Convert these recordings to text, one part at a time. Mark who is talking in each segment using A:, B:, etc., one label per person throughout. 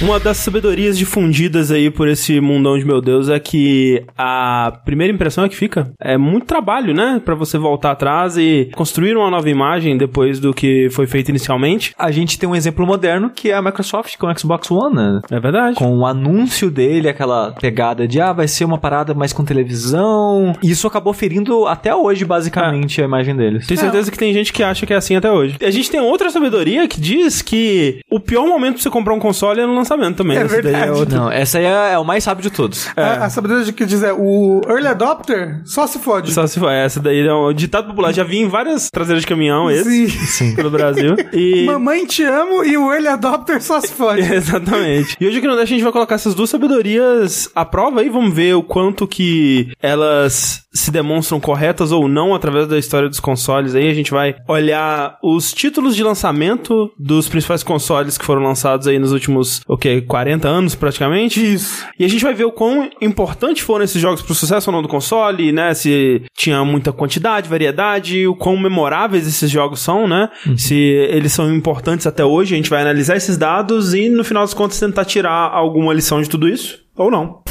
A: Uma das sabedorias difundidas aí por esse mundão de meu Deus é que a primeira impressão é que fica. É muito trabalho, né? Pra você voltar atrás e construir uma nova imagem depois do que foi feito inicialmente.
B: A gente tem um exemplo moderno que é a Microsoft com o Xbox One, né?
A: É verdade.
B: Com o anúncio dele, aquela pegada de ah, vai ser uma parada mais com televisão. E Isso acabou ferindo até hoje, basicamente, a imagem deles.
C: É.
A: Tenho certeza que tem gente que acha que é assim até hoje. A gente tem outra sabedoria que diz que o pior momento pra você comprar um console é no lançamento também.
C: É
A: Esse daí
C: verdade.
A: outro.
B: Não, essa aí é, é o mais sábio de todos.
C: A, a sabedoria de que diz é o early adopter só se fode.
A: Só se for essa daí, é um ditado popular. Já vi em várias traseiras de caminhão esse
C: Sim.
A: pelo Brasil. E.
C: Mamãe te amo e o early adopter só se fode.
A: Exatamente. E hoje aqui no Dash a gente vai colocar essas duas sabedorias à prova e vamos ver o quanto que elas se demonstram corretas ou não através da história dos consoles. Aí a gente vai olhar os títulos de lançamento dos principais consoles que foram lançados aí nos últimos, o quê? 40 anos praticamente.
C: Isso.
A: E a gente vai ver o quão importante foram esses jogos pro sucesso ou não do console, né? Se tinha muita quantidade, variedade, o quão memoráveis esses jogos são, né?
B: Uhum.
A: Se eles são importantes até hoje, a gente vai analisar esses dados e no final das contas tentar tirar alguma lição de tudo isso ou não.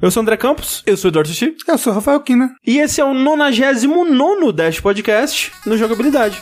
A: Eu sou o André Campos
B: Eu sou o Eduardo Sushi.
C: Eu sou o Rafael Kina.
A: e esse é o 99 Dash Podcast no Jogabilidade.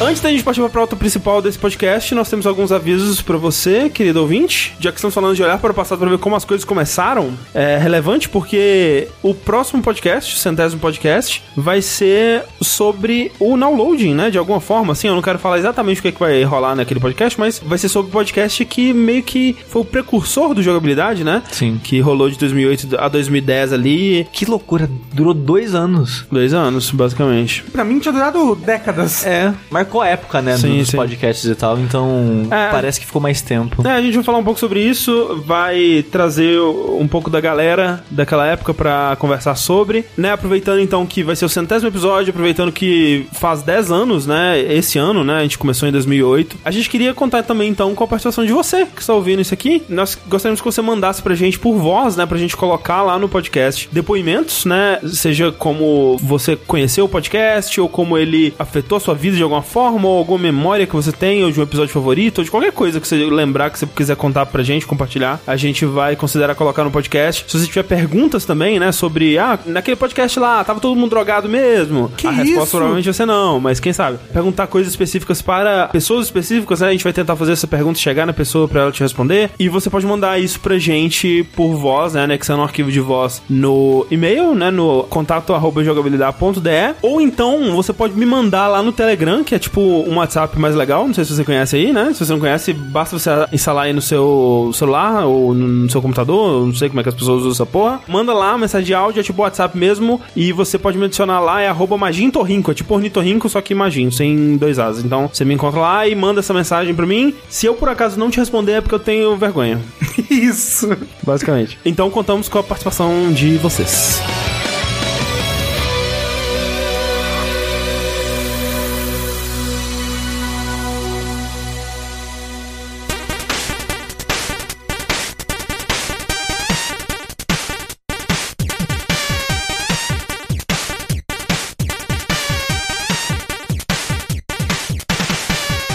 A: Antes da gente partir para a pauta principal desse podcast, nós temos alguns avisos para você, querido ouvinte. Já que estamos falando de olhar para o passado para ver como as coisas começaram, é relevante porque o próximo podcast, o centésimo podcast, vai ser sobre o downloading, né? De alguma forma, assim, eu não quero falar exatamente o que, é que vai rolar naquele podcast, mas vai ser sobre o podcast que meio que foi o precursor do jogabilidade, né?
B: Sim.
A: Que rolou de 2008 a 2010 ali,
B: Que loucura, durou dois anos.
A: dois anos, basicamente.
C: Pra mim tinha durado décadas.
B: É, marcou a época, né,
A: Sim,
B: dos
A: sim.
B: podcasts e tal, então
A: É.
B: parece que ficou mais tempo.
A: É, a gente vai falar um pouco sobre isso, vai trazer um pouco da galera daquela época pra conversar sobre, né? Aproveitando então que vai ser o centésimo episódio, aproveitando que faz 10 anos, né? Esse ano, né? A gente começou em 2008. A gente queria contar também então com a participação de você que está ouvindo isso aqui. Nós gostaríamos que você mandasse pra gente por voz, né? Pra gente colocar lá no podcast depoimentos, né? Seja como você conheceu o podcast, ou como ele afetou a sua vida de alguma forma, ou alguma memória que você tem, ou de um episódio favorito, ou de qualquer coisa que você lembrar, que você quiser contar pra gente, compartilhar, a gente vai considerar colocar no podcast. Se você tiver perguntas também, né, sobre, ah, naquele podcast lá, tava todo mundo drogado mesmo.
C: Que
A: a resposta
C: isso?
A: provavelmente você não, mas quem sabe? Perguntar coisas específicas para pessoas específicas, né? A gente vai tentar fazer essa pergunta chegar na pessoa pra ela te responder. E você pode mandar isso pra gente por voz, né? Anexando um arquivo de voz no e-mail, né? No contato arroba jogabilidade.de. Ou então você pode me mandar lá no Telegram, que é tipo um WhatsApp mais legal. Não sei se você conhece aí, né? Se você não conhece, basta você instalar aí no seu celular ou no seu computador. eu Não sei como é que as pessoas usam essa porra. Manda lá mensagem de áudio, é tipo WhatsApp mesmo. E você pode me adicionar lá, é arroba magintorrinco. É tipo ornitorrinco, só que imagino, sem dois asas. Então você me encontra lá e manda essa mensagem pra mim. Se eu por acaso não te responder, é porque eu tenho vergonha.
C: Isso.
A: Basicamente. Então contamos com a participação de vocês.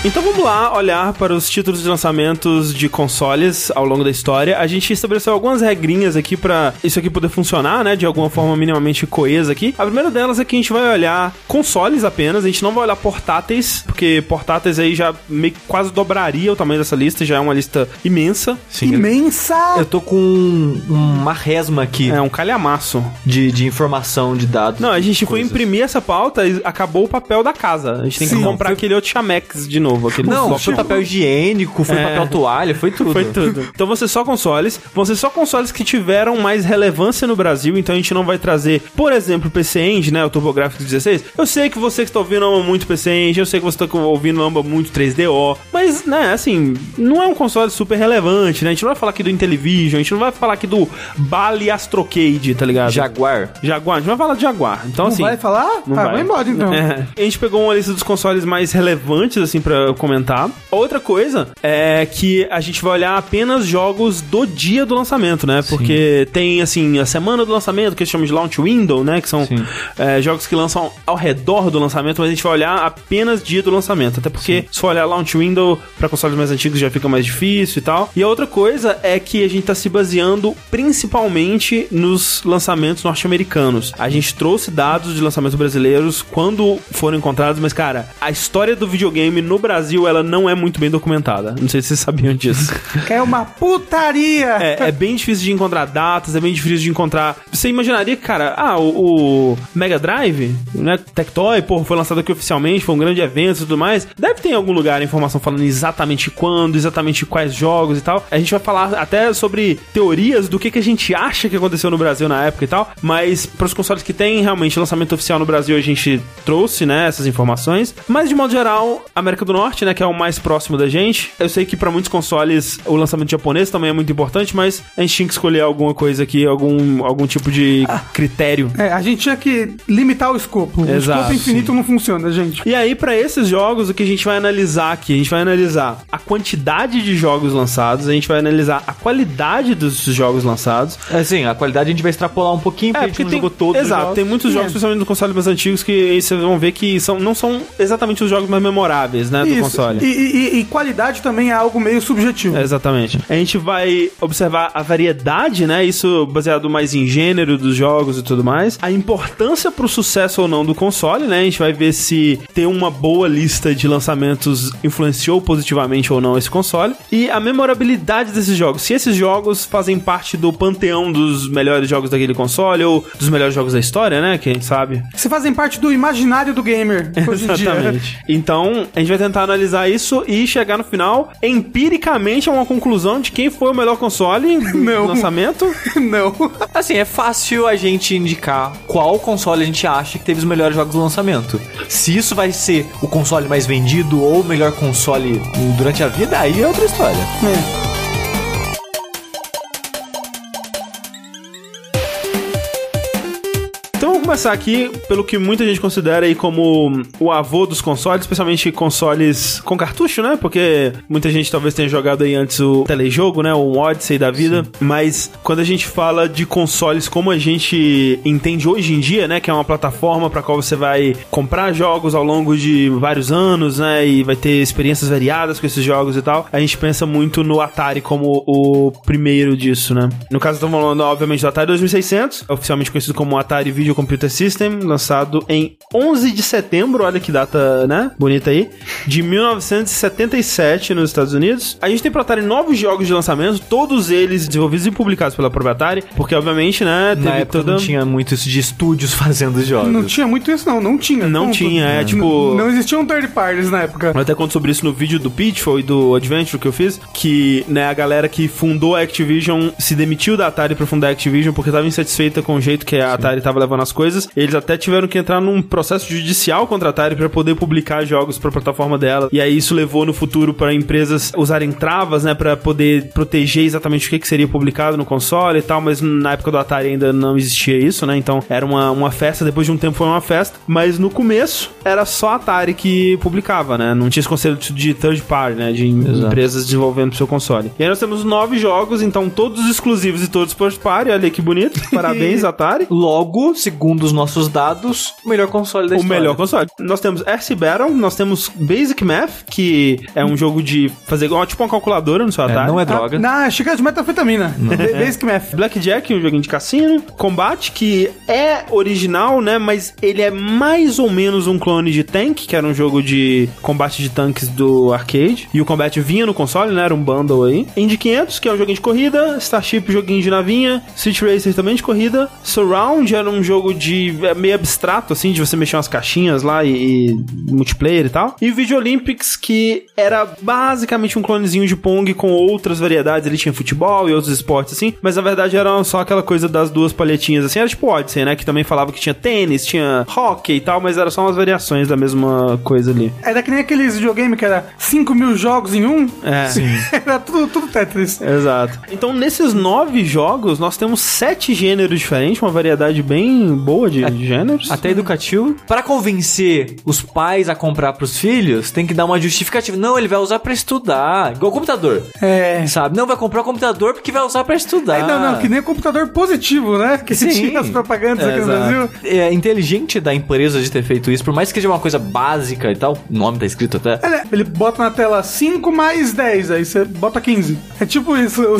A: Então vamos lá olhar para os títulos de lançamentos de consoles ao longo da história. A gente estabeleceu algumas regrinhas aqui para isso aqui poder funcionar, né, de alguma forma minimamente coesa aqui. A primeira delas é que a gente vai olhar consoles apenas, a gente não vai olhar portáteis, porque portáteis aí já meio que quase dobraria o tamanho dessa lista, já é uma lista imensa.
C: Imensa.
B: Eu tô com um, uma resma aqui
A: É um calhamaço.
B: de, de informação, de dados.
A: Não, a gente foi
B: coisas.
A: imprimir essa pauta e acabou o papel da casa. A gente tem que
C: Sim.
A: comprar aquele outro Chamex de novo. novo aquele
B: Não,
A: bloco
B: foi papel higiênico, foi
A: É.
B: papel toalha, é foi tudo.
A: Foi tudo. Então vão ser só consoles, vão ser só consoles que tiveram mais relevância no Brasil, então a gente não vai trazer, por exemplo, o PC Engine, né, o TurboGrafx 16. Eu sei que você que está ouvindo ama muito PC Engine, eu sei que você está ouvindo ama muito 3DO, mas, né, assim, não é um console super relevante, né, a gente não vai falar aqui do Intellivision, a gente não vai falar aqui do Bali Astrocade, tá ligado?
B: Jaguar.
A: Jaguar, a gente vai falar de Jaguar. Então,
C: Não
A: assim...
C: vai falar?
A: não
C: tá,
A: vai.
C: vai embora então.
A: É. A gente pegou uma lista dos consoles mais relevantes, assim, pra comentar. Outra coisa é que a gente vai olhar apenas jogos do dia do lançamento, né? Porque tem, assim, a semana do lançamento, que eles chamam de launch window, né? Que são
B: Sim.
A: é, jogos que lançam ao redor do lançamento, mas a gente vai olhar apenas dia do lançamento. Até porque, se for olhar launch window pra consoles mais antigos, já fica mais difícil e tal. E a outra coisa é que a gente tá se baseando principalmente nos lançamentos norte-americanos. A gente trouxe dados de lançamentos brasileiros quando foram encontrados, mas, cara, a história do videogame no Brasil, ela não é muito bem documentada. Não sei se vocês sabiam disso.
C: É uma putaria.
A: É, é bem difícil de encontrar datas, é bem difícil de encontrar. Você imaginaria que, cara, ah, o, o Mega Drive, né? Tectoy, porra, foi lançado aqui oficialmente, foi um grande evento e tudo mais. Deve ter em algum lugar a informação falando exatamente quando, exatamente quais jogos e tal. A gente vai falar até sobre teorias do que, que a gente acha que aconteceu no Brasil na época e tal. Mas para os consoles que têm realmente lançamento oficial no Brasil, a gente trouxe, né, essas informações. Mas de modo geral, América do Norte, né, que é o mais próximo da gente. Eu sei que para muitos consoles o lançamento japonês também é muito importante, mas a gente tinha que escolher alguma coisa aqui, algum, algum tipo de critério.
C: É, a gente tinha que limitar o escopo.
A: Exato,
C: o escopo infinito não funciona, gente.
A: E aí, pra esses jogos, o que a gente vai analisar aqui? A gente vai analisar a quantidade de jogos lançados, a gente vai analisar a qualidade dos jogos lançados.
B: Assim, a qualidade a gente vai extrapolar um pouquinho, porque,
A: É, porque
B: a gente
A: tem,
B: não jogou todos os
A: exato,
B: jogos.
A: tem muitos jogos, principalmente nos consoles mais antigos, que aí vocês vão ver que são, não são exatamente os jogos mais memoráveis, né, do console.
C: E, e- e- e qualidade também é algo meio subjetivo.
A: É, Exatamente. A gente vai observar a variedade, né? Isso baseado mais em gênero dos jogos e tudo mais. A importância pro sucesso ou não do console, né? A gente vai ver se ter uma boa lista de lançamentos influenciou positivamente ou não esse console. E a memorabilidade desses jogos. Se esses jogos fazem parte do panteão dos melhores jogos daquele console ou dos melhores jogos da história, né? Quem sabe?
C: Você fazem parte do imaginário do gamer hoje em dia.
A: Exatamente. Então, a gente vai tentar analisar isso e chegar no final, empiricamente, a uma conclusão de quem foi o melhor console no
C: Não.
A: lançamento.
C: Não.
B: Assim, é fácil a gente indicar qual console a gente acha que teve os melhores jogos do lançamento. Se isso vai ser o console mais vendido ou o melhor console durante a vida, aí é outra história.
A: Então, vamos começar aqui pelo que muita gente considera aí como o avô dos consoles, especialmente consoles com cartucho, né? Porque muita gente talvez tenha jogado aí antes o telejogo, né? O Odyssey da vida. Mas quando a gente fala de consoles como a gente entende hoje em dia, né? Que é uma plataforma para qual você vai comprar jogos ao longo de vários anos, né? E vai ter experiências variadas com esses jogos e tal. A gente pensa muito no Atari como o primeiro disso, né? No caso, estamos falando, obviamente, do Atari 2600, oficialmente conhecido como Atari Video Computer System, lançado em 11 de setembro, olha que data, né? Bonita aí, de 1977 nos Estados Unidos. A gente tem pro Atari novos jogos de lançamento, todos eles desenvolvidos e publicados pela própria Atari, porque, obviamente, né?
B: Na
A: Teve
B: época
A: toda.
B: não tinha muito isso de estúdios fazendo os
C: Não
B: jogos.
C: tinha muito isso, não. Não tinha.
A: Não
C: ponto.
A: tinha, é,
C: N-
A: tipo-
C: Não existiam third parties na época.
A: Eu até conto sobre isso no vídeo do Pitfall e do Adventure que eu fiz, que né, a galera que fundou a Activision se demitiu da Atari pra fundar a Activision porque estava insatisfeita com o jeito que a Atari estava levando as coisas. Eles até tiveram que entrar num processo judicial contra a Atari pra poder publicar jogos pra plataforma dela. E aí isso levou no futuro pra empresas usarem travas, né, para poder proteger exatamente o que, que seria publicado no console e tal, mas na época do Atari ainda não existia isso, né? Então era uma, uma festa, depois de um tempo foi uma festa, mas no começo era só Atari que publicava, né? Não tinha esse conceito de third party, né? De em-
B: Exato.
A: empresas desenvolvendo seu console. E aí nós temos nove jogos, então todos exclusivos e todos third party, olha aí que bonito. Parabéns, Atari.
B: Logo, segundo os nossos dados, o melhor console da
A: O
B: história.
A: melhor console. Nós temos RC Battle, nós temos Basic Math, que é um jogo de fazer igual- tipo uma calculadora no seu
B: É,
A: Atari.
B: não é droga.
C: Na xícara de metafetamina. Be- Basic Math.
A: Blackjack, um joguinho de cassino. Combate, que é original, né? Mas ele é mais ou menos um clone de Tank, que era um jogo de combate de tanques do arcade. E o combate vinha no console, né? Era um bundle aí. Indy 500, que é um joguinho de corrida. Starship, joguinho de navinha. Street Racer também de corrida. Surround era um jogo de é, meio abstrato, assim, de você você mexia umas caixinhas lá e, e multiplayer e tal. E o Video Olympics, que era basicamente um clonezinho de Pong com outras variedades. Ele tinha futebol e outros esportes assim, mas na verdade era só aquela coisa das duas palhetinhas assim. Era tipo Odyssey, né? Que também falava que tinha tênis, tinha hockey e tal, mas era só umas variações da mesma coisa ali.
C: Era que nem aqueles videogame que era 5 mil jogos em um.
A: É.
C: era tudo, tudo Tetris.
A: Exato. Então, nesses nove jogos, nós temos sete gêneros diferentes, uma variedade bem boa de, de gêneros.
B: Até educativo. Pra convencer os pais a comprar pros filhos, tem que dar uma justificativa. Não, ele vai usar pra estudar. Igual computador.
C: É.
B: Sabe? Não, vai comprar o computador porque vai usar pra estudar.
C: Aí, não, não, que nem computador positivo, né? Que se
B: Ah. Sim.
C: tinha as propagandas aqui
B: Exato.
C: no Brasil.
B: É inteligente da empresa de ter feito isso, por mais que seja uma coisa básica e tal. O nome tá escrito até.
C: Ele, ele bota na tela 5 mais 10, aí você bota 15. É tipo isso o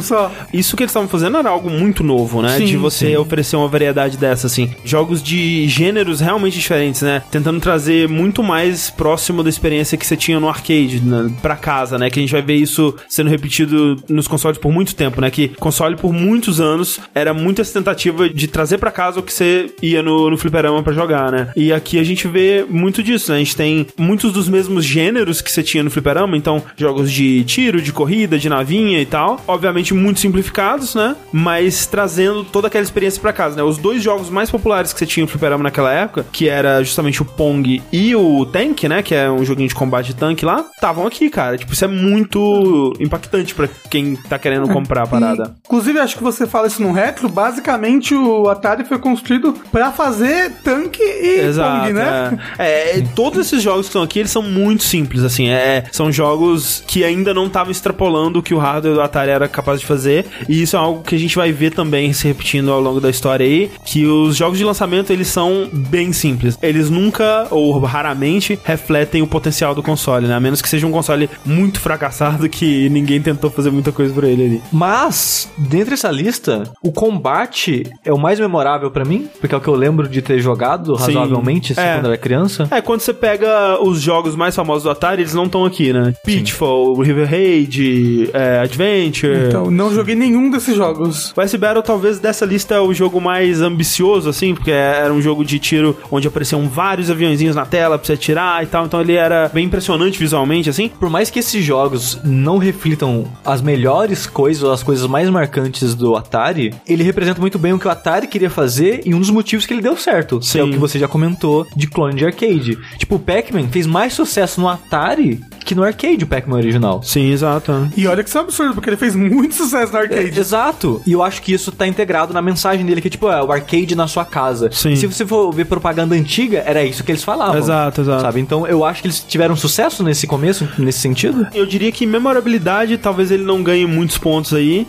B: sim.
C: só.
A: Isso que eles estavam fazendo era algo muito novo, né?
C: Sim,
A: de você oferecer uma variedade dessa, assim. Jogos de gêneros realmente diferentes, né? Tentando trazer muito mais próximo da experiência que você tinha no arcade, né? pra casa, né? Que a gente vai ver isso sendo repetido nos consoles por muito tempo, né? Que console por muitos anos era muito essa tentativa de trazer pra casa o que você ia no, no fliperama pra jogar, né? E aqui a gente vê muito disso, né? A gente tem muitos dos mesmos gêneros que você tinha no fliperama, então jogos de tiro, de corrida, de navinha e tal. Obviamente muito simplificados, né? Mas trazendo toda aquela experiência pra casa, né? Os dois jogos mais populares que você tinha no fliperama naquela época, que era justamente o Pong e o Tank, né? Que é um joguinho de combate de tanque lá, estavam aqui, cara. Tipo, isso é muito impactante pra quem tá querendo comprar a parada.
C: Inclusive, acho que você fala isso no retro. Basicamente, o Atari foi construído pra fazer tanque e
A: Exato,
C: Pong, né?
A: É. É, e todos esses jogos que estão aqui, eles são muito simples, assim. É, são jogos que ainda não estavam extrapolando o que o hardware do Atari era capaz de fazer. E isso é algo que a gente vai ver também se repetindo ao longo da história aí. Que os jogos de lançamento, eles são bem simples. Eles nunca, ou raramente, refletem o potencial do console, né? A menos que seja um console muito fracassado que ninguém tentou fazer muita coisa por ele ali.
B: Mas, dentre essa lista, o combate é o mais memorável pra mim, porque é o que eu lembro de ter jogado razoavelmente assim,
A: É.
B: quando era criança.
A: É, quando você pega os jogos mais famosos do Atari, eles não estão aqui, né? Pitfall, River Raid, é, Adventure.
C: Então, não joguei nenhum desses jogos.
A: O S-Battle talvez dessa lista é o jogo mais ambicioso, assim, porque era um jogo de tiro onde apareciam vários aviãozinhos na tela pra você atirar e tal, então ele era bem impressionante visualmente, assim.
B: Por mais que esses jogos não reflitam as melhores coisas ou as coisas mais marcantes do Atari, ele representa muito bem o que o Atari queria fazer e um dos motivos que ele deu certo, que é o
A: Sim.
B: que você já comentou de clone de arcade. Tipo, o Pac-Man fez mais sucesso no Atari que no arcade, o Pac-Man original.
A: Sim, exato. né?
C: E olha que isso é um absurdo, porque ele fez muito sucesso no
B: É,
C: arcade.
B: Exato. E eu acho que isso tá integrado na mensagem dele, que é tipo, é o arcade na sua casa.
A: Sim.
B: E se você for ver propaganda antiga, era isso que eles falavam.
A: Exato, exato.
B: Sabe? Então eu acho que eles tiveram sucesso nesse começo, nesse sentido.
A: Eu diria que memorabilidade, talvez ele não ganhe muitos pontos aí,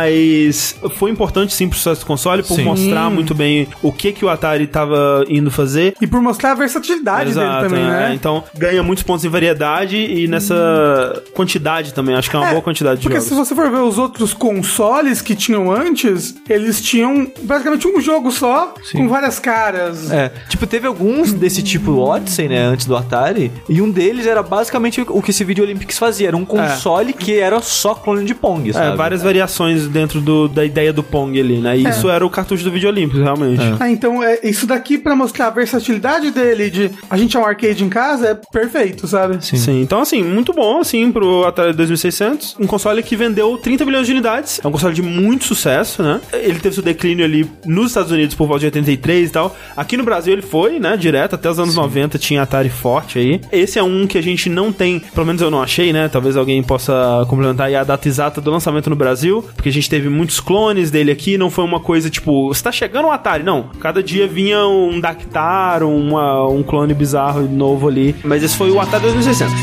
A: mas foi importante sim pro sucesso do console por
B: Sim.
A: mostrar muito bem o que que o Atari tava indo fazer
C: E por mostrar a versatilidade dele também,
A: é.
C: né?
A: Então ganha muitos pontos em variedade e nessa quantidade também. Acho que é uma
C: É,
A: boa quantidade de
C: Porque
A: jogos.
C: se você for ver os outros consoles que tinham antes, eles tinham basicamente um jogo só, com várias caras.
B: É. Tipo, teve alguns desse tipo Odyssey, né? Antes do Atari. E um deles era basicamente o que esse Video Olympics fazia. Era um console que era só clone de Pong, sabe?
A: É, várias variações dentro do- da ideia do Pong ali, né?
C: É.
A: E isso era o cartucho do vídeo olímpico, realmente.
C: Ah, então é isso daqui pra mostrar a versatilidade dele, de a gente é um arcade em casa, é perfeito, sabe?
A: Sim. então assim, muito bom, assim, pro Atari 2600. Um console que vendeu 30 milhões de unidades. É um console de muito sucesso, né? Ele teve seu declínio ali nos Estados Unidos por volta de 83 e tal. Aqui no Brasil ele foi, né, direto. Até os anos 90 tinha Atari forte aí. Esse é um que a gente não tem, pelo menos eu não achei, né? Talvez alguém possa complementar aí a data exata do lançamento no Brasil, porque a gente teve muitos clones dele aqui. Não foi uma coisa tipo, está chegando o Atari. Não, cada dia vinha um Dactar, uma, um clone bizarro novo ali. Mas esse foi o Atari 2600.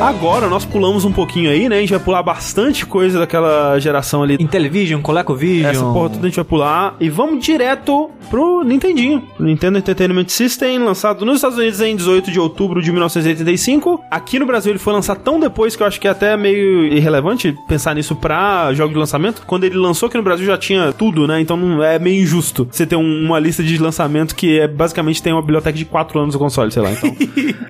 A: agora, nós pulamos um pouquinho aí, né? A gente vai pular bastante coisa daquela geração ali.
B: Intellivision, ColecoVision.
A: Essa porra tudo a gente vai pular. E vamos direto pro Nintendinho. Nintendo Entertainment System, lançado nos Estados Unidos em 18 de outubro de 1985. Aqui no Brasil ele foi lançado tão depois que eu acho que é até meio irrelevante pensar nisso pra jogo de lançamento. Quando ele lançou aqui no Brasil já tinha tudo, né? Então não é meio injusto você ter um- uma lista de lançamento que é basicamente tem uma biblioteca de 4 anos do console, sei lá. Então.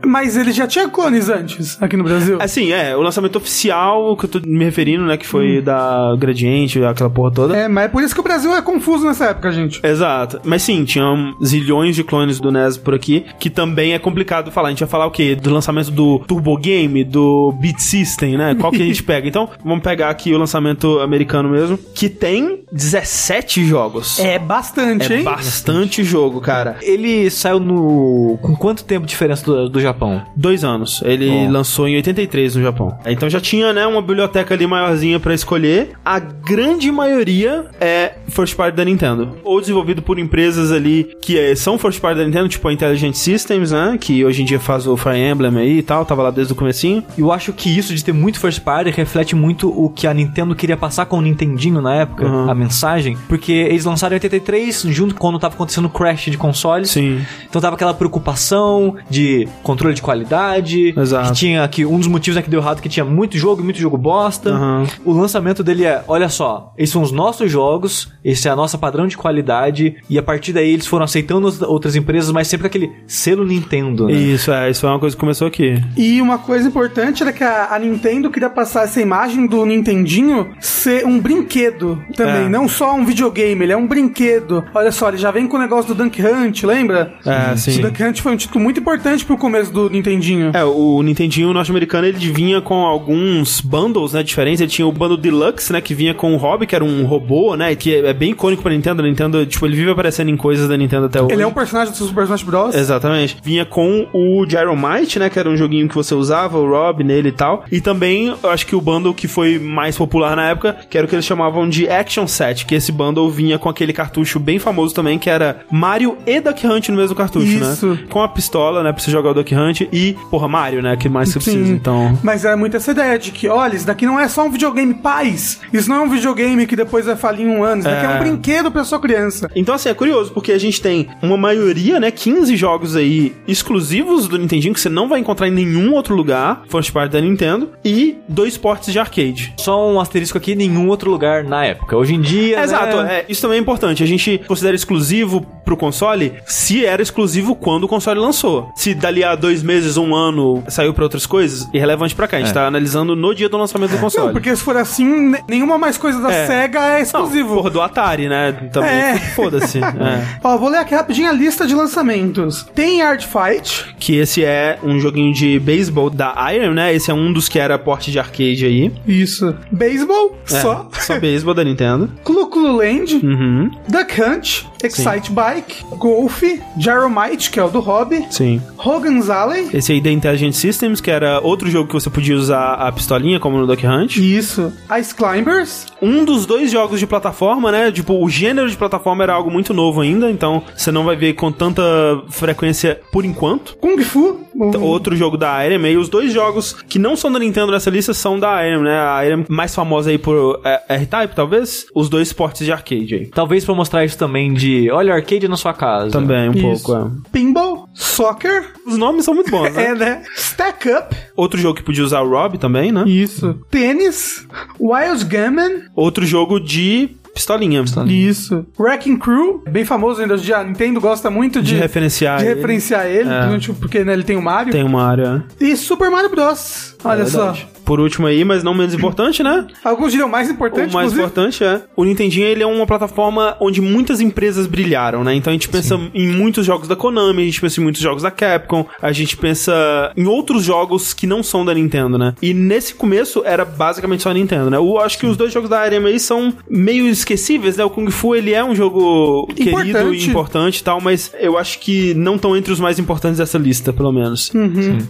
C: Mas ele já tinha clones antes aqui no Brasil.
A: Assim, é, o lançamento oficial que eu tô me referindo, né? Que foi da Gradiente, aquela porra toda.
C: É, mas é por isso que o Brasil é confuso nessa época, gente.
A: Exato. Mas sim, tinham zilhões de clones do NES por aqui, que também é complicado falar. A gente vai falar o quê? Do lançamento do Turbo Game, do Beat System, né? Qual que a gente pega? Então, vamos pegar aqui o lançamento americano mesmo, que tem 17 jogos.
C: É bastante,
A: É
C: hein?
A: bastante jogo, cara.
B: Ele saiu no. Com quanto tempo de diferença do, do Japão?
A: Dois anos. Ele
B: Bom.
A: lançou em 83 no Japão. Então já tinha, né, uma biblioteca ali maiorzinha pra escolher. A grande maioria é first party da Nintendo. Ou desenvolvido por empresas ali que eh, são first party da Nintendo, tipo a Intelligent Systems, né, que hoje em dia faz o Fire Emblem aí e tal, tava lá desde o comecinho.
B: Eu acho que isso de ter muito first party reflete muito o que a Nintendo queria passar com o Nintendinho na época,
A: Uhum.
B: a mensagem, porque eles lançaram em 83, junto quando tava acontecendo o crash de consoles.
A: Sim.
B: Então tava aquela preocupação de controle de qualidade,
A: Exato.
B: que tinha que um dos motivos né, que deu errado é que tinha muito jogo, e muito jogo bosta.
A: Aham.
B: O lançamento dele é, olha só, esses são os nossos jogos, esse é a nossa padrão de qualidade e a partir daí eles foram aceitando as- outras empresas, mas sempre com aquele selo Nintendo, né?
A: Isso, é, isso é uma coisa que começou aqui.
C: E uma coisa importante era que a, a Nintendo queria passar essa imagem do Nintendinho ser um brinquedo também,
A: É.
C: não só um videogame, ele é um brinquedo. Olha só, ele já vem com o negócio do Dunk Hunt, lembra?
A: É, sim.
C: O Dunk Hunt foi um título muito importante pro começo do Nintendinho.
A: É, o Nintendinho norte-americano ele vinha com alguns bundles, né, diferentes. Ele tinha o bundle Deluxe, né, que vinha com o Hobby, que era um robô, né, que é é bem icônico pra Nintendo. A Nintendo, tipo, ele vive aparecendo em coisas da Nintendo até hoje.
C: Ele é um personagem do Super Smash Bros.
A: Exatamente. Vinha com o Gyromite, né? Que era um joguinho que você usava, o Rob nele e tal. E também, eu acho que o bundle que foi mais popular na época, que era o que eles chamavam de Action Set, que esse bundle vinha com aquele cartucho bem famoso também, que era Mario e Duck Hunt no mesmo cartucho,
C: Isso.
A: né? Com a pistola, né? Pra você jogar o Duck Hunt e, porra, Mario, né? Que mais você precisa, então...
C: Mas era muito essa ideia de que, olha, isso daqui não é só um videogame paz. Isso não é um videogame que depois vai falir em um ano. Isso daqui é,
A: É.
C: um brinquedo pra sua criança.
A: Então, assim, é curioso, porque a gente tem uma maioria, né, 15 jogos aí exclusivos do Nintendinho, que você não vai encontrar em nenhum outro lugar, first party da Nintendo, e dois portes de arcade.
B: Só um asterisco aqui, nenhum outro lugar na época. Hoje em dia, né,
A: Exato, é, isso também é importante. A gente considera exclusivo pro console se era exclusivo quando o console lançou. Se dali a dois meses, um ano, saiu pra outras coisas, irrelevante pra cá. A gente tá analisando no dia do lançamento do console.
C: É. Não, porque se for assim, ne- nenhuma mais coisa da
A: É.
C: SEGA é
A: Não,
C: exclusivo.
A: porra, do Atari, né? Também,
C: É.
A: foda-se. é.
C: Ó, vou ler aqui rapidinho a lista de lançamentos. Tem Art Fight,
A: Que esse é um joguinho de beisebol da Iron, né? Esse é um dos que era porte de arcade aí.
C: isso. Baseball,
A: É,
C: só.
A: Só beisebol da Nintendo.
C: Clu Clu Land,
A: Uhum,
C: Duck Hunt, Excite Bike, Golf, Gyromite, que é o do Hobby,
A: sim.
C: Hogan's Alley,
A: Esse aí da Intelligent Systems, que era outro jogo que você podia usar a pistolinha, como no Duck Hunt.
C: isso. Ice Climbers,
A: um dos dois jogos de plataforma, né? Tipo, o gênero de plataforma era algo muito novo ainda, então você não vai ver com tanta frequência por enquanto. Então,
C: Kung Fu, o-
A: Outro jogo da Irem, e os dois jogos que não são da Nintendo nessa lista são da Irem, né? A Irem mais famosa aí por é, R-Type, talvez. Os dois portes de arcade aí.
B: Talvez pra mostrar isso também de, olha, arcade na sua casa.
A: Também, um
C: Isso.
A: pouco. é.
C: Pinball, Soccer,
A: Os nomes são muito bons, né?
C: é, né? Stack Up,
A: Outro jogo que podia usar o Rob também, né?
C: isso. Tênis, Wild Gammon,
A: Outro jogo de pistolinha.
C: isso. Wrecking Crew, bem famoso ainda hoje em dia. A Nintendo gosta muito
A: De
C: de,
A: referenciar.
C: de
A: ele.
C: referenciar ele,
A: É.
C: principalmente porque né, ele tem o Mario.
A: Tem É uma área.
C: E Super Mario Bros. Olha só.
A: Por último aí, mas não menos importante, né?
C: Alguns diriam mais importante,
A: O mais
C: inclusive.
A: importante é, o Nintendinho ele é uma plataforma onde muitas empresas brilharam, né? Então a gente pensa em muitos jogos da Konami, a gente pensa em muitos jogos da Capcom, a gente pensa em outros jogos que não são da Nintendo, né? E nesse começo era basicamente só a Nintendo, né? Eu acho que os dois jogos da Arena aí são meio esquecíveis, né? O Kung Fu ele é um jogo querido e
C: Importante.
A: importante e tal, mas eu acho que não estão entre os mais importantes dessa lista, pelo menos.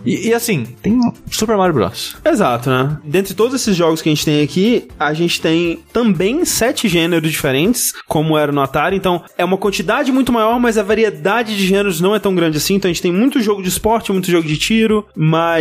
B: E, e assim, tem Super Mario Bros.
A: Exato, né? Dentre todos esses jogos que a gente tem aqui, a gente tem também sete gêneros diferentes, como era no Atari. Então, é uma quantidade muito maior, mas a variedade de gêneros não é tão grande assim. Então, a gente tem muito jogo de esporte, muito jogo de tiro,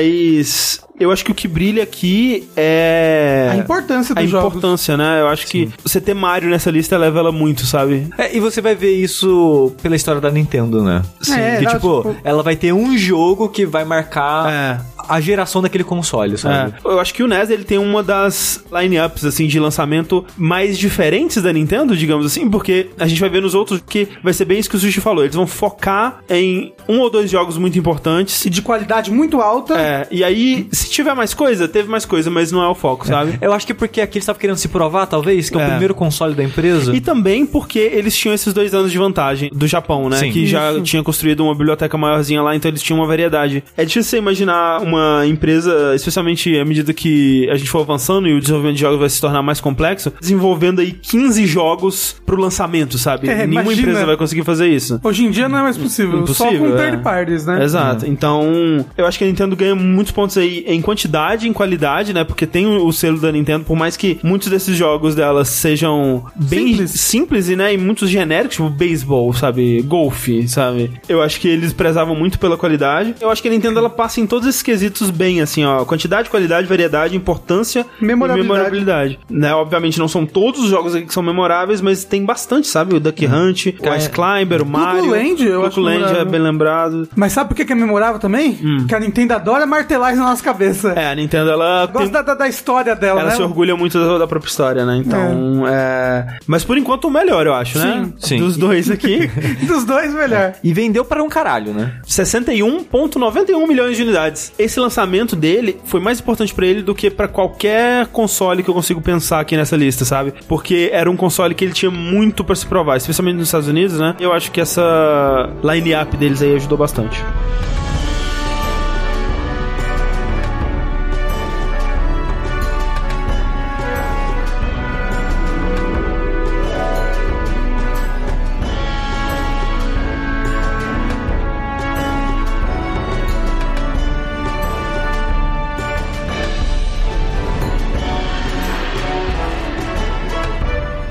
A: mas eu acho que o que brilha aqui é
C: A importância
A: a
C: dos jogos.
A: importância, né? Eu acho que você ter Mario nessa lista eleva ela muito, sabe?
B: É, e você vai ver isso pela história da Nintendo, né?
C: Sim. É,
B: que,
C: ela,
B: tipo,
C: tipo-
B: ela vai ter um jogo que vai marcar
A: É.
B: a geração daquele console, sabe?
A: É. Eu acho que o NES ele tem uma das lineups assim de lançamento mais diferentes da Nintendo, digamos assim, porque a gente vai ver nos outros que vai ser bem isso que o Sushi falou. Eles vão focar em um ou dois jogos muito importantes.
C: E de qualidade muito alta.
A: É, e aí, se tiver mais coisa, teve mais coisa, mas não é o foco, sabe?
B: Eu acho que porque aqui eles estavam querendo se provar, talvez, que é,
A: É.
B: o primeiro console da empresa.
A: E também porque eles tinham esses dois anos de vantagem do Japão, né?
B: Sim.
A: Que já tinha construído uma biblioteca maiorzinha lá, então eles tinham uma variedade. É difícil você imaginar uma empresa, especialmente à medida que a gente for avançando e o desenvolvimento de jogos vai se tornar mais complexo, desenvolvendo aí 15 jogos pro lançamento, sabe?
C: É,
A: Nenhuma
C: imagina.
A: empresa vai conseguir fazer isso.
C: Hoje em dia não é mais possível. só
A: Impossível,
C: com
A: é.
C: third parties, né?
A: Exato. Então, eu acho que a Nintendo ganha muitos pontos aí em quantidade, em qualidade, né? Porque tem o o selo da Nintendo, por mais que muitos desses jogos dela sejam bem
C: Simples.
A: simples, e, né, e muitos genéricos, tipo beisebol, sabe, golfe, sabe? Eu acho que eles prezavam muito pela qualidade. Eu acho que a Nintendo ela passa em todos esses quesitos bem assim, ó, quantidade, qualidade, variedade, importância
C: Memorabilidade.
A: e memorabilidade, né? Obviamente não são todos os jogos aqui que são memoráveis, mas tem bastante, sabe? O Duck Hunt, o Ice Climber, o Mario,
C: Land, eu acho
A: Cuckoo Land é
C: memorável.
A: bem lembrado.
C: Mas sabe por que que é memorável também?
A: Hum.
C: Que a Nintendo adora martelar isso na nossa cabeça.
A: É, a Nintendo, ela,
C: Gosto
A: tem-
C: da, da- da história dela,
A: ela
C: né?
A: se orgulha muito da, da própria história, né? Então, é... Mas por enquanto o melhor, eu acho, né?
B: Sim.
A: Dos dois aqui.
C: Dos dois, melhor.
B: E vendeu para um caralho, né?
A: 61,91 milhões de unidades. Esse lançamento dele foi mais importante pra ele do que pra qualquer console que eu consigo pensar aqui nessa lista, sabe? Porque era um console que ele tinha muito pra se provar, especialmente nos Estados Unidos, né? Eu acho que essa line-up deles aí ajudou bastante.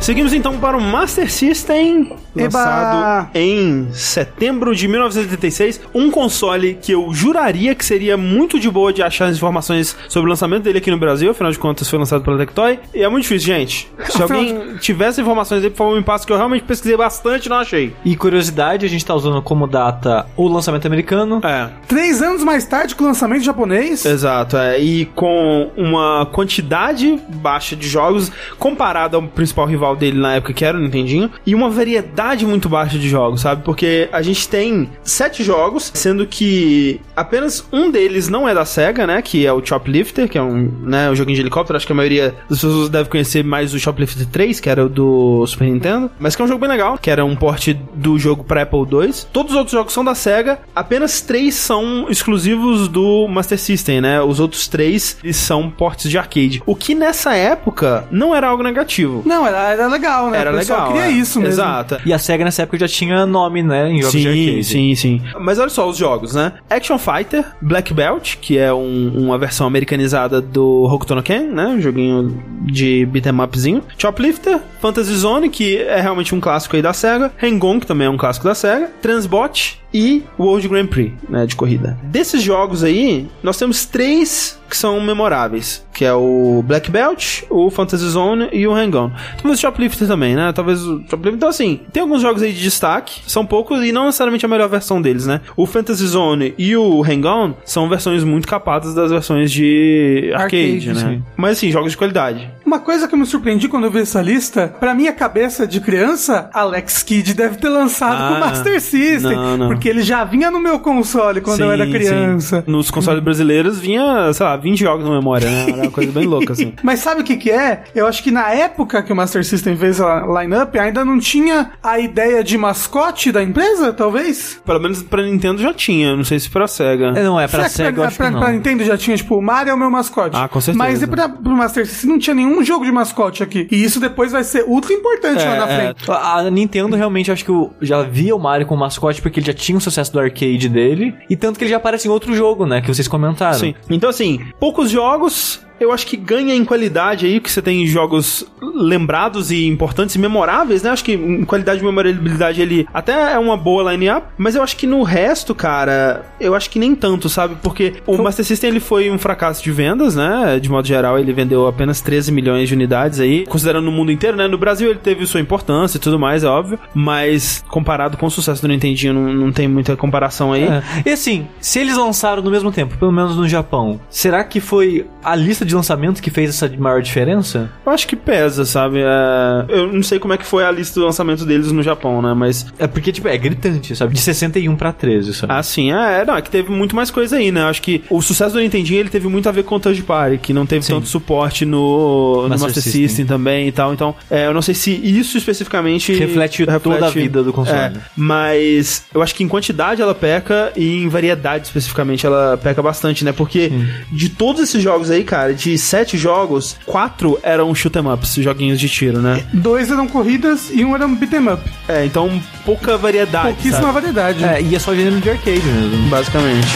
A: Seguimos então para o Master System,
C: Eba!
A: lançado em setembro de 1986. Um console que eu juraria que seria muito de boa de achar as informações sobre o lançamento dele aqui no Brasil, afinal de contas foi lançado pela Tectoy. E é muito difícil, gente. Se alguém tivesse informações aí, por favor, me passe que eu realmente pesquisei bastante e não achei.
B: E curiosidade, a gente tá usando como data o lançamento americano.
A: É,
C: Três anos mais tarde que o lançamento japonês.
A: Exato, é. E com uma quantidade baixa de jogos comparada ao principal rival dele na época, que era o Nintendinho, e uma variedade muito baixa de jogos, sabe? Porque a gente tem sete jogos, sendo que apenas um deles não é da SEGA, né? Que é o Choplifter, que é um, né, um joguinho de helicóptero. Acho que a maioria das pessoas deve conhecer mais o Choplifter 3, que era o do Super Nintendo. Mas que é um jogo bem legal, que era um porte do jogo para Apple II. Todos os outros jogos são da SEGA, apenas três são exclusivos do Master System, né? Os outros três eles são portes de arcade. O que nessa época não era algo negativo.
C: Não, era, era legal, né?
A: Era
C: o pessoal
A: legal.
C: queria
A: é.
C: isso mesmo.
A: Exato.
B: E a SEGA nessa época já tinha nome, né? Em jogos de arcade.
A: Sim, sim. Mas olha só os jogos, né? Action Fighter, Black Belt, que é um- uma versão americanizada do Hokuto no Ken, né? Um joguinho de beat'em upzinho. Choplifter, Fantasy Zone, que é realmente um clássico aí da SEGA. Hang-On, que também é um clássico da SEGA. Transbot e World Grand Prix, né? De corrida. Desses jogos aí, nós temos três que são memoráveis, que é o Black Belt, o Fantasy Zone e o Hang-On. Talvez o Shoplifter também, né? Talvez o Shoplifter. Então, assim, tem alguns jogos aí de destaque, são poucos e não necessariamente a melhor versão deles, né? O Fantasy Zone e o Hang-On são versões muito capazes das versões de arcade,
C: Arcade,
A: né? Mas, assim, jogos de qualidade.
C: Uma coisa que eu me surpreendi quando eu vi essa lista, pra minha cabeça de criança, Alex Kidd deve ter lançado
A: Ah,
C: com o Master System.
A: não, não.
C: Porque ele já vinha no meu console quando eu
A: Sim,
C: era
A: sim.
C: criança.
A: Nos consoles brasileiros vinha, sei lá, 20 jogos na memória, né? Era uma coisa bem louca, assim.
C: Mas sabe o que que é? Eu acho que na época que o Master System fez a lineup, ainda não tinha a ideia de mascote da empresa, talvez?
A: Pelo menos pra Nintendo já tinha, não sei se pra SEGA.
B: É, não, é pra
C: Será que
B: SEGA, eu acho
C: pra,
B: que não.
C: pra Nintendo já tinha, tipo, o Mario é o meu mascote.
A: Ah, com certeza.
C: Mas e pra, pro Master System não tinha nenhuma um jogo de mascote aqui. E isso depois vai ser ultra importante lá na
B: É,
C: frente.
B: é. A a Nintendo realmente acho que eu já via o Mario como mascote porque ele já tinha o sucesso do arcade dele. E tanto que ele já aparece em outro jogo, né? Que vocês comentaram.
A: Sim. Então, assim, poucos jogos. Eu acho que ganha em qualidade aí, que você tem jogos lembrados e importantes e memoráveis, né? Acho que em qualidade e memorabilidade ele até é uma boa line-up, mas eu acho que no resto, cara, eu acho que nem tanto, sabe? Porque o Master System ele foi um fracasso de vendas, né? De modo geral, ele vendeu apenas 13 milhões de unidades aí, considerando o mundo inteiro, né? No Brasil ele teve sua importância e tudo mais, é óbvio, mas comparado com o sucesso do Nintendinho, não, não tem muita comparação aí.
B: É. E assim, se eles lançaram no mesmo tempo, pelo menos no Japão, será que foi a lista de lançamentos que fez essa maior diferença?
A: Eu acho que pesa, sabe? É, Eu não sei como é que foi a lista do lançamento deles no Japão, né? Mas,
B: É porque, tipo, é gritante, sabe? De 61 pra 13, sabe?
A: assim, é, não, é que teve muito mais coisa aí, né? Eu acho que o sucesso do Nintendinho, ele teve muito a ver com o Touch Party, que não teve
B: Sim.
A: tanto suporte no, no
B: Master
A: Master,
B: System.
A: System. também e tal. Então, é, eu não sei se isso especificamente...
B: Reflete toda a vida do console.
A: É, mas eu acho que em quantidade ela peca e em variedade especificamente ela peca bastante, né? Porque de todos esses jogos aí, cara, de sete jogos, quatro eram shoot 'em ups, joguinhos de tiro, né?
C: Dois eram corridas e um era um beat'em up.
A: É, então pouca variedade.
C: Pouquíssima
A: sabe?
C: variedade.
B: Ah, É, e é só gênero de arcade mesmo.
A: Basicamente.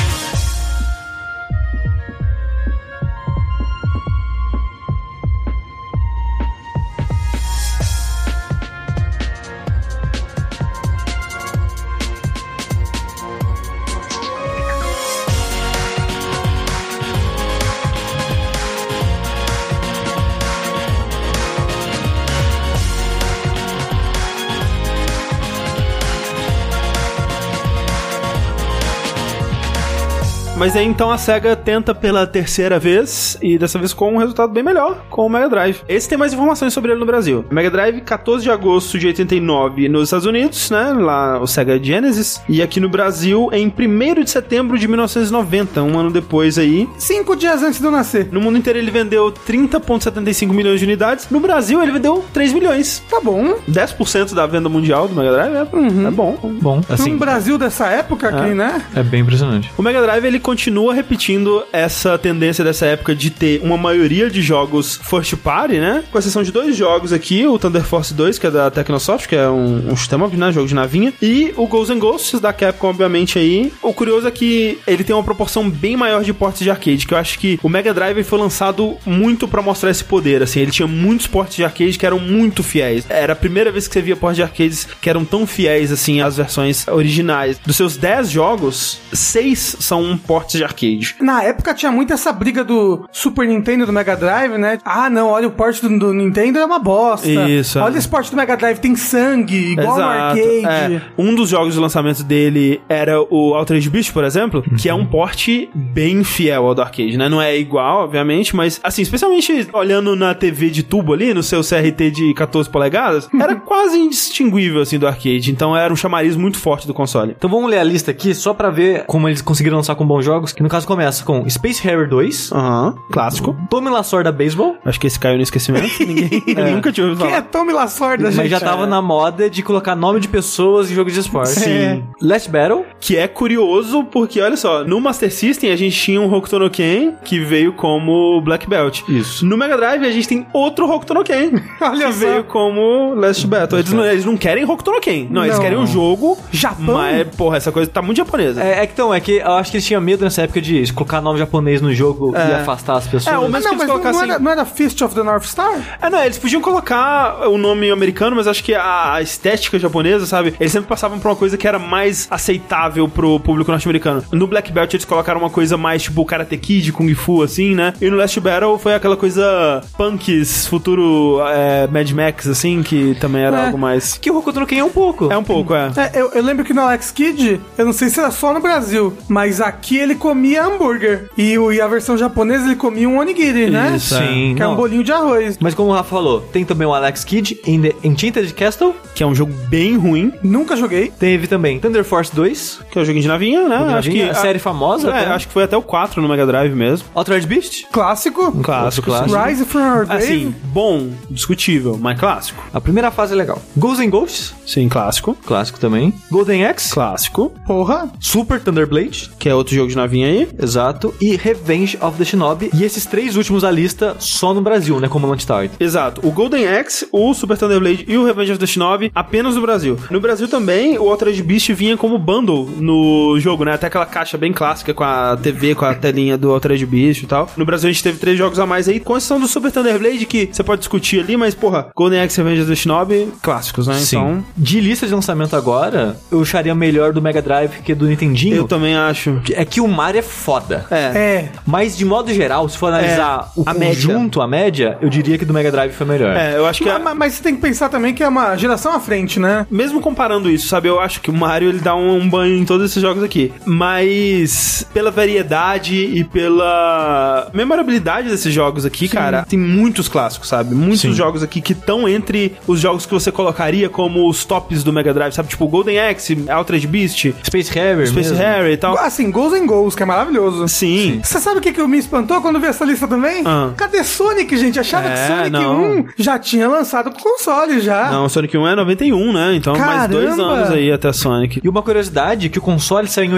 A: Mas aí então a SEGA tenta pela terceira vez e dessa vez com um resultado bem melhor com o Mega Drive. Esse tem mais informações sobre ele no Brasil. Mega Drive, 14 de agosto de 89 nos Estados Unidos, né? Lá o SEGA Genesis. E aqui no Brasil em 1 de setembro de 1990, um ano depois aí.
C: Cinco dias antes de eu nascer.
A: No mundo inteiro ele vendeu 30,75 milhões de unidades. No Brasil ele vendeu 3 milhões.
C: Tá bom.
A: 10% da venda mundial do Mega Drive é, é bom.
B: Bom,
C: Num
B: assim,
C: Um Brasil dessa época, aqui, né?
B: é bem impressionante.
A: O Mega Drive ele continua repetindo essa tendência dessa época de ter uma maioria de jogos first party, né? Com exceção de dois jogos aqui, o Thunder Force 2, que é da Technosoft, que é um, um sistema, né? Jogo de navinha, e o Ghosts and Ghosts da Capcom, obviamente, aí. O curioso é que ele tem uma proporção bem maior de portes de arcade, que eu acho que o Mega Drive foi lançado muito pra mostrar esse poder, assim, ele tinha muitos portes de arcade que eram muito fiéis. Era a primeira vez que você via portes de arcades que eram tão fiéis, assim, às versões originais. Dos seus 10 jogos, 6 são portes de arcade.
C: Na época tinha muito essa briga do Super Nintendo e do Mega Drive, né? Ah, não, olha o port do, do Nintendo é uma bosta.
A: Isso, é.
C: Olha esse port do Mega Drive, tem sangue, igual no arcade.
A: é. Um dos jogos de lançamento dele era o Altered Beast, por exemplo, que é um porte bem fiel ao do arcade, né? Não é igual, obviamente, mas assim, especialmente olhando na TV de tubo ali, no seu CRT de 14 polegadas, era quase indistinguível assim do arcade. Então era um chamariz muito forte do console.
B: Então vamos ler a lista aqui só pra ver como eles conseguiram lançar com bons jogos, que no caso começa com Space Harrier 2,
A: Aham, clássico.
B: Tommy Lasorda Baseball,
A: Acho que esse caiu no esquecimento. Ninguém nunca tinha ouvido
C: Quem é
A: falar.
C: Tommy Lasorda, gente?
B: mas já tá tava na moda de colocar nome de pessoas em jogos de esporte.
A: Sim.
B: Last Battle,
A: Que é curioso, porque olha só, no Master System a gente tinha um Hokuto no Ken que veio como Black Belt.
B: Isso.
A: No Mega Drive a gente tem outro Hokuto no Ken.
C: Olha
A: que
C: só.
A: veio como Last Battle. Eles não, eles não querem Hokuto no Ken. Não, eles
C: Não.
A: querem o jogo.
C: Japão?
A: Mas, porra, essa coisa tá muito japonesa.
B: É, é que então, é que eu acho que eles tinham medo nessa época de colocar nome japonês no jogo e
A: É.
B: afastar as pessoas.
A: É, o
C: Ah,
A: Mas
C: não,
A: que eles
C: mas não, não
A: colocassem-
C: era, não era Fist of the North Star?
A: É, não, eles podiam colocar o nome americano, mas acho que a, a estética japonesa, sabe? Eles sempre passavam por uma coisa que era mais aceitável pro público norte-americano. No Black Belt eles colocaram uma coisa mais tipo Karate Kid, Kung Fu, assim, né? E no Last Battle foi aquela coisa punks, futuro é, Mad Max, assim, que também era
C: É.
A: algo mais...
B: Que o Hokuto no Ken é um pouco.
A: É um pouco, é.
C: É, eu, eu lembro que no Alex Kidd, eu não sei se era só no Brasil, mas aqui ele comia hambúrguer. E, o- e a versão japonesa ele comia um onigiri, né?
B: Isso, sim,
C: Que é
B: não.
C: um bolinho de arroz.
B: Mas como o Rafa falou, tem também o Alex Kidd em The Enchanted Castle.
A: Que é um jogo bem ruim,
C: Nunca joguei.
B: Teve também Thunder Force 2.
A: que é o joguinho de navinha, né?
B: Acho
A: acho
B: que
A: que
B: a série famosa.
A: É, acho que foi até o 4 no Mega Drive mesmo.
B: Altered Beast.
C: Clássico.
A: Um clássico,
B: clássico.
C: Rise from Our Grave.
A: Assim, bom, discutível, mas clássico.
B: A primeira fase é legal. Ghosts and Ghosts.
A: Sim, clássico.
B: Clássico também. Golden Axe.
A: Clássico.
C: Porra.
B: Super Thunder Blade.
A: que é outro jogo de de navinha aí.
B: Exato. E Revenge of the Shinobi. E esses três últimos da lista só no Brasil, né? Como Launch
A: Então,
B: Target.
A: Exato. O Golden Axe, o Super Thunder Blade e o Revenge of the Shinobi apenas no Brasil. No Brasil também, o Altered Beast vinha como bundle no jogo, né? Até aquela caixa bem clássica com a TV, com a telinha do Altered Beast e tal. No Brasil a gente teve três jogos a mais aí, com exceção do Super Thunder Blade, que você pode discutir ali, mas, porra, Golden Axe, Revenge of the Shinobi, clássicos, né? Então,
B: De lista de lançamento agora, eu acharia melhor do Mega Drive que do Nintendinho.
A: eu também acho.
B: É que o Mario é foda.
A: É.
C: É.
B: Mas, de modo geral, se for analisar o
A: a
B: conjunto, a média, eu diria que do Mega Drive foi melhor.
A: É, eu acho que...
C: Ma-
A: a-
C: ma- Mas você tem que pensar também que é uma geração à frente, né?
A: Mesmo comparando isso, sabe? Eu acho que o Mario ele dá um, um banho em todos esses jogos aqui. Mas pela variedade e pela memorabilidade desses jogos aqui, cara, tem muitos clássicos, sabe? Muitos jogos aqui que estão entre os jogos que você colocaria como os tops do Mega Drive, sabe? Tipo Golden Axe, Altered Beast,
B: Space Harrier
A: Space
B: mesmo.
A: Harry e tal.
C: Assim, gols em gols, que é maravilhoso.
A: Sim.
C: Você sabe o que, que me espantou quando vi essa lista também?
A: Ah.
C: Cadê Sonic, gente? Achava
A: É,
C: que Sonic
A: não.
C: 1 já tinha lançado pro console já.
A: Não, Sonic 1 é 91, né? Então mais dois
C: Caramba!
A: anos aí até Sonic.
B: E uma curiosidade, que o console saiu em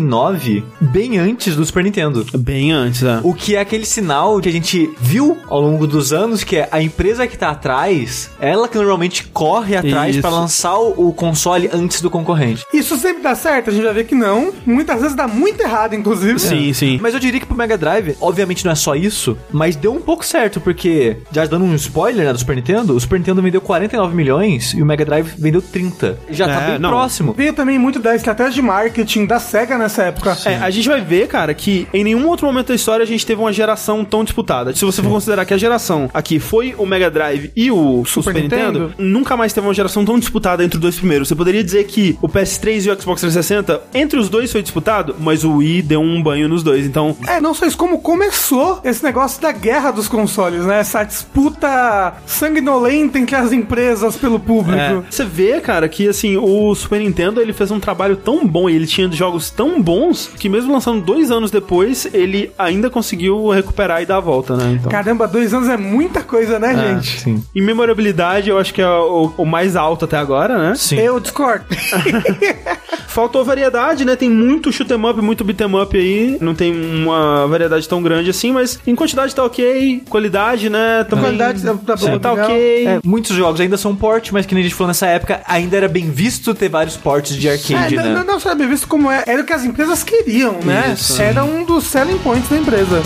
B: 89, bem antes do Super Nintendo.
A: Bem antes, né?
B: O que é aquele sinal que a gente viu ao longo dos anos, que é a empresa que tá atrás, ela que normalmente corre atrás
A: Isso.
B: pra lançar o, o console antes do concorrente.
C: Isso sempre dá certo, a gente vai ver que não. Muitas vezes dá muito errado, inclusive.
A: Sim, sim.
B: Mas eu diria que pro Mega Drive, obviamente não é só isso, mas deu um pouco certo, porque, já dando um spoiler, né, do Super Nintendo, o Super Nintendo vendeu 49 milhões e o Mega Drive vendeu 30. Já tá
A: É,
B: bem
A: não.
B: próximo.
C: Veio também muito da estratégia de marketing da SEGA nessa época.
A: É, a gente vai ver, cara, que em nenhum outro momento da história a gente teve uma geração tão disputada. Se você for considerar que a geração aqui foi o Mega Drive e o Super, Nintendo,
C: Nintendo,
A: nunca mais teve uma geração tão disputada entre os dois primeiros. Você poderia dizer que o PS3 e o Xbox 360, entre os dois foi disputado, mas o Wii deu um banho nos dois. Então,
C: É, não só isso, como começou esse negócio da guerra dos consoles, né? Essa disputa sanguinolenta entre as empresas pelo público.
A: É. Você vê, cara, que assim, o Super Nintendo ele fez um trabalho tão bom e ele tinha jogos tão bons que mesmo lançando dois anos depois, ele ainda conseguiu recuperar e dar a volta, né? Então.
C: Caramba, dois anos é muita coisa, né,
A: É,
C: gente?
B: Sim.
A: E memorabilidade, eu acho que é o, o mais alto até agora, né?
B: Sim.
C: Eu discordo.
A: Faltou variedade, né? Tem muito shoot 'em up, muito beat 'em up aí. Não tem uma variedade tão grande assim, mas em quantidade tá ok. Qualidade, né? Também...
C: Qualidade tá- tá
A: Sim.
C: boa,
A: tá
C: legal.
A: ok.
B: É, muitos jogos ainda são port, mas que nem a gente falou nessa época, ainda era bem visto ter vários ports de arcade,
C: É,
B: né?
C: não, não, não só é bem visto como é. Era o que as empresas queriam, né?
A: Isso.
C: Era um dos selling points da empresa.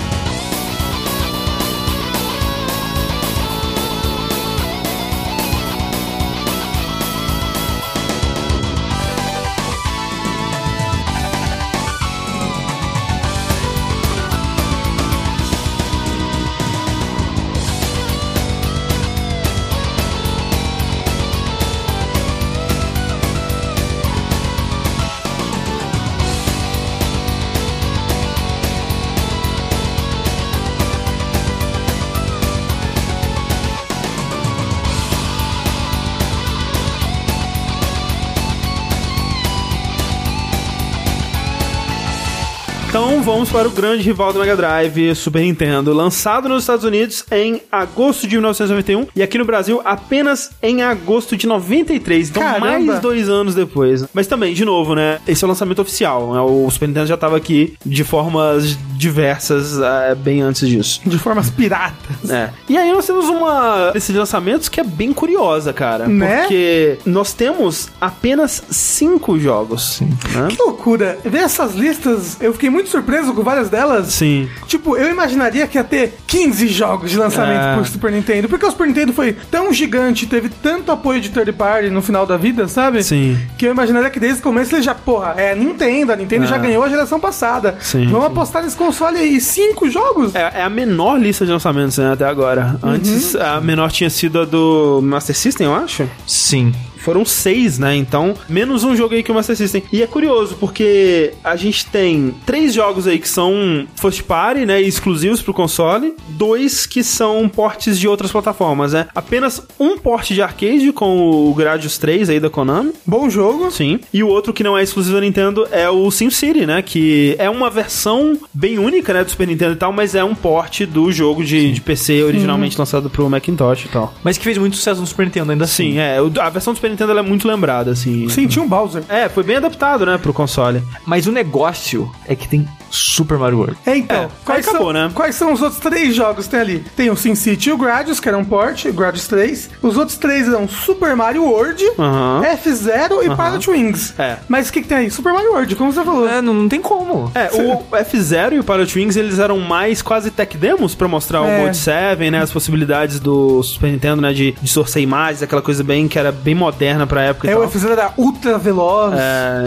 A: Então vamos para o grande rival do Mega Drive, Super Nintendo, lançado nos Estados Unidos em agosto de 1991 e aqui no Brasil apenas em agosto de 93. Então
C: Caramba.
A: mais dois anos depois. Mas também, de novo, né? Esse é o lançamento oficial. né, O Super Nintendo já estava aqui de formas diversas eh, bem antes disso.
C: De formas piratas.
A: É. E aí nós temos uma desses lançamentos que é bem curiosa, cara.
C: Né?
A: Porque nós temos apenas cinco jogos. Sim. Né?
C: Que loucura. Ver essas listas, eu fiquei muito surpreso com várias delas.
A: Sim.
C: Tipo, eu imaginaria que ia ter 15 jogos de lançamento
A: É.
C: pro Super Nintendo. Porque o Super Nintendo foi tão gigante, teve tanto apoio de third party no final da vida, sabe?
A: Sim.
C: Que eu imaginaria que desde o começo ele já, porra, é Nintendo, a Nintendo já ganhou a geração passada.
A: É. Sim,
C: Vamos
A: sim.
C: apostar nesse console aí. Cinco jogos?
A: É, é a menor lista de lançamentos né, até agora. Antes, a menor tinha sido a do Master System, eu acho.
B: Sim.
A: Foram seis, né? Então, menos um jogo aí que o Master System. E é curioso, porque a gente tem três jogos aí que são first party, né? e Exclusivos pro console. Dois que são portes de outras plataformas, né? Apenas um porte de arcade com o Gradius 3 aí da Konami.
C: Bom jogo.
A: Sim. E o outro que não é exclusivo da Nintendo é o SimCity, né? Que é uma versão bem única, né? Do Super Nintendo e tal, mas é um porte do jogo de, de PC originalmente lançado pro Macintosh e tal.
B: Mas que fez muito sucesso no Super Nintendo ainda assim.
A: Sim, é. o- A versão do Super Nintendo ela é muito lembrada, assim.
C: Sim, tinha um Bowser.
A: É, foi bem adaptado, né, pro console.
B: Mas o negócio é que tem Super Mario World.
C: É, então,
A: É,
C: quais,
A: aí acabou,
C: são,
A: né?
C: quais são os outros três jogos que tem ali? Tem o SimCity e o Gradius, que era um port, o Gradius 3. Os outros três eram Super Mario World,
A: Aham.
C: F-Zero e Pilot Wings.
A: É.
C: Mas o que, que tem aí? Super Mario World, como você falou.
B: É, não, não tem como.
A: É, o F0 e o Pilot Wings, eles eram mais quase tech demos pra mostrar
C: É.
A: o Mode 7, né? As possibilidades do Super Nintendo, né? De, de sorcer imagens, aquela coisa bem que era bem moderna pra época. e
C: É,
A: tal.
C: o F-Zero era ultra veloz.
A: então.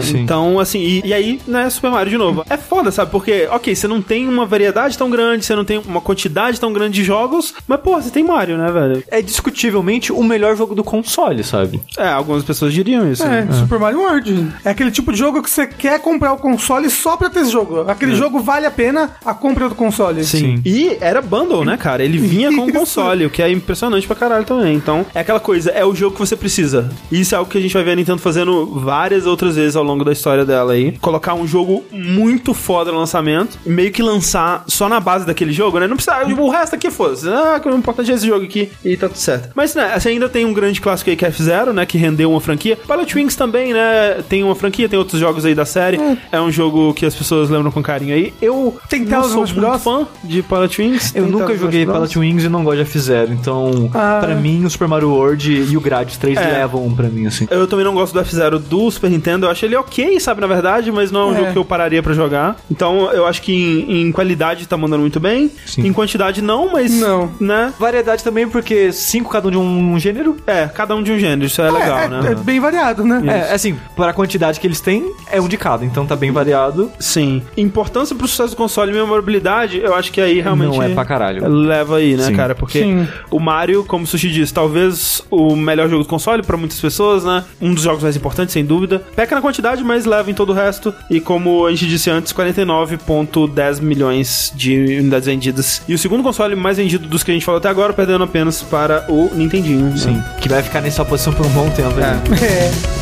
A: É,
B: Sim.
A: então, assim, e, e aí, né, Super Mario de novo. É foda, sabe? Porque, ok, você não tem uma variedade tão grande, você não tem uma quantidade tão grande de jogos, mas, pô, você tem Mario, né, velho?
B: É discutivelmente o melhor jogo do console, sabe?
A: É, algumas pessoas diriam isso.
C: É,
A: né?
C: Super Mario World. É aquele tipo de jogo que você quer comprar o console só pra ter esse jogo.
A: É.
C: Aquele jogo vale a pena a compra do console.
B: Sim.
A: E era bundle, né, cara? Ele vinha com o
C: Isso.
A: console, o que é impressionante pra caralho também. Então, é aquela coisa, é o jogo que você precisa. E Isso é algo que a gente vai ver a Nintendo fazendo várias outras vezes ao longo da história dela aí. Colocar um jogo muito foda no lançamento, meio que lançar só na base daquele jogo, né? Não precisa, o resto aqui foda-se. Ah, o importante é esse jogo aqui e tá tudo certo. Mas, né, você ainda tem um grande clássico aí que é F-Zero, né, que rendeu uma franquia. Pilot Wings também, né, tem uma franquia, tem outros jogos aí da série. É um jogo que as pessoas lembram com carinho aí. Eu
C: Tem
A: não
C: Tales
A: sou
C: of
A: muito
C: Bros?
A: fã de Pilot Wings.
B: Então, Eu
A: Tem
B: nunca
A: Tales of
B: joguei
A: Bros?
B: Pilot Wings e não gosto de F-Zero, então
C: Ah.
B: pra mim o Super Mario World e o Gradius 3
A: É.
B: levam um pra mim, assim.
A: Eu também não gosto do F-Zero do Super Nintendo. Eu acho ele ok, sabe, na verdade, mas não é um
C: É.
A: jogo que eu pararia pra jogar. Então eu acho que em, em qualidade tá mandando muito bem.
B: Sim.
A: Em quantidade não, mas.
C: Não.
A: Né?
B: Variedade também, porque cinco cada um de um gênero.
A: É, cada um de um gênero, isso é, legal,
C: é,
A: né?
C: é bem variado, né?
B: É, assim, para a quantidade que eles têm, é um de cada, então tá bem variado.
A: Sim. Importância pro sucesso do console e memorabilidade, eu acho que aí realmente.
B: Não é pra caralho.
A: Leva aí, né,
B: Sim.
A: cara? Porque
C: Sim.
A: o Mario, como o Sushi disse, talvez o melhor jogo do console pra muitas pessoas, né? Um dos jogos mais importantes, sem dúvida. Peca na quantidade, mas leva em todo o resto. E como a gente disse antes, 49,10 milhões de unidades vendidas. E o segundo console mais vendido dos que a gente falou até agora, perdendo apenas para o Nintendinho. né?
B: Sim. Que vai ficar nessa posição por um bom tempo. né?
C: É.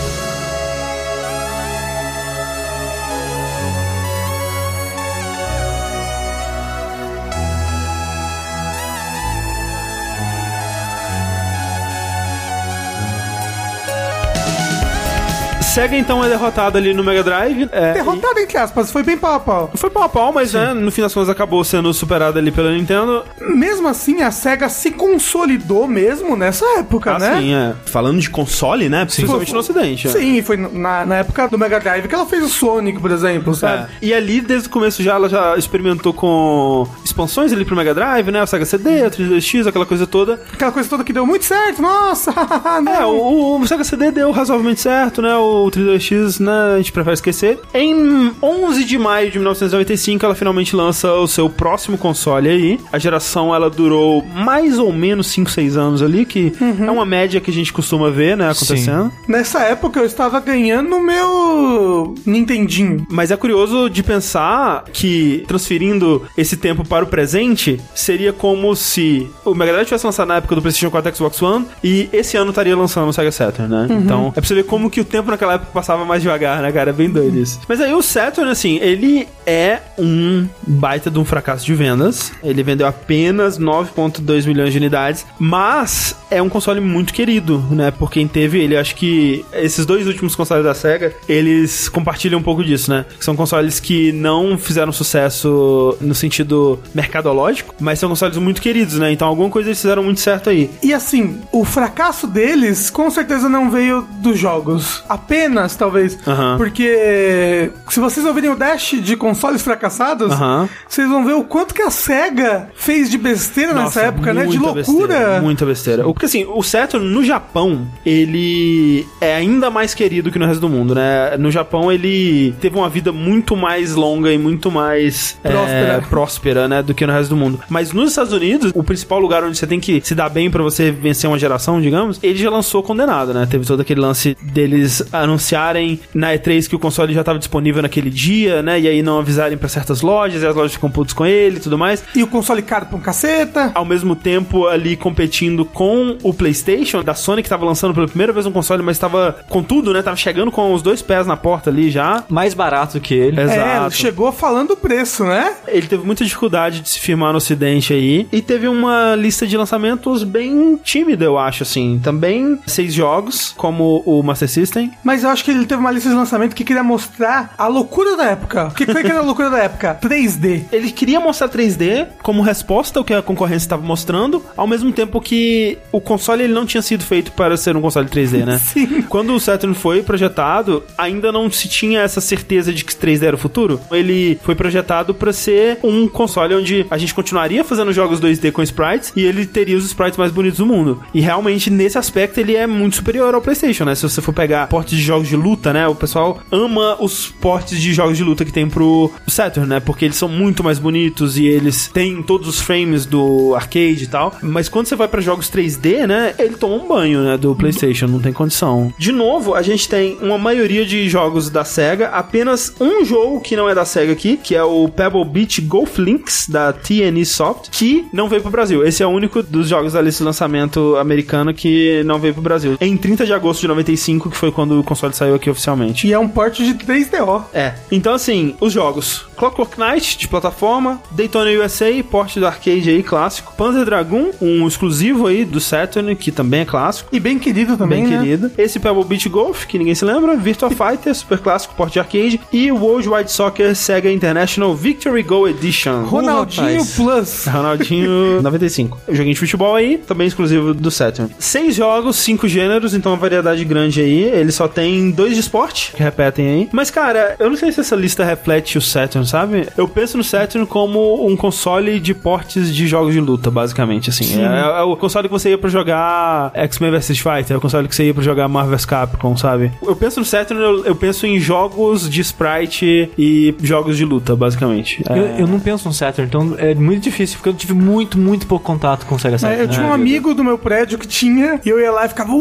A: Sega então é derrotado ali no Mega Drive. É,
C: Derrotado, entre aspas, foi bem pau a pau.
A: e Foi pau a pau, mas né, no fim das contas acabou sendo superado ali pela Nintendo.
C: Mesmo assim, a SEGA se consolidou mesmo nessa época,
A: Ah,
C: né?
A: sim, é. Falando de console, né? Principalmente no ocidente. é.
C: Sim, foi na, na época do Mega Drive que ela fez o Sonic, por exemplo, sabe?
A: E ali, desde o começo já, ela já experimentou com expansões ali pro Mega Drive, né? O Sega CD, o 32X, aquela coisa toda.
C: Aquela coisa toda que deu muito certo, nossa!
A: É,
C: não.
A: o, o Sega CD deu razoavelmente certo, né? O 32X, né? A gente prefere esquecer. Em 11 de maio de 1995, ela finalmente lança o seu próximo console aí. A geração, ela durou mais ou menos 5, 6 anos ali, que é uma média que a gente costuma ver, né? Acontecendo.
C: Nessa época eu estava ganhando o meu Nintendinho.
A: Mas é curioso de pensar que transferindo esse tempo para o presente seria como se o Mega Drive tivesse lançado na época do PlayStation 4 e Xbox One e esse ano estaria lançando o Sega Saturn, né? Então é pra você ver como que o tempo naquela época passava mais devagar, né, cara? É bem doido isso. Mas aí o Saturn, assim, ele é um baita de um fracasso de vendas. Ele vendeu apenas 9,2 milhões de unidades, mas é um console muito querido, né? Por quem teve ele. Acho que esses dois últimos consoles da SEGA, eles compartilham um pouco disso, né? São consoles que não fizeram sucesso no sentido mercadológico, mas são consoles muito queridos, né? Então alguma coisa eles fizeram muito certo aí.
C: E assim, o fracasso deles com certeza não veio dos jogos. Apenas, talvez.
A: Aham.
C: Porque se vocês ouvirem o Dash de consoles fracassados,
A: Aham.
C: vocês vão ver o quanto que a SEGA fez de besteira
A: Nossa,
C: nessa época, né? De
A: muita
C: loucura.
A: Besteira, muita besteira. O- Porque assim, o Saturn no Japão, ele é ainda mais querido que no resto do mundo, né? No Japão ele teve uma vida muito mais longa e muito mais é,
C: Próspera.
A: próspera, né? Do que no resto do mundo. Mas nos Estados Unidos, o principal lugar onde você tem que se dar bem pra você vencer uma geração, digamos, ele já lançou Condenado, né? Teve todo aquele lance deles anunciarem na E3 que o console já estava disponível naquele dia, né? E aí não avisarem para certas lojas, e as lojas ficam putas com ele e tudo mais.
C: E o console caro pra um caceta.
A: Ao mesmo tempo ali competindo com o PlayStation, da Sony que tava lançando pela primeira vez um console, mas tava com tudo, né? Tava chegando com os dois pés na porta ali já.
B: Mais barato que ele.
C: É, chegou falando o preço, né?
A: Ele teve muita dificuldade de se firmar no ocidente aí. E teve uma lista de lançamentos bem tímida, eu acho, assim. Também seis jogos, como o Master System.
C: Mas eu acho que ele teve uma lista de lançamento que queria mostrar a loucura da época. O que foi que era a loucura da época? 3D.
A: Ele queria mostrar 3D como resposta ao que a concorrência estava mostrando, ao mesmo tempo que o console ele não tinha sido feito para ser um console 3D, né?
C: Sim.
A: Quando o Saturn foi projetado, ainda não se tinha essa certeza de que 3D era o futuro. Ele foi projetado para ser um console onde a gente continuaria fazendo jogos 2D com sprites e ele teria os sprites mais bonitos do mundo. E realmente, nesse aspecto, ele é muito superior ao PlayStation, né? Se você for pegar portes de jogos de luta, né? O pessoal ama os portes de jogos de luta que tem pro Saturn, né? Porque eles são muito mais bonitos e eles têm todos os frames do arcade e tal. Mas quando você vai pra jogos 3D, né? Ele toma um banho, né? Do PlayStation, não tem condição. De novo, a gente tem uma maioria de jogos da Sega, apenas um jogo que não é da Sega aqui, que é o Pebble Beach Golf Links da TNE Soft, que não veio pro Brasil. Esse é o único dos jogos da lista de lançamento americano que não veio pro Brasil. Em 30 de agosto de 95, que foi quando o console saiu aqui oficialmente.
C: E é um port de 3DO.
A: É. Então, assim, os jogos: Clockwork Knight, de plataforma, Daytona USA, porte do arcade aí, clássico. Panzer Dragoon, um exclusivo aí do Saturn, que também é clássico.
C: E bem querido também,
A: Bem
C: né?
A: querido. Esse Pebble Beach Golf, que ninguém se lembra. Virtua Fighter, super clássico, porte de arcade. E o World Wide Soccer Sega International Victory Go Edition.
C: Ronaldinho
B: rapaz.
C: Plus.
A: Ronaldinho 95. Joguinho de futebol aí, também exclusivo do Saturn. Seis jogos, cinco gêneros, então uma variedade grande aí. Ele só tem dois de esporte, que repetem aí. Mas, cara, eu não sei se essa lista reflete o Saturn, sabe? Eu penso no Saturn como um console de portes de jogos de luta, basicamente, assim. É, é o console que você ia pra jogar X-Men vs. Street Fighter, é o console que você ia pra jogar Marvel vs. Capcom, sabe? Eu penso no Saturn, eu, eu penso em jogos de sprite e jogos de luta, basicamente. É.
B: Eu, eu não penso no Saturn, então é muito difícil, porque eu tive muito, muito pouco contato com o Sega
C: Mas
B: Saturn.
C: eu tinha um
B: né?
C: amigo do meu prédio que tinha, e eu ia lá e ficava,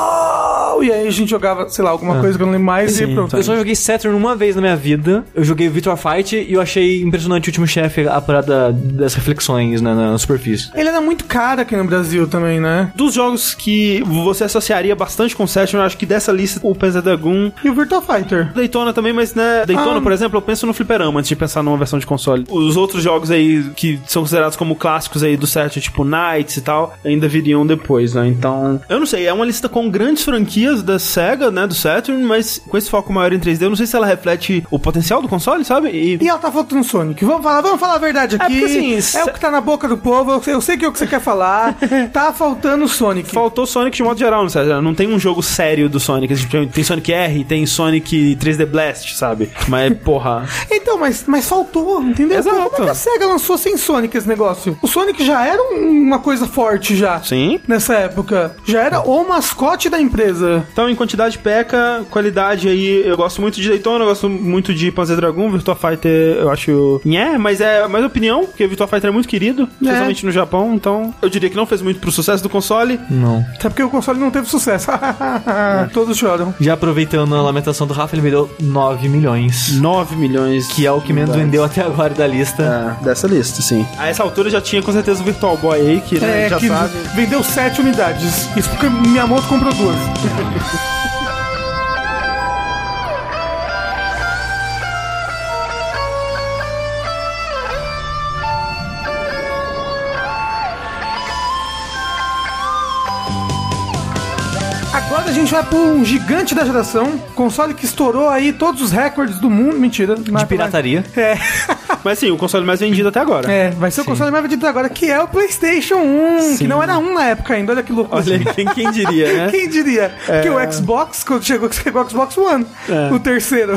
C: uou! E aí a gente jogava, sei lá, alguma coisa que eu não lembro mais, e
A: Ah, Sim, tá.
C: pronto.
B: Eu só joguei Saturn uma vez na minha vida. Eu joguei o Victor Fight e eu achei impressionante o último chefe, a parada das reflexões né, na superfície.
C: Ele era muito caro aqui no Brasil também, né?
A: Dos jogos que você associaria bastante com o Saturn, eu acho que dessa lista o Panzer Dragoon.
C: E o Virtua Fighter.
A: Daytona também, mas né, Daytona,
C: Ah.
A: por exemplo, eu penso no fliperama antes de pensar numa versão de console. Os outros jogos aí que são considerados como clássicos aí do Saturn, tipo Knights e tal, ainda viriam depois, né? Então, eu não sei, é uma lista com grandes franquias da Sega, né, do Saturn, mas com esse foco maior em 3D, eu não sei se ela reflete o potencial do console, sabe? E
C: E ela tá faltando Sonic. Vamos falar, vamos falar a verdade aqui.
A: porque, assim,
C: é
A: se-
C: o que tá na boca do povo, eu sei, eu sei que é o que você quer falar. tá faltando Sonic.
A: Faltou Sonic de modo geral, não sabe? Não tem um jogo sério do Sonic. Tipo, Tem Sonic R, tem Sonic 3D Blast, sabe? Mas, porra.
C: Então, mas, mas faltou, entendeu?
A: Exato.
C: Como é que a SEGA lançou sem Sonic esse negócio? O Sonic já era um- uma coisa forte já.
A: Sim.
C: Nessa época. Já era o mascote da empresa.
A: Então, em quantidade peca, qualidade aí, eu gosto muito de Daytona, eu gosto muito de Panzer Dragoon, Virtua Fighter, eu acho. Nhé, mas é mais opinião, porque Virtua Fighter é muito querido, especialmente no Japão, então eu diria que não fez muito pro sucesso do console.
B: Não.
C: Até porque o console não teve sucesso. Todos choram.
B: Já aproveitando a lamentação do Rafa, ele vendeu 9 milhões.
A: 9 milhões.
B: Que é o que menos
A: unidades.
B: vendeu até agora da lista.
A: É, dessa lista, sim. A essa altura já tinha com certeza o Virtual Boy aí, que né,
C: É,
A: já
C: que
A: sabe.
C: vendeu sete unidades. Isso porque minha moto comprou duas. Agora a gente vai pro um gigante da geração, console que estourou aí todos os recordes do mundo, mentira.
B: De pirataria.
C: É,
A: Mas sim, o console mais vendido até agora.
C: é, vai ser o console mais vendido agora, que é o PlayStation 1, que não era um na época ainda, olha que loucura.
A: Olha, aí, quem, quem diria, né?
C: Quem diria que o Xbox, quando chegou, chegou o Xbox One,
A: É.
C: o terceiro.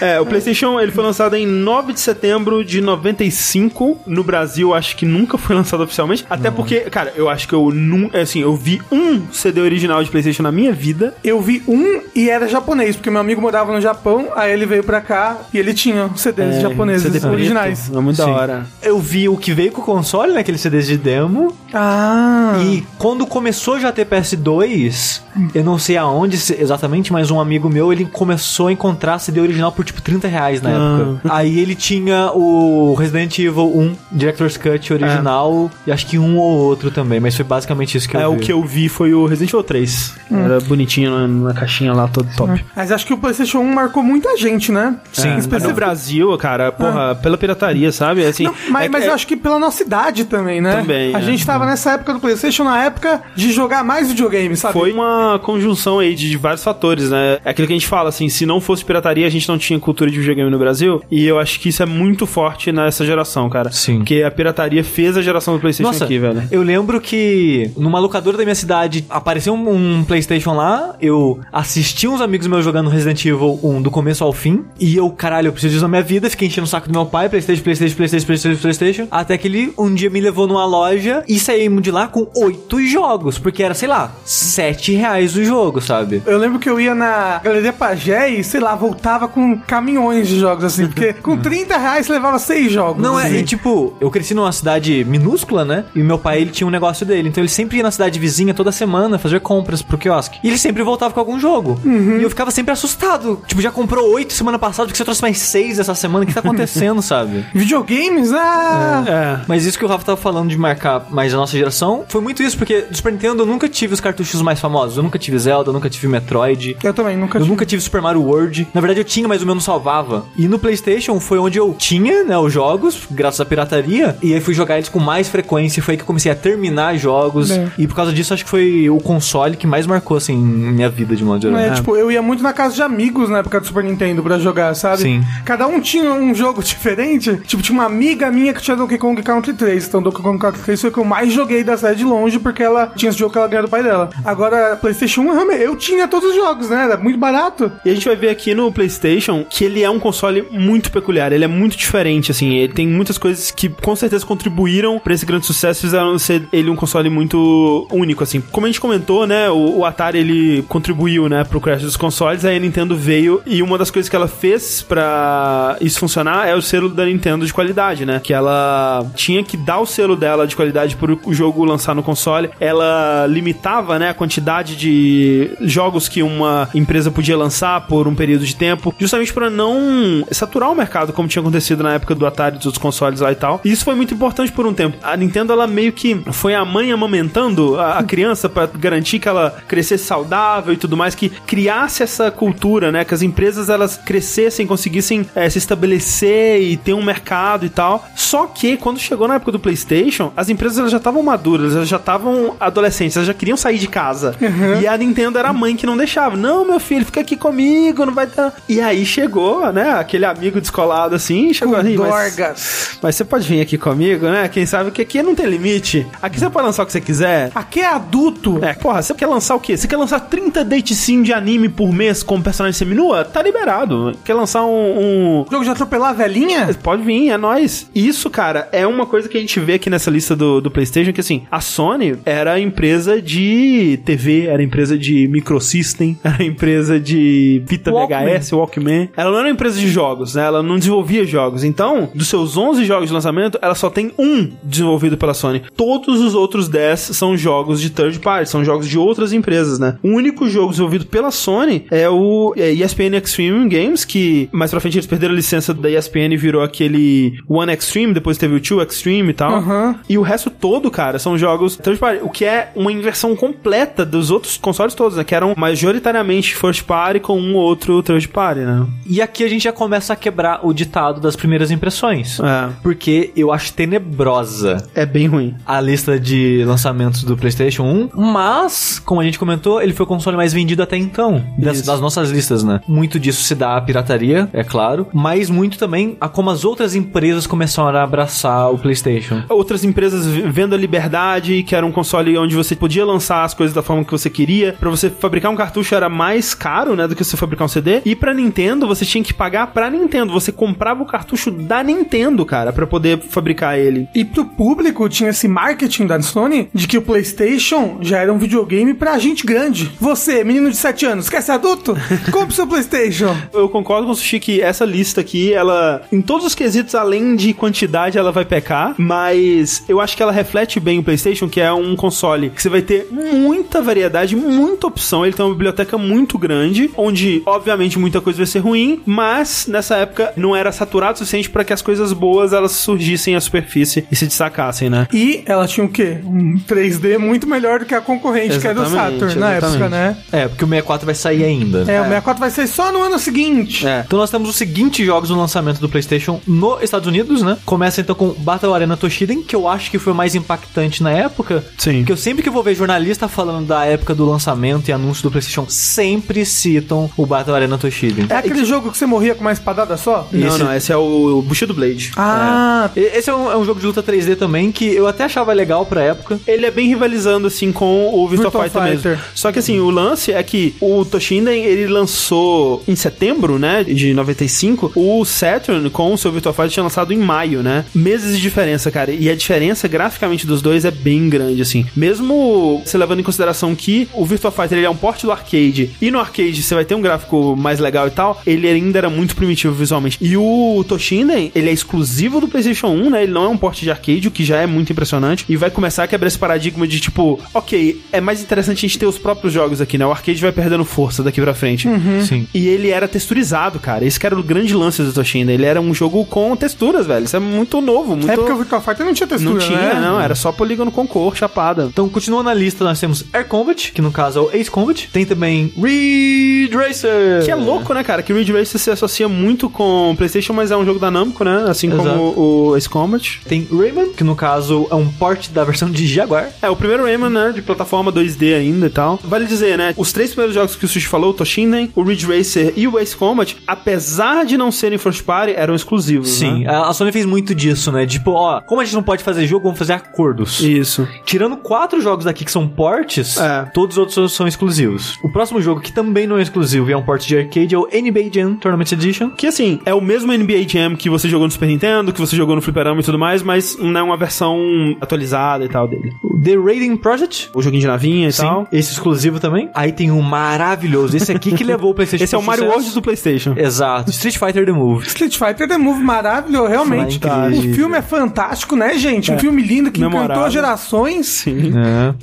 A: É, o PlayStation ele foi lançado em 9 de setembro de 95. No Brasil, acho que nunca foi lançado oficialmente. Até porque, cara, eu acho que eu não. Assim, eu vi um CD original de PlayStation na minha vida.
C: Eu vi um e era japonês, porque meu amigo morava no Japão, aí ele veio pra cá e ele tinha CDs
A: É,
C: japoneses.
A: CD bonito.
C: originais.
A: É muito
B: Sim.
A: da hora.
B: Eu vi o que veio com o console né, naquele CDs de demo.
C: Ah.
B: E quando começou já a ter PS2, eu não sei aonde se- exatamente, mas um amigo meu, ele começou a encontrar CD original por tipo 30 reais na
A: Ah.
B: época. Aí ele tinha o Resident Evil 1, Director's Cut original, e acho que um ou outro também, mas foi basicamente isso que eu
A: É,
B: vi.
A: o que eu vi foi o Resident Evil 3.
C: Hum.
A: Era bonitinho na, na caixinha lá, todo top.
C: Mas acho que o PlayStation 1 marcou muita gente,
A: É,
C: né?
A: mas no
C: Especificamente.
A: Brasil, cara, porra, pela pirataria, sabe? Assim,
C: Hum. Não, mas
A: é-
C: mas
A: é-
C: eu acho que pela nossa idade também, né?
A: Também,
C: A
A: é.
C: gente tava nessa época do PlayStation, na época de jogar mais videogame, sabe?
A: Foi uma conjunção aí de vários fatores, né? É aquilo que a gente fala, assim, se não fosse pirataria, a gente não tinha cultura de videogame no Brasil. E eu acho que isso é muito forte nessa geração, cara.
B: Sim.
A: Porque a pirataria fez a geração do PlayStation
B: Nossa,
A: aqui, velho.
B: eu lembro que numa locadora da minha cidade apareceu um, um PlayStation lá. Eu assisti uns amigos meus jogando Resident Evil 1 do começo ao fim. E eu, caralho, eu preciso disso na minha vida. Fiquei enchendo o saco do meu pai: PlayStation, PlayStation, PlayStation, PlayStation, PlayStation. Até que ele um dia me levou numa loja e saímos de lá com oito jogos. Porque era, sei lá, sete reais o jogo, sabe?
C: Eu lembro que eu ia na Galeria Pagé e, sei lá, voltava com caminhões de jogos, assim, porque com 30 reais você levava seis jogos.
B: Não, é,
C: assim.
B: e, tipo, eu cresci numa cidade minúscula, né? E meu pai, ele tinha um negócio dele. Então ele sempre ia na cidade vizinha toda semana fazer compras pro quiosque. E ele sempre voltava com algum jogo. E eu ficava sempre assustado. Tipo, já comprou oito semana passada, porque você trouxe mais seis essa semana. O que tá acontecendo, sabe?
C: Videogames? Ah!
A: É.
B: Mas isso que o Rafa tava falando de marcar mais a nossa geração, foi muito isso, porque do Super Nintendo eu nunca tive os cartuchos mais famosos. Eu nunca tive Zelda, eu nunca tive Metroid.
C: Eu também, nunca
B: Eu
C: tive.
B: nunca tive Super Mario World. Na verdade, eu tinha, mas o meu não salvava. E no PlayStation foi onde eu tinha, né, os jogos, graças à pirataria. E aí fui jogar eles com mais frequência. Foi aí que eu comecei a terminar jogos.
C: É.
B: E por causa disso, acho que foi o console que mais marcou, assim, minha vida de modo geral.
C: É, tipo, eu ia muito na casa de amigos na época do Super Nintendo pra jogar, sabe?
B: Sim.
C: Cada um tinha um jogo diferente. Tipo, tinha uma amiga minha que tinha Donkey Kong Country 3. Então, Donkey Kong Country 3 foi o que eu mais joguei da série de longe, porque ela tinha esse jogo que ela ganhou do pai dela. Agora, PlayStation 1, realmente, eu tinha todos os jogos, né? Era muito barato.
A: E a gente vai ver aqui no PlayStation que ele é um console muito peculiar, ele é muito diferente, assim, ele tem muitas coisas que com certeza contribuíram pra esse grande sucesso, fizeram ser ele um console muito único, assim. Como a gente comentou, né, o, o Atari ele contribuiu, né, pro crash dos consoles, aí a Nintendo veio e uma das coisas que ela fez pra isso funcionar é o selo da Nintendo de qualidade, né, que ela tinha que dar o selo dela de qualidade pro o jogo lançar no console, ela limitava, né, a quantidade de jogos que uma empresa podia lançar por um período de tempo, justamente pra não saturar o mercado, como tinha acontecido na época do Atari e dos outros consoles lá e tal. E isso foi muito importante por um tempo. A Nintendo, ela meio que foi a mãe amamentando a, a criança pra garantir que ela crescesse saudável e tudo mais, que criasse essa cultura, né? Que as empresas, elas crescessem, conseguissem eh, se estabelecer e ter um mercado e tal. Só que, quando chegou na época do PlayStation, as empresas elas já estavam maduras, elas já estavam adolescentes, elas já queriam sair de casa. E a Nintendo era a mãe que não deixava. Não, meu filho, fica aqui comigo, não vai dar. E aí chegou, né? Aquele amigo descolado assim, chegou ali. Mas,
C: Dorgas.
A: mas você pode vir aqui comigo, né? Quem sabe que aqui não tem limite. Aqui você pode lançar o que você quiser.
C: Aqui é adulto.
A: É, porra, você quer lançar o quê? Você quer lançar 30 date sim de anime por mês com personagem seminua? Tá liberado. Quer lançar um- um
C: Jogo de atropelar a velhinha?
A: Pode vir, é nóis. Isso, cara, é uma coisa que a gente vê aqui nessa lista do, do PlayStation, que assim, a Sony era a empresa de TV, era a empresa de microsystem, era a empresa de Vita
C: Walkman.
A: VHS, Walkman. Ela não era uma empresa de jogos, né? Ela não desenvolvia jogos. Então, dos seus 11 jogos de lançamento, ela só tem um desenvolvido pela Sony. Todos os outros 10 são jogos de third party, são jogos de outras empresas, né? O único jogo desenvolvido pela Sony é o é, ESPN Extreme Games, que mais pra frente eles perderam a licença da ESPN e virou aquele One Extreme, depois teve o Two Extreme e tal.
C: Aham.
A: E o resto todo, cara, são jogos third party, o que é uma inversão completa dos outros consoles todos, né? Que eram majoritariamente first party com um ou outro third party, né?
B: E aqui a gente já começa a quebrar o ditado das primeiras impressões.
A: É.
B: Porque eu acho tenebrosa
A: É bem ruim.
B: a lista de lançamentos do PlayStation 1, mas, como a gente comentou, ele foi o console mais vendido até então, das,
A: Isso.
B: das nossas listas, né? Muito disso se dá à pirataria, é claro, mas muito também a como as outras empresas começaram a abraçar o PlayStation.
A: outras empresas v- vendo a liberdade, que era um console onde você podia lançar as coisas da forma que você queria. Pra você fabricar um cartucho era mais caro, né, do que você fabricar um CD. E pra Nintendo, você tinha que pagar pra Nintendo. Você comprava o cartucho da Nintendo, cara, pra poder fabricar ele.
C: E pro público tinha esse marketing da Sony de que o PlayStation já era um videogame pra gente grande. Você, menino de 7 anos, quer ser adulto? Compre seu PlayStation.
A: Eu concordo com o Sushi que essa lista aqui, ela em todos os quesitos, além de quantidade, ela vai pecar, mas eu acho que ela reflete bem o PlayStation, que é um console que você vai ter muita variedade, muita opção. Ele tem uma biblioteca muito grande, onde, obviamente, muita coisa vai ser ruim, mas nessa época não era saturado o suficiente para que as coisas boas elas surgissem à superfície e se destacassem, né?
C: E ela tinha o quê? Um 3D muito melhor do que a concorrente, que era do
A: Exatamente,
C: Saturn na
A: exatamente.
C: época, né?
B: É, porque o 64 vai sair ainda.
C: É, o 64 vai ser só no ano seguinte.
B: É. Então nós temos os seguintes jogos no lançamento do PlayStation nos Estados Unidos, né? Começa então com Battle Arena Toshiden, que eu acho que foi o mais impactante na época.
A: Sim.
B: Porque eu sempre que vou ver jornalista falando da época do lançamento e anúncio do PlayStation, sempre citam o Battle Arena Toshiden.
C: É aquele jogo que você morria com uma espadada só?
A: Não,
B: Esse-
A: não, esse é o Bushido Blade.
C: Ah,
B: E- Esse é um, é um jogo de luta 3D também que eu até achava legal pra época.
A: Ele é bem rivalizando, assim, com o Virtua,
C: Virtua
A: Fighter,
C: Fighter.
A: mesmo. Só que, assim, o lance é que o Toshinden, ele lançou em setembro, né, de 95, o Saturn com o seu Virtua Fighter tinha lançado em maio, né? Meses de diferença, cara. E a diferença, graficamente, dos dois é bem grande, assim. Mesmo você levando em consideração que o Virtua Fighter, ele é um porte do arcade, e no arcade você vai ter um gráfico mais legal e tal, ele ainda era muito primitivo visualmente. E o Toshinden, ele é exclusivo do PlayStation 1, né? Ele não é um porte de arcade, o que já é muito impressionante. E vai começar a quebrar esse paradigma de tipo, ok, é mais interessante a gente ter os próprios jogos aqui, né? O arcade vai perdendo força daqui pra frente.
C: Hum.
B: Sim.
A: E ele era texturizado, cara. Esse que era o grande lance do Toshinden. Ele era um jogo com texturas, velho. Isso é muito novo, muito.
C: é porque o Virtua Fighter não tinha textura,
A: Não tinha,
C: né?
A: não. Era só polígono com cor, chapada.
B: Então, continuando na lista, nós temos Air Combat, que no caso é o Ace Combat. Tem também Ridge Racer.
A: Que é louco, né, cara? Que Ridge Racer se associa muito com PlayStation, mas é um jogo da Namco, né? Assim
B: Exato.
A: como o Ace Combat.
B: Tem Rayman, que no caso é um port da versão de Jaguar.
A: É, o primeiro Rayman, né, de plataforma 2D ainda e tal. Vale dizer, né, os três primeiros jogos que o Sushi falou, o Toshinden, o Ridge Racer e o Ace Combat, apesar de não serem first party, eram exclusivos,
B: Sim,
A: né?
B: Uhum. a a Sony fez muito disso, né? Tipo, ó, como a gente não pode fazer jogo, vamos fazer acordos.
A: Isso.
B: Tirando quatro jogos daqui que são portes,
A: É.
B: todos os outros são- são exclusivos. O próximo jogo que também não é exclusivo e é um port de arcade é o NBA Jam Tournament Edition.
A: Que assim, é o mesmo NBA Jam que você jogou no Super Nintendo, que você jogou no Fliperama e tudo mais, mas não é uma versão atualizada e tal dele.
B: O The Raiding Project. Tá?
A: O joguinho de navinha e tal.
B: Esse exclusivo também. Aí tem um maravilhoso, esse aqui que levou o PlayStation
A: Esse é o
B: pro
A: Mario
B: sucesso.
A: World do PlayStation.
B: Exato. Street Fighter The Move.
C: Street Fighter The Move maravilhoso, realmente.
B: Fantástico.
C: O filme é fantástico, né, gente? Um filme lindo que
A: Memorável.
C: encantou gerações.
A: Sim.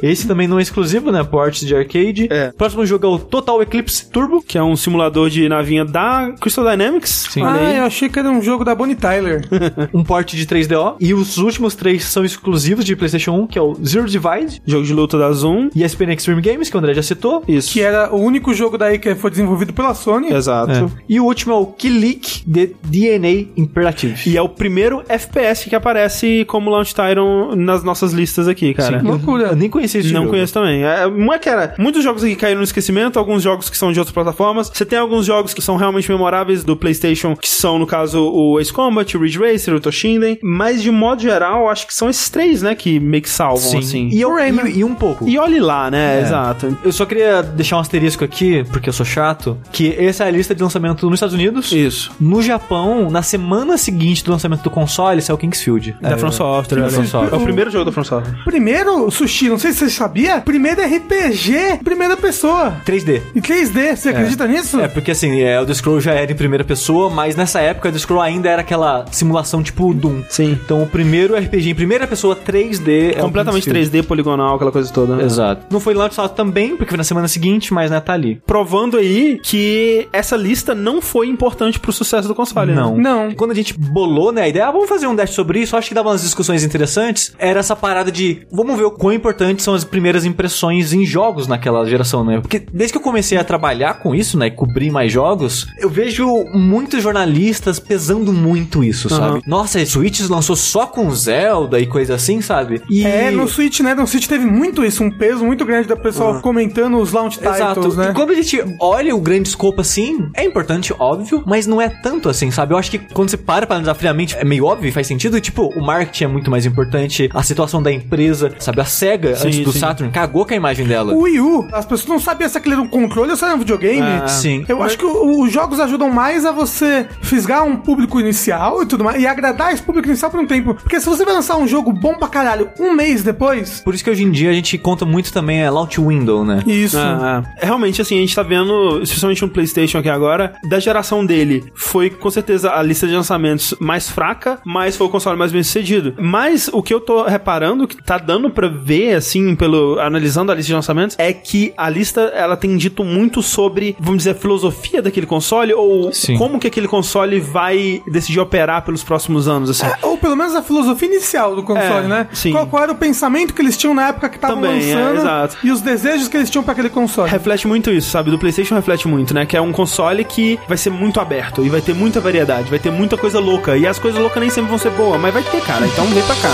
B: Esse também não é exclusivo, né? Port de arcade.
A: É.
B: Próximo jogo é o Total Eclipse Turbo.
A: Que é um simulador de navinha da Crystal Dynamics. Sim.
C: Ah, eu achei que era um jogo da Bonnie Tyler.
A: É.
B: um port de 3DO. E os últimos três são exclusivos de PlayStation 1, que é o Zero Divide
A: Jogo de luta da Zoom.
B: e SPN Extreme Games, que o André já citou.
A: Isso.
C: que era o único jogo daí que foi desenvolvido pela Sony.
A: Exato.
B: É. E o último é o Kilik de DNA Imperative.
A: E é o primeiro FPS que aparece como Launch Tyron nas nossas listas aqui, cara.
B: Sim.
C: Loucura.
B: Eu nem conhecia esse
A: Não
B: jogo.
A: conheço também. É, não é que era. Muitos jogos aqui caíram no esquecimento, alguns jogos que são de outras plataformas. Você tem alguns jogos que são realmente memoráveis do PlayStation, que são, no caso, o Ace Combat, o Ridge Racer, o Toshinden. Mas, de modo geral, acho que são esses três, né, que meio que salvam,
B: Sim.
A: assim.
B: E, eu,
C: Rayman.
B: e, e um pouco.
A: E olhe lá,
B: É.
A: né? Exato.
B: Eu só queria deixar um asterisco aqui, porque eu sou chato, que essa é a lista de lançamento nos Estados Unidos.
A: Isso.
B: No Japão, na semana seguinte do lançamento do console, saiu o Kingsfield. né?
A: Da From Software.
B: From
A: olha aí.
B: Software.
A: É o primeiro jogo da From Software.
C: Primeiro, Sushi, não sei se você sabia, primeiro RPG, primeira pessoa.
B: 3D.
C: Em 3D, você acredita nisso?
B: É, porque assim, é, o The Scroll já era em primeira pessoa, mas nessa época o The Scroll ainda era aquela simulação tipo Doom.
A: Sim.
B: Então o primeiro RPG em primeira pessoa 3D é o
A: Completamente
B: Kingsfield.
A: 3D, poligonal, aquela coisa toda. né?
B: Exato. Não foi lançado também, porque foi na semana seguinte, mas né, tá ali.
A: provando aí que essa lista não foi importante pro sucesso do console. né?
C: Não.
B: Quando a gente bolou, né, a ideia, ah, vamos fazer um dash sobre isso, acho que dava umas discussões interessantes, era essa parada de, vamos ver o quão importantes são as primeiras impressões em jogos naquela geração, né? Porque desde que eu comecei a trabalhar com isso, né, e cobrir mais jogos, eu vejo muitos jornalistas pesando muito isso, sabe? Nossa, a Switch lançou só com Zelda e coisa assim, sabe? E...
C: É, no Switch, né? No Switch teve muito isso, um peso muito grande da pessoa comentando os launch titles,
B: Exato.
C: né?
B: E quando a gente olha o grande escopo assim, é importante, óbvio, mas não é tanto assim, sabe? Eu acho que quando você para pra analisar friamente, é meio óbvio e faz sentido. e, Tipo, o marketing é muito mais importante, a situação da empresa, sabe? A SEGA,
A: Sim,
B: antes do
A: sim.
B: Saturn, cagou com a imagem dela.
C: O Wii U, as pessoas não sabiam se aquilo era um controle ou se era um videogame.
A: Ah,
B: sim.
C: Eu acho que o- os jogos ajudam mais a você fisgar um público inicial e tudo mais, e agradar esse público inicial por um tempo. Porque se você vai lançar um jogo bom pra caralho um mês depois,
B: Por isso que hoje em dia a gente conta muito também é Launch Window, né?
C: isso.
A: Ah, ah. Realmente, assim, a gente tá vendo, especialmente no PlayStation aqui agora, da geração dele, foi com certeza a lista de lançamentos mais fraca, mas foi o console mais bem sucedido. Mas o que eu tô reparando, que tá dando pra ver, assim, pelo analisando a lista de lançamentos, é que a lista ela tem dito muito sobre, vamos dizer, a filosofia daquele console ou
B: Sim.
A: como que aquele console vai decidir operar pelos próximos anos, assim.
C: É, Ou pelo menos a filosofia inicial do console,
A: É,
C: né?
A: sim.
C: Qual, qual era o pensamento que eles tinham na época que estavam
A: Também, é,
C: lançando
A: exato. É.
C: e os desejos que eles tinham pra aquele console.
A: Reflete muito isso, sabe? Do PlayStation reflete muito, né? Que é um console que vai ser muito aberto e vai ter muita variedade, vai ter muita coisa louca. E as coisas loucas nem sempre vão ser boas, mas vai ter, cara. Então vem pra cá.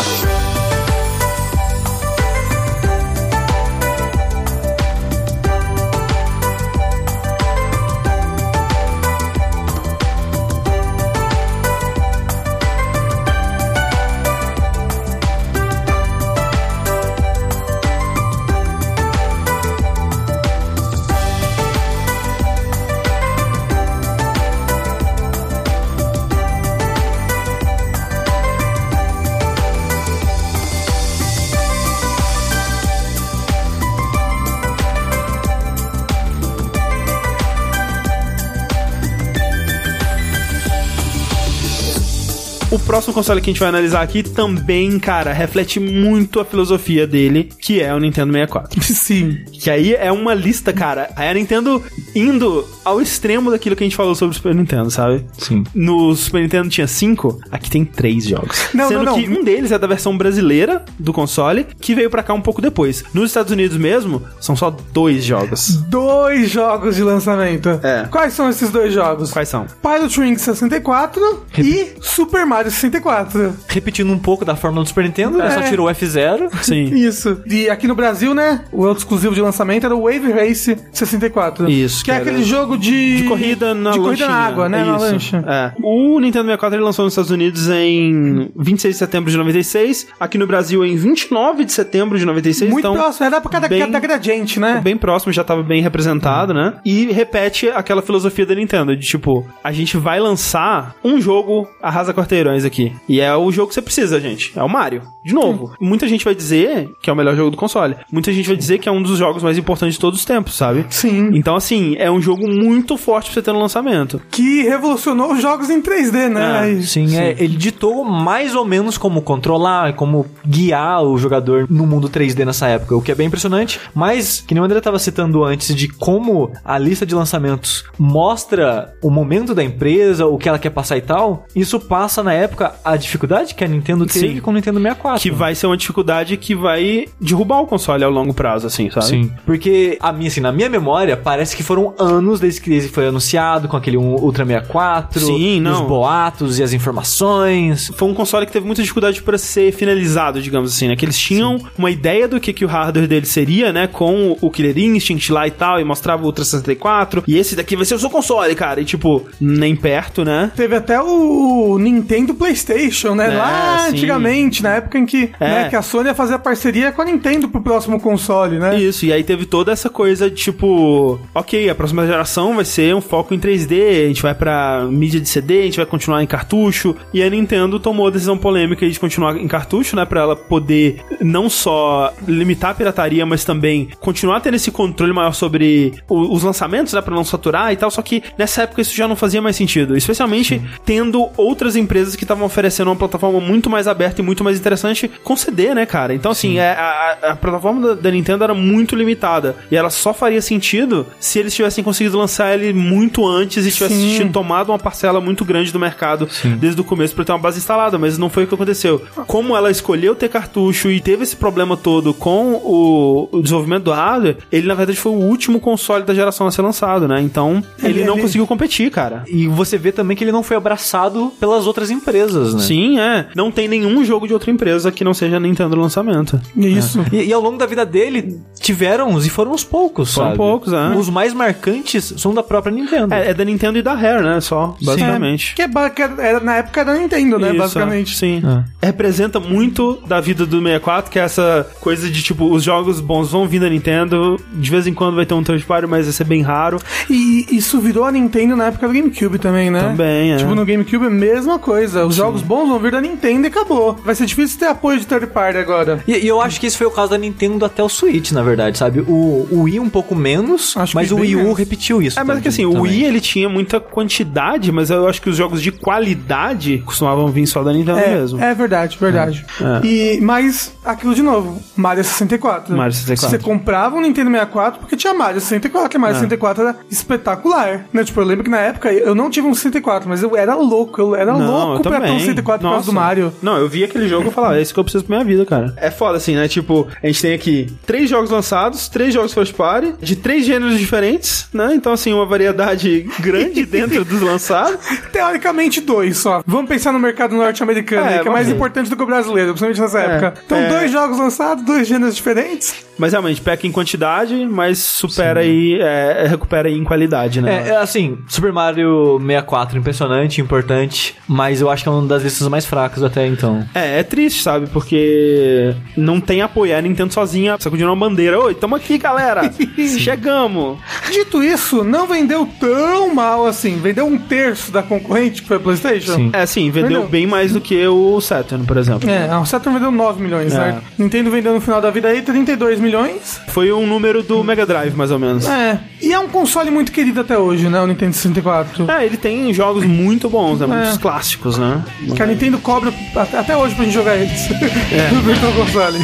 A: O próximo console que a gente vai analisar aqui também, cara, reflete muito a filosofia dele, que é o Nintendo 64.
C: Sim.
A: Que aí é uma lista, cara. Aí a Nintendo indo ao extremo daquilo que a gente falou sobre o Super Nintendo, sabe?
B: Sim.
A: No Super Nintendo tinha cinco, aqui tem três jogos.
C: Não,
A: Sendo
C: não, não.
A: que um deles é da versão brasileira do console, que veio pra cá um pouco depois. Nos Estados Unidos mesmo, são só dois jogos.
C: Dois jogos de lançamento.
A: É.
C: Quais são esses dois jogos?
A: Quais são?
C: Pilot Wing 64 e Super Mario 64.
B: Repetindo um pouco da fórmula do Super Nintendo, né?
C: É.
B: Só tirou o F0.
A: Sim.
C: Isso. E aqui no Brasil, né? O outro exclusivo de lançamento era o Wave Race 64.
A: Isso,
C: Que é
A: cara.
C: aquele jogo de.
A: De corrida na
C: De corrida na
A: lanchinha.
C: água, né? Na
A: Isso.
C: lancha.
A: É. O Nintendo 64 ele lançou nos Estados Unidos em 26 de setembro de 96, aqui no Brasil em 29 de setembro de 96.
C: Muito
A: então,
C: próximo, era pra cada,
A: bem-
C: cada gradiente, né?
A: bem próximo, já tava bem representado, né? E repete aquela filosofia da Nintendo, de tipo, a gente vai lançar um jogo arrasa quarteirões aqui. E é o jogo que você precisa, gente. É o Mario. De novo. Muita gente vai dizer que é o melhor jogo do console. Muita gente vai dizer que é um dos jogos mais importantes de todos os tempos, sabe?
C: Sim.
A: Então, assim, é um jogo muito forte pra você ter no lançamento.
C: que revolucionou os jogos em 3D, né?
A: É,
C: Aí-
B: Sim, é, ele ditou mais ou menos como controlar, como guiar o jogador no mundo 3D nessa época, o que é bem impressionante. Mas, que nem o André estava citando antes, de como a lista de lançamentos mostra o momento da empresa, o que ela quer passar e tal, isso passa na época a dificuldade que a Nintendo teve
A: Sim.
B: com o Nintendo 64.
A: Que vai ser uma dificuldade que vai derrubar o console ao longo prazo, assim, sabe?
B: Sim. Porque, a minha, assim, na minha memória, parece que foram anos desde que ele foi anunciado, com aquele um Ultra 64,
A: Sim, não.
B: os boatos e as informações.
A: foi um console que teve muita dificuldade para ser finalizado, digamos assim, né? Que eles tinham uma ideia do que, que o hardware dele seria, né? Com o Killer Instinct lá e tal, e mostrava o Ultra 64. E esse daqui vai ser o seu console, cara. E tipo, nem perto, né?
C: Teve até o o Nintendo PlayStation, né?
A: É,
C: Lá
A: sim.
C: antigamente, na época em que,
A: É.
C: né, que a Sony ia fazer a parceria com a Nintendo pro próximo console, né?
A: Isso, e aí teve toda essa coisa de tipo, ok, a próxima geração vai ser um foco em 3D, a gente vai pra mídia de CD, a gente vai continuar em cartucho, e a Nintendo tomou a decisão polêmica de continuar em cartucho, né, pra ela poder não só limitar a pirataria, mas também continuar tendo esse controle maior sobre o- os lançamentos, né, pra não saturar e tal, só que nessa época isso já não fazia mais sentido, especialmente tendo outras empresas que estavam oferecendo uma plataforma muito mais aberta e muito mais interessante com CD, né, cara? Então, assim, é, a, a- a plataforma da, da Nintendo era muito limitada. E ela só faria sentido se eles tivessem conseguido lançar ele muito antes e tivessem tido tomado uma parcela muito grande do mercado desde o começo pra ter uma base instalada, mas não foi o que aconteceu. Como ela escolheu ter cartucho e teve esse problema todo com o, o desenvolvimento do hardware, ele na verdade foi o último console da geração a ser lançado, né? Então, ele,
C: Ele-
A: não
C: ele-
A: conseguiu competir, cara.
B: E você vê também que ele não foi abraçado pelas outras empresas, né?
A: Sim, é. Não tem nenhum jogo de outra empresa que não seja Nintendo no lançamento.
C: Isso.
B: E, e ao longo da vida dele, tiveram e foram os poucos,
A: Foram
B: sabe?
A: poucos, é.
B: Os mais marcantes são da própria Nintendo.
A: É, é da Nintendo e da Rare, né? Só, basicamente.
C: Que, é, ba- que era, na época era da Nintendo, né?
A: Isso, é.
C: basicamente. É.
A: Sim. Representa muito da vida do 64, que é essa coisa de tipo, os jogos bons vão vir da Nintendo, de vez em quando vai ter um third party, mas vai ser bem raro.
C: E isso virou a Nintendo na época do GameCube também, né?
A: Também, é.
C: Tipo, no GameCube, a mesma coisa. empresa. Os jogos bons vão vir da Nintendo e acabou. Vai ser difícil ter apoio de third party agora.
B: E, e eu acho que esse foi o caso da Nintendo até o Switch, na verdade, sabe? O, o Wii um pouco menos,
C: Acho que
B: mas o
C: bem
B: Wii U
C: menos.
B: repetiu isso.
A: É, mas é que assim,
B: também-
A: o
B: também.
A: Wii ele tinha muita quantidade, mas eu acho que os jogos de qualidade costumavam vir só da Nintendo
C: É,
A: mesmo.
C: é verdade, verdade.
A: É.
C: E, mas, aquilo de novo, Mario 64.
A: Mario 64.
C: Você comprava um Nintendo 64 porque tinha Mario 64, e
A: É.
C: Mario 64 era espetacular. Né? Tipo, eu lembro que na época eu não tive um 64, mas eu era louco, eu era louco pra ter um 64 por causa do Mario.
A: Não, eu vi aquele jogo e eu falava, é isso que eu preciso pra minha vida, cara. É foda assim, né? Tipo, a gente tem aqui três jogos lançados, três jogos first party, de três gêneros diferentes, né? Então, assim, uma variedade grande dentro dos lançados.
C: Teoricamente, dois só. Vamos pensar no mercado norte-americano,
A: É,
C: aí, que é mais
A: vamos ver.
C: importante do que o brasileiro, principalmente nessa época. Então,
A: é.
C: dois jogos lançados, dois gêneros diferentes.
A: Mas realmente, peca em quantidade, mas supera aí, é, recupera aí em qualidade, né?
B: É, é, assim, Super Mario 64, impressionante, importante, mas eu acho que é uma das listas mais fracas até então.
A: É, é triste, sabe? Porque não tem apoio. É A Nintendo sozinha sacudindo uma bandeira. Oi, tamo aqui, galera! Chegamos!
C: Dito isso, não vendeu tão mal assim. Vendeu um terço da concorrente, que foi a PlayStation.
B: Sim.
A: É, assim, vendeu
C: Entendeu?
A: bem mais do que o Saturn, por exemplo.
C: É, a Saturn vendeu 9 milhões,
A: É.
C: certo? Nintendo vendeu no final da vida aí 32 milhões.
A: Foi um número do Mega Drive, mais ou menos. É.
C: É. E é um console muito querido até hoje, né? O Nintendo 64.
A: Ah, ele tem jogos muito bons, né? Muitos
C: É.
A: clássicos, né?
C: Que a Nintendo cobra at- até hoje pra gente jogar eles. É. No Virtual Console.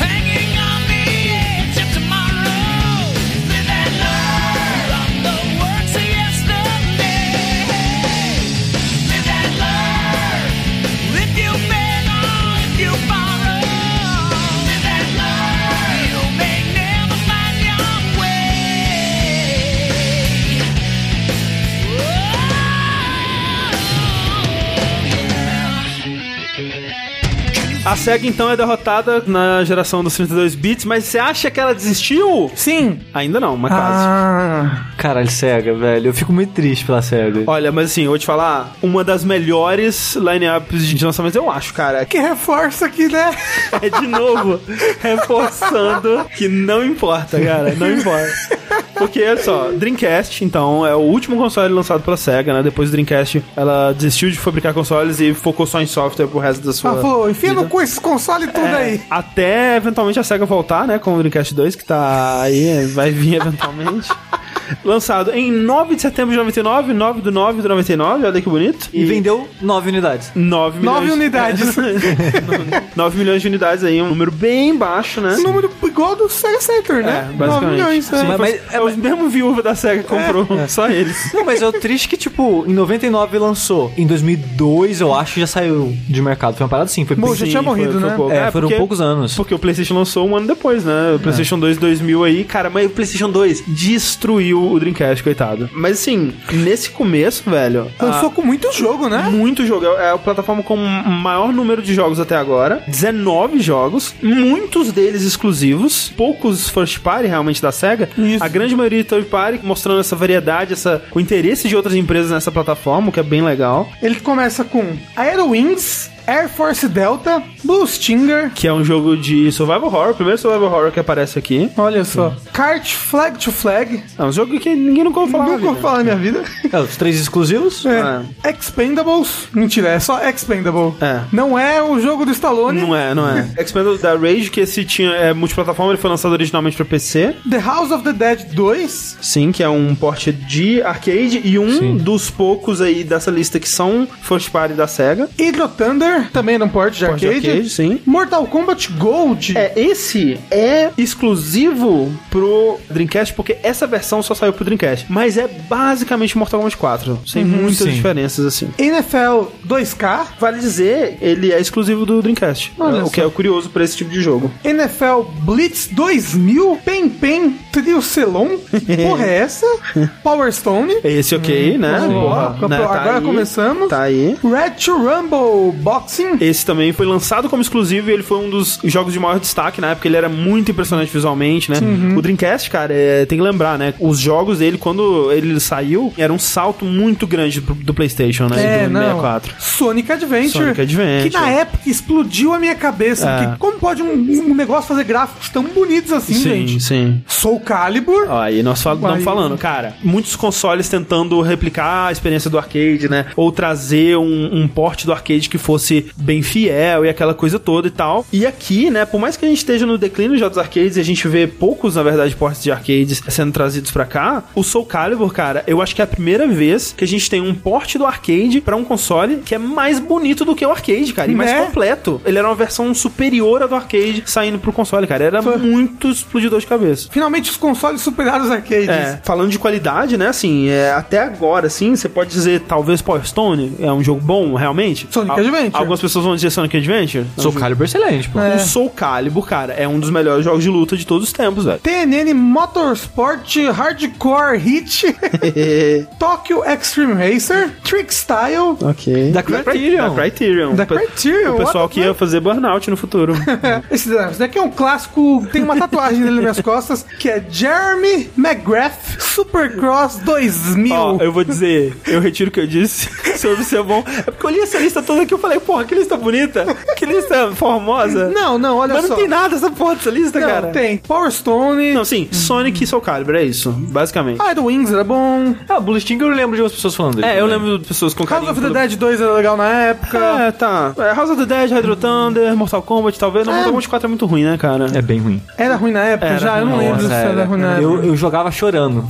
D: Hanging on the edge of tomorrow, with that love of the works of yesterday. With that love, if you beg or if you borrow, with that love, you may never find your way.
A: A SEGA, então, é derrotada na geração dos 32 bits, mas você acha que ela desistiu?
C: Sim.
A: Ainda não, mas quase.
C: Ah.
B: Caralho, SEGA, velho. Eu fico muito triste pela SEGA.
A: Olha, mas assim, eu vou te falar, uma das melhores line-ups de lançamentos, eu acho, cara.
C: Que reforça aqui, né?
A: É de novo, reforçando que não importa, cara, não importa. Porque, olha só, Dreamcast, então, é o último console lançado pela SEGA, né? Depois do Dreamcast, ela desistiu de fabricar consoles e focou só em software pro resto da sua...
C: Ela falou, enfia no
A: vida.
C: cu esses
A: é.
C: consoles tudo aí.
A: Até eventualmente a SEGA voltar, né? Com o Dreamcast 2, que tá aí, vai vir eventualmente. Lançado em 9 de setembro de 99, 9 do 9 do 99, olha que bonito.
B: E vendeu 9 unidades.
A: 9 milhões.
C: Nove unidades.
A: 9 milhões de unidades aí, um número bem baixo, né?
C: Um número igual do Sega Saturn,
A: É,
C: né?
A: basicamente.
C: milhões, né?
A: Sim,
B: Mas-
A: foi-
B: mas-
A: é o mesmo viúva da SEGA que comprou, só eles.
B: Não, mas é o triste que, tipo, em 99 lançou. Em 2002, eu acho, já saiu de mercado. Foi uma parada assim. Foi
C: Bom,
B: bem-
C: já tinha morrido, né?
A: pouco.
B: É, foram
A: porque-
B: poucos anos. É.
A: Porque o PlayStation lançou um ano depois, né? O PlayStation 2 2000 aí, cara, mas o PlayStation 2 destruiu o Dreamcast, coitado. Ah, Mas assim, nesse começo, velho.
C: Lançou
A: a-
C: com muito jogo, né?
A: Muito jogo, é a plataforma com o maior número de jogos até agora. 19 jogos, muitos deles exclusivos, poucos first party realmente da SEGA.
C: Isso.
A: A grande maioria de third party, mostrando essa variedade, essa, o interesse de outras empresas nessa plataforma, o que é bem legal.
C: Ele começa com Aerowings, Air Force Delta, Blue Stinger,
A: que é um jogo de survival horror, o primeiro survival horror que aparece aqui.
C: olha só, Kart Flag to Flag,
A: É um jogo que ninguém nunca ouviu falar. na
C: nunca
A: vida.
C: vou falar na minha vida.
B: É, os três exclusivos.
C: É. Expendables, mentira, é só Expendable.
A: É.
C: Não é o jogo do Stallone.
A: Não é, não é. Expendables da Rage, que esse tinha é multiplataforma, ele foi lançado originalmente pra PC,
C: The House of the Dead 2.
A: sim, que é um porte de arcade e um dos poucos aí dessa lista que são first party da Sega.
C: Hydro Thunder, também era um port de
A: Porte de
C: arcade.
A: arcade, sim.
C: Mortal Kombat Gold.
A: É, esse é exclusivo pro Dreamcast, porque essa versão só saiu pro Dreamcast. Mas é basicamente Mortal Kombat 4. Sem
C: Uhum,
A: muitas
B: sim.
A: diferenças, assim.
C: NFL 2K.
A: Vale dizer, ele é exclusivo do Dreamcast.
C: Olha
A: É, o
C: só.
A: que é curioso pra esse tipo de jogo.
C: NFL Blitz 2000. Pen Pen Trio Celon. Que porra é essa? Power Stone.
A: Esse ok, né?
C: Ó,
A: Porra, né,
C: Hum, agora
A: aí,
C: começamos.
A: Tá aí.
C: Red to Rumble Box Sim.
A: Esse também foi lançado como exclusivo e ele foi um dos jogos de maior destaque na época. Ele era muito impressionante visualmente, né?
C: Uhum.
A: O Dreamcast, cara, é, tem que lembrar, né? Os jogos dele, quando ele saiu, era um salto muito grande pro- do PlayStation, né?
C: É,
A: do
C: não.
A: 64.
C: Sonic Adventure.
A: Sonic Adventure.
C: Que na época explodiu a minha cabeça.
A: É.
C: porque como pode um, um negócio fazer gráficos tão bonitos assim, gente?
A: sim.
C: Soul Calibur.
A: Ó, Aí nós fal estamos
C: Aí-
A: falando, cara, muitos consoles tentando replicar a experiência do arcade, né? Ou trazer um, um porte do arcade que fosse bem fiel e aquela coisa toda e tal. E aqui, né, por mais que a gente esteja no declínio já dos arcades e a gente vê poucos, na verdade, portes de arcades sendo trazidos pra cá, o Soul Calibur, cara, eu acho que é a primeira vez que a gente tem um porte do arcade pra um console que é mais bonito do que o arcade, cara, e mais
C: Né?
A: completo. Ele era uma versão superior à do arcade saindo pro console, cara. Era muito explodidor de cabeça.
C: Finalmente os consoles superaram os arcades.
A: É, falando de qualidade, né, assim, é, até agora, assim, você pode dizer, talvez Power Stone é um jogo bom, realmente?
C: Sonic
A: Al-
C: Adventure.
A: Algumas pessoas vão dizer Sonic Adventure. É um
B: Sou
A: jogo-
B: Calibur excelente, pô.
C: É.
A: O Soul Calibur, cara, é um dos melhores jogos de luta de todos os tempos, velho.
C: TNN Motorsport Hardcore Hit, É. Tokyo Extreme Racer, Trick Style,
A: Ok.
B: Da Criterion.
A: Da Criterion.
C: Da
A: O pe-
C: Criterion, né?
A: O pessoal
C: what the
A: que ia fazer Burnout no futuro.
C: Esse, esse daqui é um clássico, tem uma tatuagem dele nas minhas costas, que é Jeremy McGrath Supercross 2000.
A: Ó, eu vou dizer, eu retiro o que eu disse sobre ser bom. É porque eu li essa lista toda aqui e eu falei, porra, que lista bonita, que lista formosa.
C: Não, não, olha
A: Mas
C: só.
A: não tem nada essa porra dessa lista,
C: Não,
A: cara.
C: tem Power Stone,
A: Não, sim, Sonic e Soul Calibur, é isso, basicamente.
C: Iron Wings era bom,
B: Ah, Blue Sting eu lembro de umas pessoas
C: Ah,
B: falando dele.
A: É, eu
B: também.
A: lembro de pessoas com
C: Call
A: carinho.
C: of the
A: pelo-
C: Dead 2 era legal na época.
A: É, tá. É, House of the Dead, Hydro Thunder, Mortal Kombat, talvez. Não, Mortal Kombat 4 é muito ruim, né, cara?
B: É bem ruim.
C: Era ruim na época
A: Era
C: já, eu não é
A: ruim,
C: lembro se
A: nossa,
C: era,
A: era.
C: ruim na época.
B: Eu, eu jogava chorando.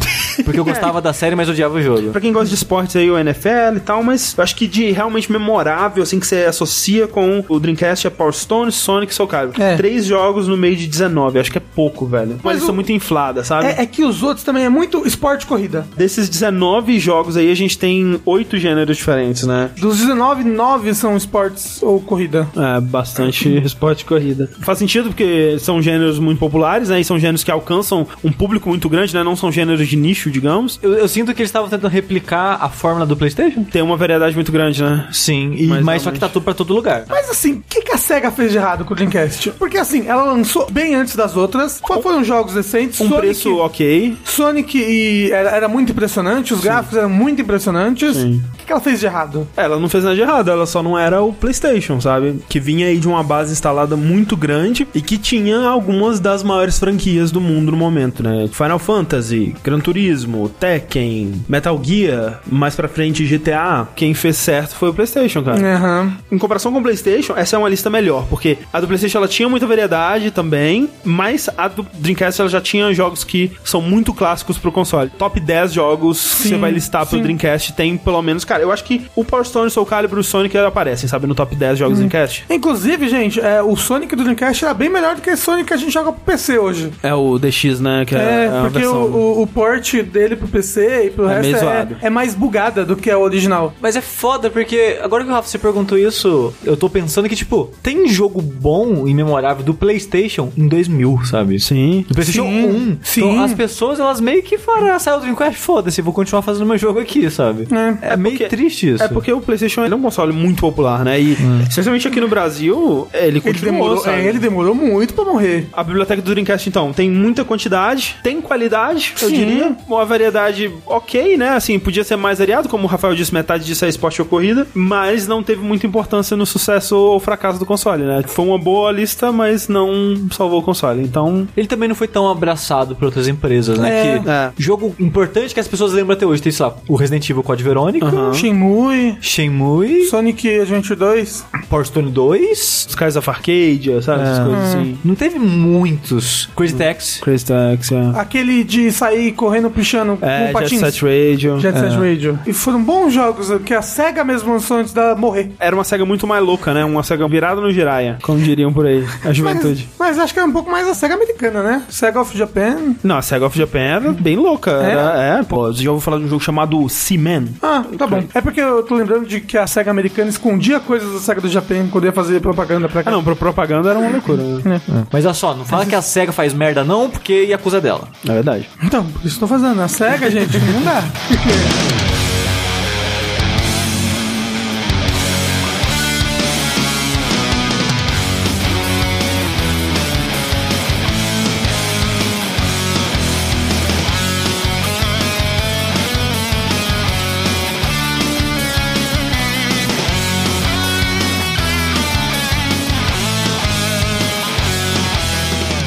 B: Porque eu gostava da série, mas odiava o jogo.
A: Pra quem gosta de esportes aí, o NFL e tal, mas eu acho que de realmente memorável, assim, que você associa com o Dreamcast é Power Stone, Sonic e Soul Calibur.
C: É.
A: Três jogos no meio de 19, acho que é pouco, velho. Uma
C: Mas
A: lista
C: o-
A: muito inflada, sabe?
C: É, é que os outros também é muito esporte e corrida.
A: Desses 19 jogos aí, a gente tem oito gêneros diferentes, né?
C: Dos 19, 9 são esportes ou corrida.
A: É, bastante esporte e corrida. Faz sentido porque são gêneros muito populares, né? E são gêneros que alcançam um público muito grande, né? Não são gêneros de nicho, digamos.
B: Eu, eu sinto que eles estavam tentando replicar a fórmula do PlayStation.
A: Tem uma variedade muito grande, né?
B: Sim, e,
A: Mas
B: mas, só que
A: realmente.
B: tá tudo pra todo lugar.
C: Mas assim, o que, que a SEGA fez de errado com o Dreamcast? Porque assim, ela lançou bem antes das outras. Qual foram os jogos recentes?
A: Um
C: Sonic-
A: preço ok.
C: Sonic e- era, era muito impressionante, os gráficos eram muito impressionantes.
A: Sim.
C: O que, que ela fez de errado?
A: Ela não fez nada de errado, ela só não era o PlayStation, sabe? Que vinha aí de uma base instalada muito grande e que tinha algumas das maiores franquias do mundo no momento, né? Final Fantasy, Gran Turismo, Tekken, Metal Gear, mais pra frente GTA. Quem fez certo foi o PlayStation, cara.
C: Aham.
A: Em comparação com o PlayStation, essa é uma lista melhor, porque a do PlayStation ela tinha muita variedade também, mas a do Dreamcast ela já tinha jogos que são muito clássicos pro console. Top 10 jogos que você vai listar pro Dreamcast tem pelo menos, cara, eu acho que o Power Stone, Soul Calibur e o Sonic aparecem, sabe, no top 10 jogos do
C: Hum.
A: Dreamcast.
C: Inclusive, gente, é, o Sonic do Dreamcast era bem melhor do que o Sonic que a gente joga pro PC hoje.
A: É o DX, né, que
C: É,
A: a
C: porque o, o, o port dele pro PC e pro
A: É meio
C: resto
A: zoado.
C: é, é mais bugada do que a original.
B: Mas é foda, porque agora que o Rafa se perguntou isso, eu tô pensando que, tipo, tem jogo bom e memorável do PlayStation em 2000, sabe?
A: Sim.
B: Do PlayStation
C: Sim,
B: 1.
C: sim.
B: Então as pessoas, elas meio que falaram, ah, saiu o Dreamcast, foda-se, vou continuar fazendo meu jogo aqui, sabe? É, meio
A: porque-
B: triste isso.
A: É porque o PlayStation ele é um console muito popular, né? E, especialmente aqui no Brasil, ele
C: Hum. Ele
A: continuou,
C: demorou,
A: sabe?
C: é, ele demorou muito pra morrer.
A: A biblioteca do Dreamcast, então, tem muita quantidade, tem qualidade, eu
C: Sim.
A: diria. Uma variedade ok, né? Assim, podia ser mais variado, como o Rafael disse, metade disso é esporte ou corrida, mas não teve muita importância no sucesso ou fracasso do console, né? Foi uma boa lista, mas não salvou o console. Então,
B: Ele também não foi tão abraçado por outras empresas, né?
C: É.
B: que
A: É.
B: jogo importante que as pessoas lembram até hoje. Tem, sei lá, o Resident Evil Code Verônica,
C: Shenmue,
B: Shenmue,
C: Sonic Adventure 2.
B: Power Stone 2.
A: os caras of Arcadia, sabe? Essas coisas assim.
B: Não teve muitos. Crazy Taxi.
A: Crazy Taxi, é.
C: Aquele de sair correndo, pichando
A: É,
C: com um
A: Jet
C: patins.
A: Set Radio.
C: Jet Set
A: é.
C: Radio. E foram bons jogos que a SEGA mesmo lançou antes dela morrer.
A: Era uma SEGA muito mais louca, né? Uma SEGA virada no Jiraya, como diriam por aí, a juventude.
C: Mas, mas acho que é um pouco mais a SEGA americana, né? SEGA of Japan.
A: Não, a SEGA of Japan era bem louca. Era, é, pô, já ouviu falar de um jogo chamado Seaman.
C: Ah, tá bom. É porque eu tô lembrando de que a SEGA americana escondia coisas da SEGA do Japão quando ia fazer propaganda pra
A: Ah,
C: cá.
A: não, pra propaganda era uma loucura. né?
B: Mas olha só, não fala que a SEGA faz merda não, porque ia acusa dela.
A: Na É. verdade.
C: Então, por isso que eu tô fazendo. A SEGA, gente, não dá.
D: Let's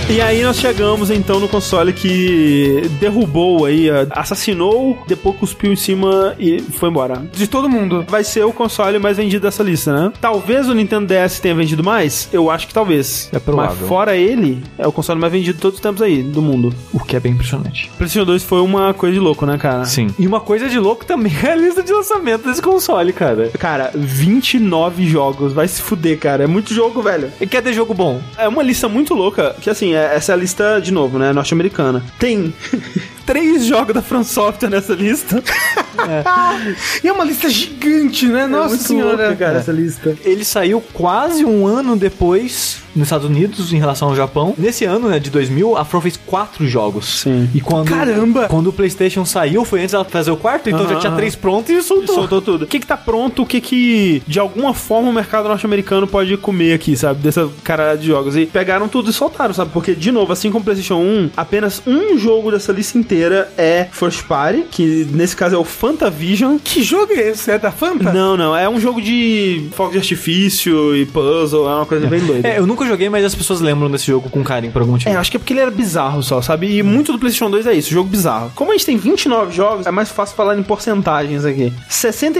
A: E aí nós chegamos então no console que derrubou aí, a- assassinou, depois cuspiu em cima e foi embora.
C: De todo mundo.
A: Vai ser o console mais vendido dessa lista, né? Talvez o Nintendo DS tenha vendido mais? Eu acho que talvez.
B: É provável.
A: Mas fora ele, é o console mais vendido de todos os tempos aí, do mundo.
B: O que é bem impressionante.
A: PlayStation 2 foi uma coisa de louco, né, cara?
B: Ah. E uma coisa de louco também é a lista de lançamento desse console, cara.
A: Cara, 29 jogos, vai se fuder, cara. É muito jogo, velho.
B: E quer ter jogo bom?
A: É uma lista muito louca, que assim, é- essa é a lista, de novo, né, norte-americana. Tem três jogos da From Software nessa lista.
C: E é uma lista gigante, né? Nossa
A: É muito
C: senhora. É.
A: louca, cara, essa lista.
B: Ele saiu quase um ano depois nos Estados Unidos em relação ao Japão. Nesse ano, né, de 2000, a From fez quatro jogos.
A: Sim.
B: E quando
C: Caramba!
B: quando o PlayStation saiu, foi antes dela fazer o quarto, então
A: Aham,
B: já tinha
A: aham.
B: três prontos e soltou.
A: Soltou tudo. O que que tá pronto, o que que, de alguma forma, o mercado norte-americano pode comer aqui, sabe? Dessa cara de jogos. E pegaram tudo e soltaram, sabe? Porque, de novo, assim como o PlayStation 1, apenas um jogo dessa lista inteira é First Party, que nesse caso é o Fantavision.
C: Que jogo é esse? É da Fanta?
A: Não, não, é um jogo de fogo de artifício e puzzle, é uma coisa bem doida.
B: É, eu nunca joguei, mas as pessoas lembram desse jogo com carinho por algum motivo.
A: É, acho que é porque ele era bizarro só, sabe? E muito do PlayStation 2 é isso, jogo bizarro. Como a gente tem 29 jogos, é mais fácil falar em porcentagens aqui.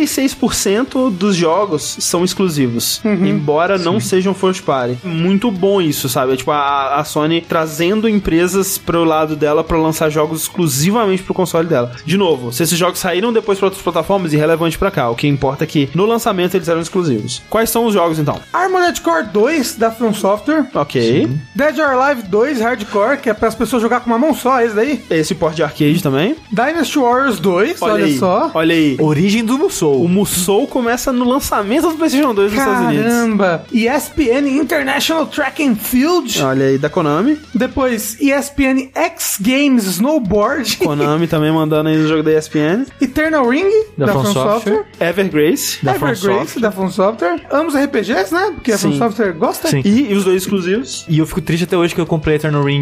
A: 66% dos jogos são exclusivos,
C: Uhum.
A: embora não sejam first party. É Muito bom isso, sabe? É tipo a, a Sony trazendo empresas pro lado dela pra lançar jogos exclusivamente pro console dela. De novo, se esses jogos saíram depois pra outras plataformas, irrelevante pra cá. O que importa é que no lançamento eles eram exclusivos. Quais são os jogos então?
C: Armored Core 2 da From Software.
A: Ok.
C: Dead or Alive 2 Hardcore, que é para as pessoas jogar com uma mão só, esse daí.
A: Esse porte de arcade também.
C: Dynasty Warriors 2, olha,
A: aí,
C: só.
A: Olha aí.
B: É, Origem do
A: O
B: Musou.
A: Musou começa no lançamento do PlayStation 2 nos Estados Unidos.
C: Caramba! ESPN International Track and Field.
A: Olha aí, da Konami.
C: Depois, ESPN X Games Snowboard.
A: Konami também mandando aí o jogo da ESPN.
C: Eternal Ring,
B: Da
C: da,
B: From
C: From,
B: Software.
C: Software.
A: Evergrace.
B: Da From
C: Evergrace,
B: Software.
C: da From Software. Ambos RPGs, né? Porque a From
A: Sim.
C: Software gosta.
B: Sim.
A: E, e os dois exclusivos.
B: E eu fico triste até hoje que eu comprei Eternal Ring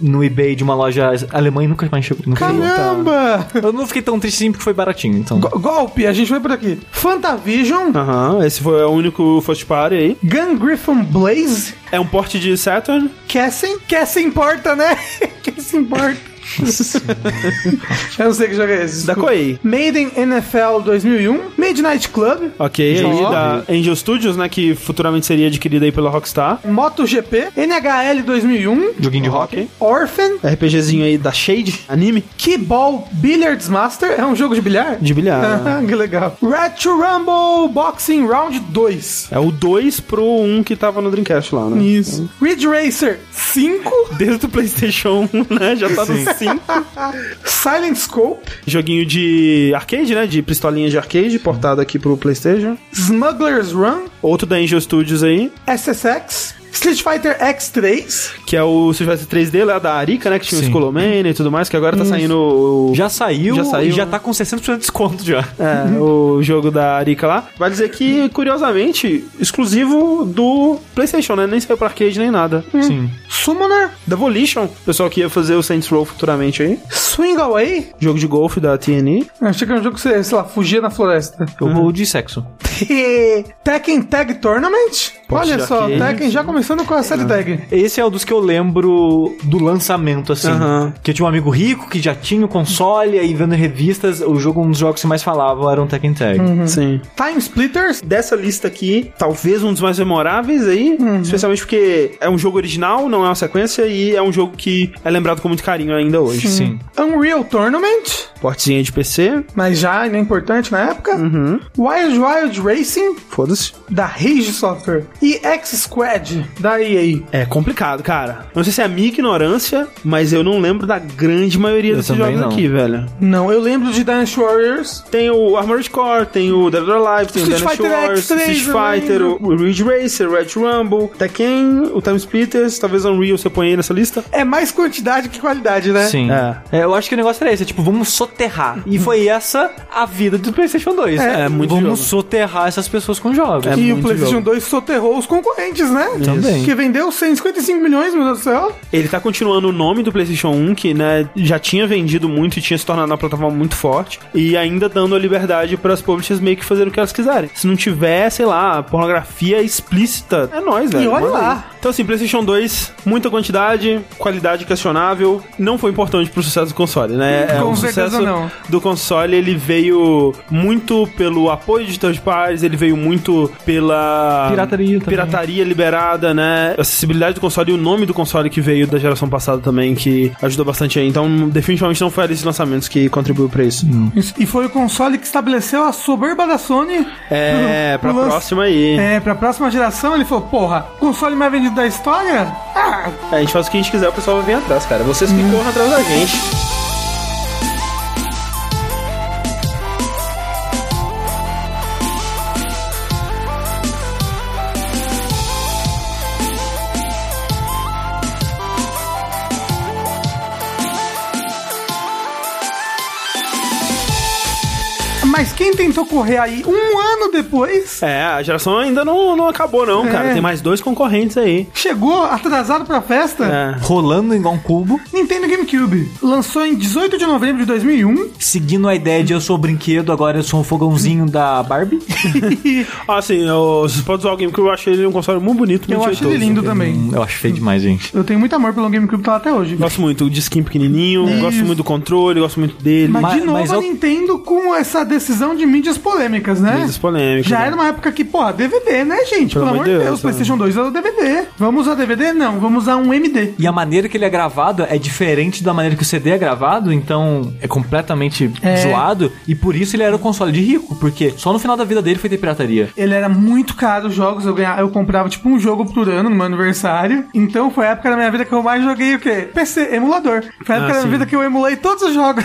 B: no eBay de uma loja alemã e nunca mais chegou. nunca chegou.
C: Então, Caramba!
B: Eu não fiquei tão triste sim porque foi baratinho, então.
C: Go- golpe, a gente foi por aqui. Fantavision,
A: Aham, esse foi é o único first party aí.
C: Gun Griffin Blaze,
A: É um porte de Saturn.
C: Kessen. Kessen importa, né? Kessen importa. Eu não sei que jogo é esse.
A: Da
C: desculpa.
A: Koei.
C: Maiden NFL 2001, Midnight Club,
A: Ok, aí
C: Ó.
A: da Angel Studios, né, que futuramente seria adquirida aí pela Rockstar.
C: MotoGP, NHL 2001,
B: Joguinho de rock.
C: Orphan,
A: RPGzinho aí da Shade, anime,
C: Keyball Billiards Master, é um jogo de bilhar?
A: de bilhar. né?
C: Ah, que legal. Ratchet Rumble Boxing Round 2.
A: É o 2 pro 1 um que tava no Dreamcast lá, né?
C: Isso. Ridge Racer 5,
A: Desde o PlayStation 1, né, já tá no 5.
C: Silent Scope,
A: Joguinho de arcade, né? De pistolinha de arcade, portado aqui pro PlayStation.
C: Smuggler's Run,
A: Outro da Angel Studios aí,
C: SSX, Street Fighter X3,
A: que é o Street Fighter 3D lá da Arica, né? Que tinha
B: Sim.
A: o Skolomania e tudo mais, que agora tá saindo o,
B: Já saiu,
A: Já saiu,
B: e já
A: né?
B: tá com 60% de desconto já.
A: é, o jogo da Arica lá. Vai dizer que, curiosamente, exclusivo do PlayStation, né? Nem saiu pra arcade nem nada.
B: Sim.
C: Summoner,
A: Devolution, pessoal que ia fazer o Saints Row futuramente aí.
C: Swing Away.
A: Jogo de golfe da TNI.
C: Achei que era um jogo que você, sei lá, fugia na floresta.
B: Eu
A: Uhum.
B: vou de sexo.
C: Tekken Tag Tournament?
A: Poxa,
C: Olha só,
A: que-
C: Tekken já começando com a série Tag.
B: Esse é um dos que eu lembro do lançamento, assim.
A: Aham.
B: Que eu tinha um amigo rico que já tinha o console, aí vendo revistas, o jogo, um dos jogos que mais falavam era um Tekken Tag.
A: Sim.
C: Time Splitters,
A: dessa lista aqui, talvez um dos mais memoráveis aí, especialmente porque é um jogo original, não é uma sequência, e é um jogo que é lembrado com muito carinho ainda hoje.
B: Sim.
C: Unreal Tournament,
A: Portezinha de PC,
C: mas já ainda importante na época.
A: Uhum.
C: Wild Wild Racing,
A: foda-se.
C: da Rage Software. E X-Squad, da EA.
A: É complicado, cara. Não sei se é a minha ignorância, mas eu não lembro da grande maioria
B: Eu
A: desses
B: também
A: jogos
B: não.
A: aqui, velho.
C: Não, eu lembro de Dynasty Warriors.
A: Tem o Armored Core, tem o Dead or Alive, tem
C: Street
A: o Dynasty
C: Fighter
A: Wars,
C: X3,
A: Street
C: eu
A: Fighter,
C: lembro.
A: o Ridge Racer, Red Rumble, Tekken, o Time Splitters, talvez Unreal você põe aí nessa lista.
C: É mais quantidade que qualidade, né?
B: Sim.
A: É.
B: É, eu acho que o negócio era esse, é tipo, vamos soterrar. E foi essa a vida do PlayStation 2.
A: É, muito
B: Vamos
A: jogo.
B: soterrar essas pessoas com jogos.
A: É
C: E o
A: muito
C: PlayStation
A: jogo.
C: 2 soterrou os concorrentes, né?
B: Também.
C: Que vendeu 155 milhões, meu Deus do céu.
A: Ele tá continuando o nome do PlayStation 1, que né, já tinha vendido muito e tinha se tornado uma plataforma muito forte, e ainda dando a liberdade pras publishers meio que fazerem o que elas quiserem. Se não tiver, sei lá, pornografia explícita, é nóis, velho.
C: olha
A: manda aí.
C: lá.
A: Então, assim, PlayStation 2, Muita quantidade, qualidade questionável. Não foi importante pro sucesso do console, né? É,
C: Hum, Com
A: o
C: certeza
A: sucesso
C: não.
A: do console, ele veio muito pelo apoio de third parties, ele veio muito pela...
B: Pirataria também.
A: Pirataria liberada, né? Acessibilidade do console e o nome do console que veio da geração passada também, que ajudou bastante aí. Então, definitivamente não foi a lista de lançamentos que contribuiu pra isso.
C: Isso. E foi o console que estabeleceu a soberba da Sony.
A: É,
C: pro-
A: pra
C: pro lance-
A: próxima aí. É.
C: É, pra próxima geração ele falou, porra, console mais vendido da história? Ah,
A: a gente faz o que a gente quiser, o pessoal vai vir atrás, cara. Vocês
C: Uhum.
A: que corram atrás da gente.
C: mas quem tentou correr aí um ano depois,
A: É, a geração ainda não, não acabou, não,
C: É.
A: cara. Tem mais dois concorrentes aí.
C: chegou atrasado pra festa,
A: É.
B: Rolando igual um cubo,
C: Nintendo GameCube lançou em 18 de novembro de 2001.
B: seguindo a ideia de eu sou o brinquedo, agora eu sou um fogãozinho da Barbie.
A: Ah, assim, eu- vocês podem usar o GameCube, eu achei ele um console muito bonito, muito
C: Eu acho ele
A: jeitoso.
C: lindo também.
B: Hum, eu acho feio demais, gente.
C: Eu tenho muito amor pelo GameCube, tá lá até hoje.
A: Gosto muito de skin pequenininho, gosto muito do controle, gosto muito dele.
C: Mas,
B: Mas-
C: de novo
B: mas
C: a
B: eu-
C: Nintendo com essa decisão de mídias polêmicas, né?
A: Coisas polêmicas.
C: Já
A: né?
C: era uma época que, porra, DVD, né, gente? Pelo, amor de Deus,
A: né?
C: PlayStation 2 é o DVD. Vamos usar DVD? Não, vamos usar um MD.
B: E a maneira que ele é gravado é diferente da maneira que o CD é gravado, então é completamente
C: É.
B: zoado. E por isso ele era o console de rico, porque só no final da vida dele foi ter pirataria.
C: Ele era muito caro os jogos, eu, ganhava, eu comprava tipo um jogo por ano no meu aniversário. Então foi a época da minha vida que eu mais joguei o quê? PC, emulador. Foi a época da minha vida que eu emulei todos os jogos.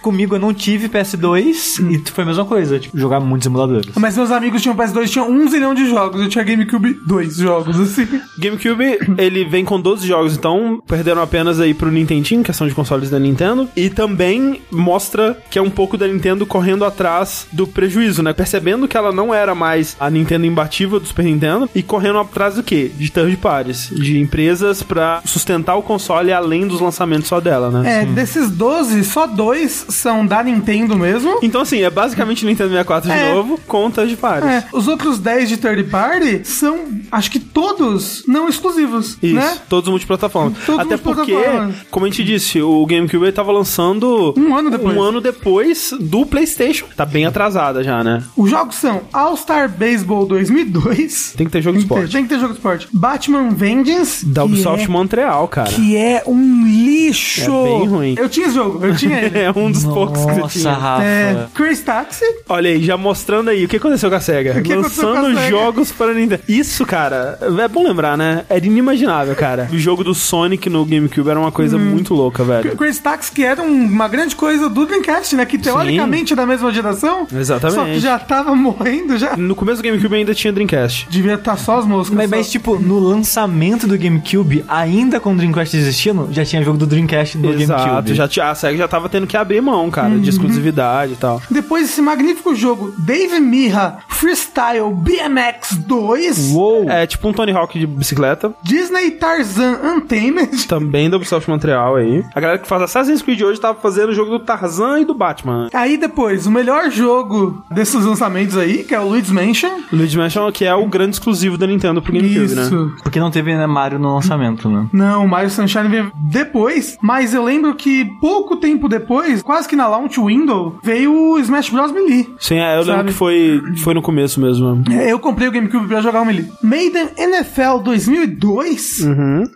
B: Comigo eu não tive PS2 e foi a mesma coisa, tipo, jogar muitos emuladores.
C: Mas meus amigos tinham PS2, tinham um zilhão de jogos. Eu tinha GameCube, dois jogos, assim.
A: GameCube, ele vem com 12 jogos, então perderam apenas aí pro Nintendinho, questão de consoles da Nintendo, e também mostra que é um pouco da Nintendo correndo atrás do prejuízo, né? Percebendo que ela não era mais a Nintendo imbatível do Super Nintendo e correndo atrás do quê? De third parties, de empresas pra sustentar o console além dos lançamentos só dela, né?
C: É, desses 12, só dois são da Nintendo mesmo.
A: Então, assim, é basicamente Nintendo 64 de
C: É.
A: novo, com third parties.
C: É, os outros 10 de third party são, acho que todos, não exclusivos,
A: Isso,
C: né?
A: todos multiplataformas.
C: Todos
A: Até porque,
C: multiplataformas.
A: como a gente disse, o GameCube ele tava lançando
C: Um ano depois.
A: um ano depois do PlayStation. Tá bem atrasada já, né?
C: Os jogos são All-Star Baseball 2002.
A: Tem que ter jogo de
C: Tem-
A: esporte.
C: Tem que ter jogo de esporte. Batman Vengeance.
A: Da
C: que
A: Ubisoft
C: é-
A: Montreal, cara.
C: Que é um lixo.
A: É bem ruim. Ah,
C: Eu tinha esse jogo, eu tinha ele.
A: É um dos poucos que você
B: Nossa,
A: tinha.
B: Rafa.
C: É, Chris Taxi.
A: Olha aí, já mostrando aí o que aconteceu com a SEGA.
C: O que aconteceu com a
A: Lançando
C: SEGA?
A: jogos para Nintendo. Isso, cara, é bom lembrar, né? Era inimaginável, cara. O jogo do Sonic no GameCube era uma coisa
C: Hum.
A: muito louca, velho.
C: Chris Taxi, que era um- uma grande coisa do Dreamcast, né? Que teoricamente é da mesma geração.
A: Exatamente.
C: Só que já tava morrendo, já.
A: No começo do GameCube ainda tinha Dreamcast.
C: Devia estar só as moscas.
B: Mas,
C: só.
B: mas, tipo, no lançamento do GameCube, ainda com o Dreamcast existindo, já tinha jogo do Dreamcast no
A: Exato,
B: GameCube.
A: já tinha, a SEGA já tava tendo que abrir mão, cara, de exclusividade e tal.
C: Depois desse magnífico jogo, Dave Mirra Freestyle BMX 2,
B: Uou!
A: É tipo um Tony Hawk de bicicleta,
C: Disney Tarzan Untamed.
A: também da Ubisoft Montreal aí. A galera que faz Assassin's Creed hoje tava fazendo o jogo do Tarzan e do Batman.
C: Aí depois, o melhor jogo desses lançamentos aí, que é o Luigi's Mansion.
A: Luigi Mansion, que é o grande exclusivo da Nintendo pro GameCube, né?
C: Isso.
B: Porque não teve né, Mario no lançamento, né?
C: Não, Mario Sunshine veio depois, mas eu lembro que pouco tempo depois, quase que na launch window, veio o Smash Bros. Melee.
A: Sim, é, eu
C: Sabe?
A: lembro que foi, foi no começo mesmo.
C: Eu comprei o GameCube pra jogar o Melee. Maiden NFL 2002,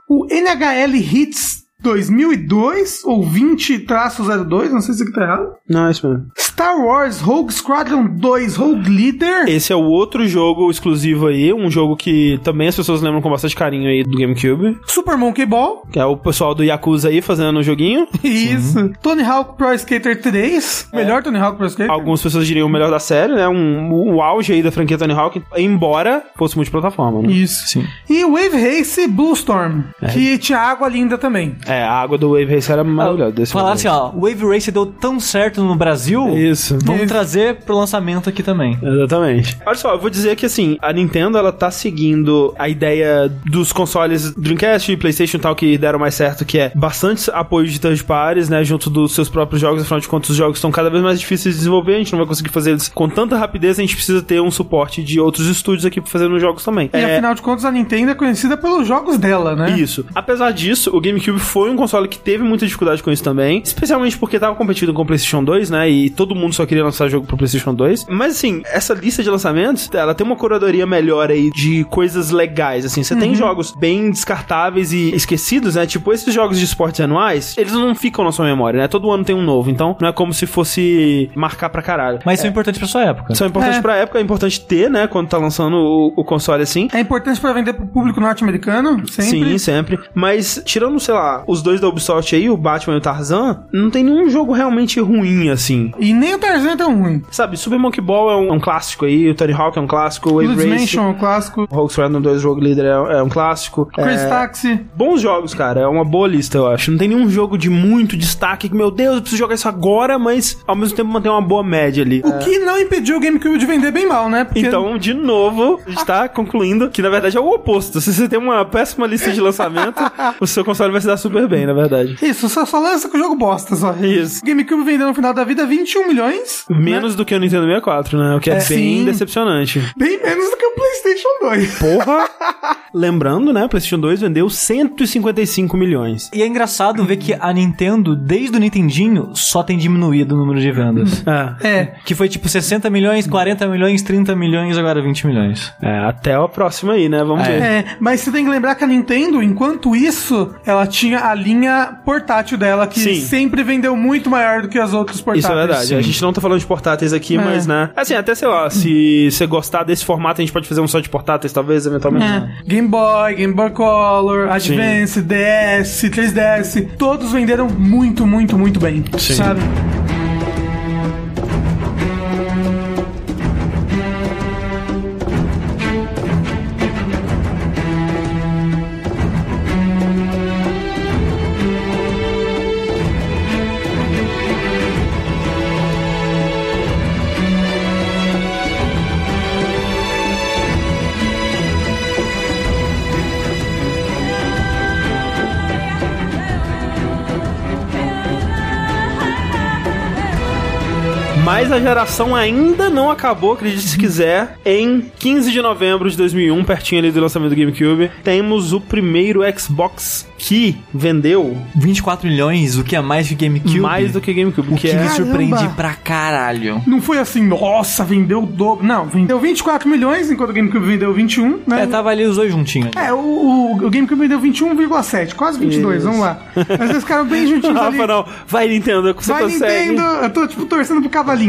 C: o NHL Hits 2002, ou 20-02, não sei se isso aqui tá errado.
A: Não, é isso mesmo.
C: Star Wars Rogue Squadron 2 Rogue Leader.
A: Esse é o outro jogo exclusivo aí, um jogo que também as pessoas lembram com bastante carinho aí do GameCube,
C: Super Monkey Ball.
A: que é o pessoal do Yakuza aí fazendo o joguinho.
C: Isso. Tony Hawk Pro Skater 3.
A: É.
C: Melhor Tony Hawk Pro Skater.
A: Algumas pessoas diriam o melhor da série, né? Um, um auge aí da franquia Tony Hawk, embora fosse
C: Hum.
A: multiplataforma, né?
C: Isso.
B: Sim.
C: E Wave Race Blue Storm. Que tinha água linda também.
A: É, a água do Wave Race era maravilhosa. desse
B: Falar
A: momento.
B: assim, ó, Wave Race deu tão certo no Brasil.
A: Isso.
B: Vamos
A: Isso.
B: trazer pro lançamento aqui também.
A: Exatamente. Olha só, eu vou dizer que assim, a Nintendo ela tá seguindo a ideia dos consoles Dreamcast e PlayStation e tal que deram mais certo, que é bastante apoio de third parties, né, junto dos seus próprios jogos, afinal de contas os jogos estão cada vez mais difíceis de desenvolver, a gente não vai conseguir fazer eles com tanta rapidez, a gente precisa ter um suporte de outros estúdios aqui pra fazer nos jogos também. É,
C: E afinal de contas, a Nintendo é conhecida pelos jogos dela, né?
A: Isso. Apesar disso, o GameCube foi um console que teve muita dificuldade com isso também, especialmente porque tava competindo com o PlayStation 2, né? E todo mundo só queria lançar jogo pro PlayStation 2. Mas assim, essa lista de lançamentos, ela tem uma curadoria melhor aí de coisas legais, assim. Você tem jogos bem descartáveis e esquecidos, né? Tipo esses jogos de esportes anuais, eles não ficam na sua memória, né? Todo ano tem um novo, então não é como se fosse marcar pra caralho.
B: Mas são importantes pra sua época.
A: São importantes
C: É.
A: pra época, é importante ter, né? Quando tá lançando o, o console assim.
C: É importante pra vender pro público norte-americano? Sempre.
A: Sim, sempre. Mas, tirando, sei lá, os dois da Ubisoft aí, o Batman e o Tarzan, não tem nenhum jogo realmente ruim, assim.
C: E nem o Tarzan é tão ruim.
A: Sabe, Super Monkey Ball é um, é um clássico aí, o Tony Hawk é um clássico, o Wave
C: Luigi's
A: Race,
C: Mansion, o clássico.
A: Rogues Random 2 Rogue Leader é, é um clássico.
C: Crazy
A: é...
C: Taxi.
A: Bons jogos, cara. É uma boa lista, eu acho. Não tem nenhum jogo de muito destaque que, meu Deus, eu preciso jogar isso agora, mas ao mesmo tempo mantém uma boa média ali.
C: O que não impediu o GameCube de vender bem mal, né? Porque
A: É. Então, de novo, a gente tá concluindo que, na verdade, é o oposto. Se você tem uma péssima lista de lançamento, o seu console vai se dar super bem, na verdade.
C: Isso, só, só lança com o jogo bosta, só.
A: Isso. Uhum.
C: O GameCube vendeu no final da vida 21 milhões.
A: Menos do que o Nintendo 64, né? O que é, bem
C: Sim.
A: decepcionante.
C: Bem menos do que o PlayStation 2.
A: Porra! Lembrando, né? O PlayStation 2 vendeu 155 milhões.
B: E é engraçado ver que a Nintendo, desde o Nintendinho, só tem diminuído o número de vendas.
A: É.
C: É.
B: Que foi tipo 60 milhões, 40 milhões, 30 milhões, agora 20 milhões.
A: É, até a próxima aí, né? Vamos ver.
C: É, mas você tem que lembrar que a Nintendo, enquanto isso, ela tinha a linha portátil dela, que
A: Sim.
C: sempre vendeu muito maior do que as outras portáteis.
A: Isso é verdade. A gente não tá falando de portáteis aqui,
C: É.
A: mas, né? Assim, até sei lá, se você gostar desse formato, a gente pode fazer um só de portáteis, talvez, eventualmente.
C: É. Game Boy, Game Boy Color, Advance, DS, 3DS, todos venderam muito, muito, muito bem.
A: Sim.
C: Sabe?
A: Mas a geração ainda não acabou, acredite
C: Uhum.
A: se quiser. Em 15 de novembro de 2001, pertinho ali do lançamento do GameCube, temos o primeiro Xbox que vendeu
B: 24 milhões, o que é mais que GameCube?
A: mais do que GameCube,
B: o
A: que
B: que,
A: é
B: me surpreende
C: Caramba.
B: pra caralho.
C: Não foi assim, nossa, vendeu o dobro. Não, vendeu 24 milhões, enquanto o GameCube vendeu 21, né?
B: É,
A: tá.
B: tava ali os dois juntinhos.
C: É, o, o, o GameCube deu 21,7, quase 22,
A: Isso.
C: vamos lá. Mas eles ficaram bem juntinhos ali.
A: Rafa, não. Vai, Nintendo, que você
C: Vai,
A: consegue. É.
C: Nintendo! Eu tô, tipo, torcendo pro cavalinho.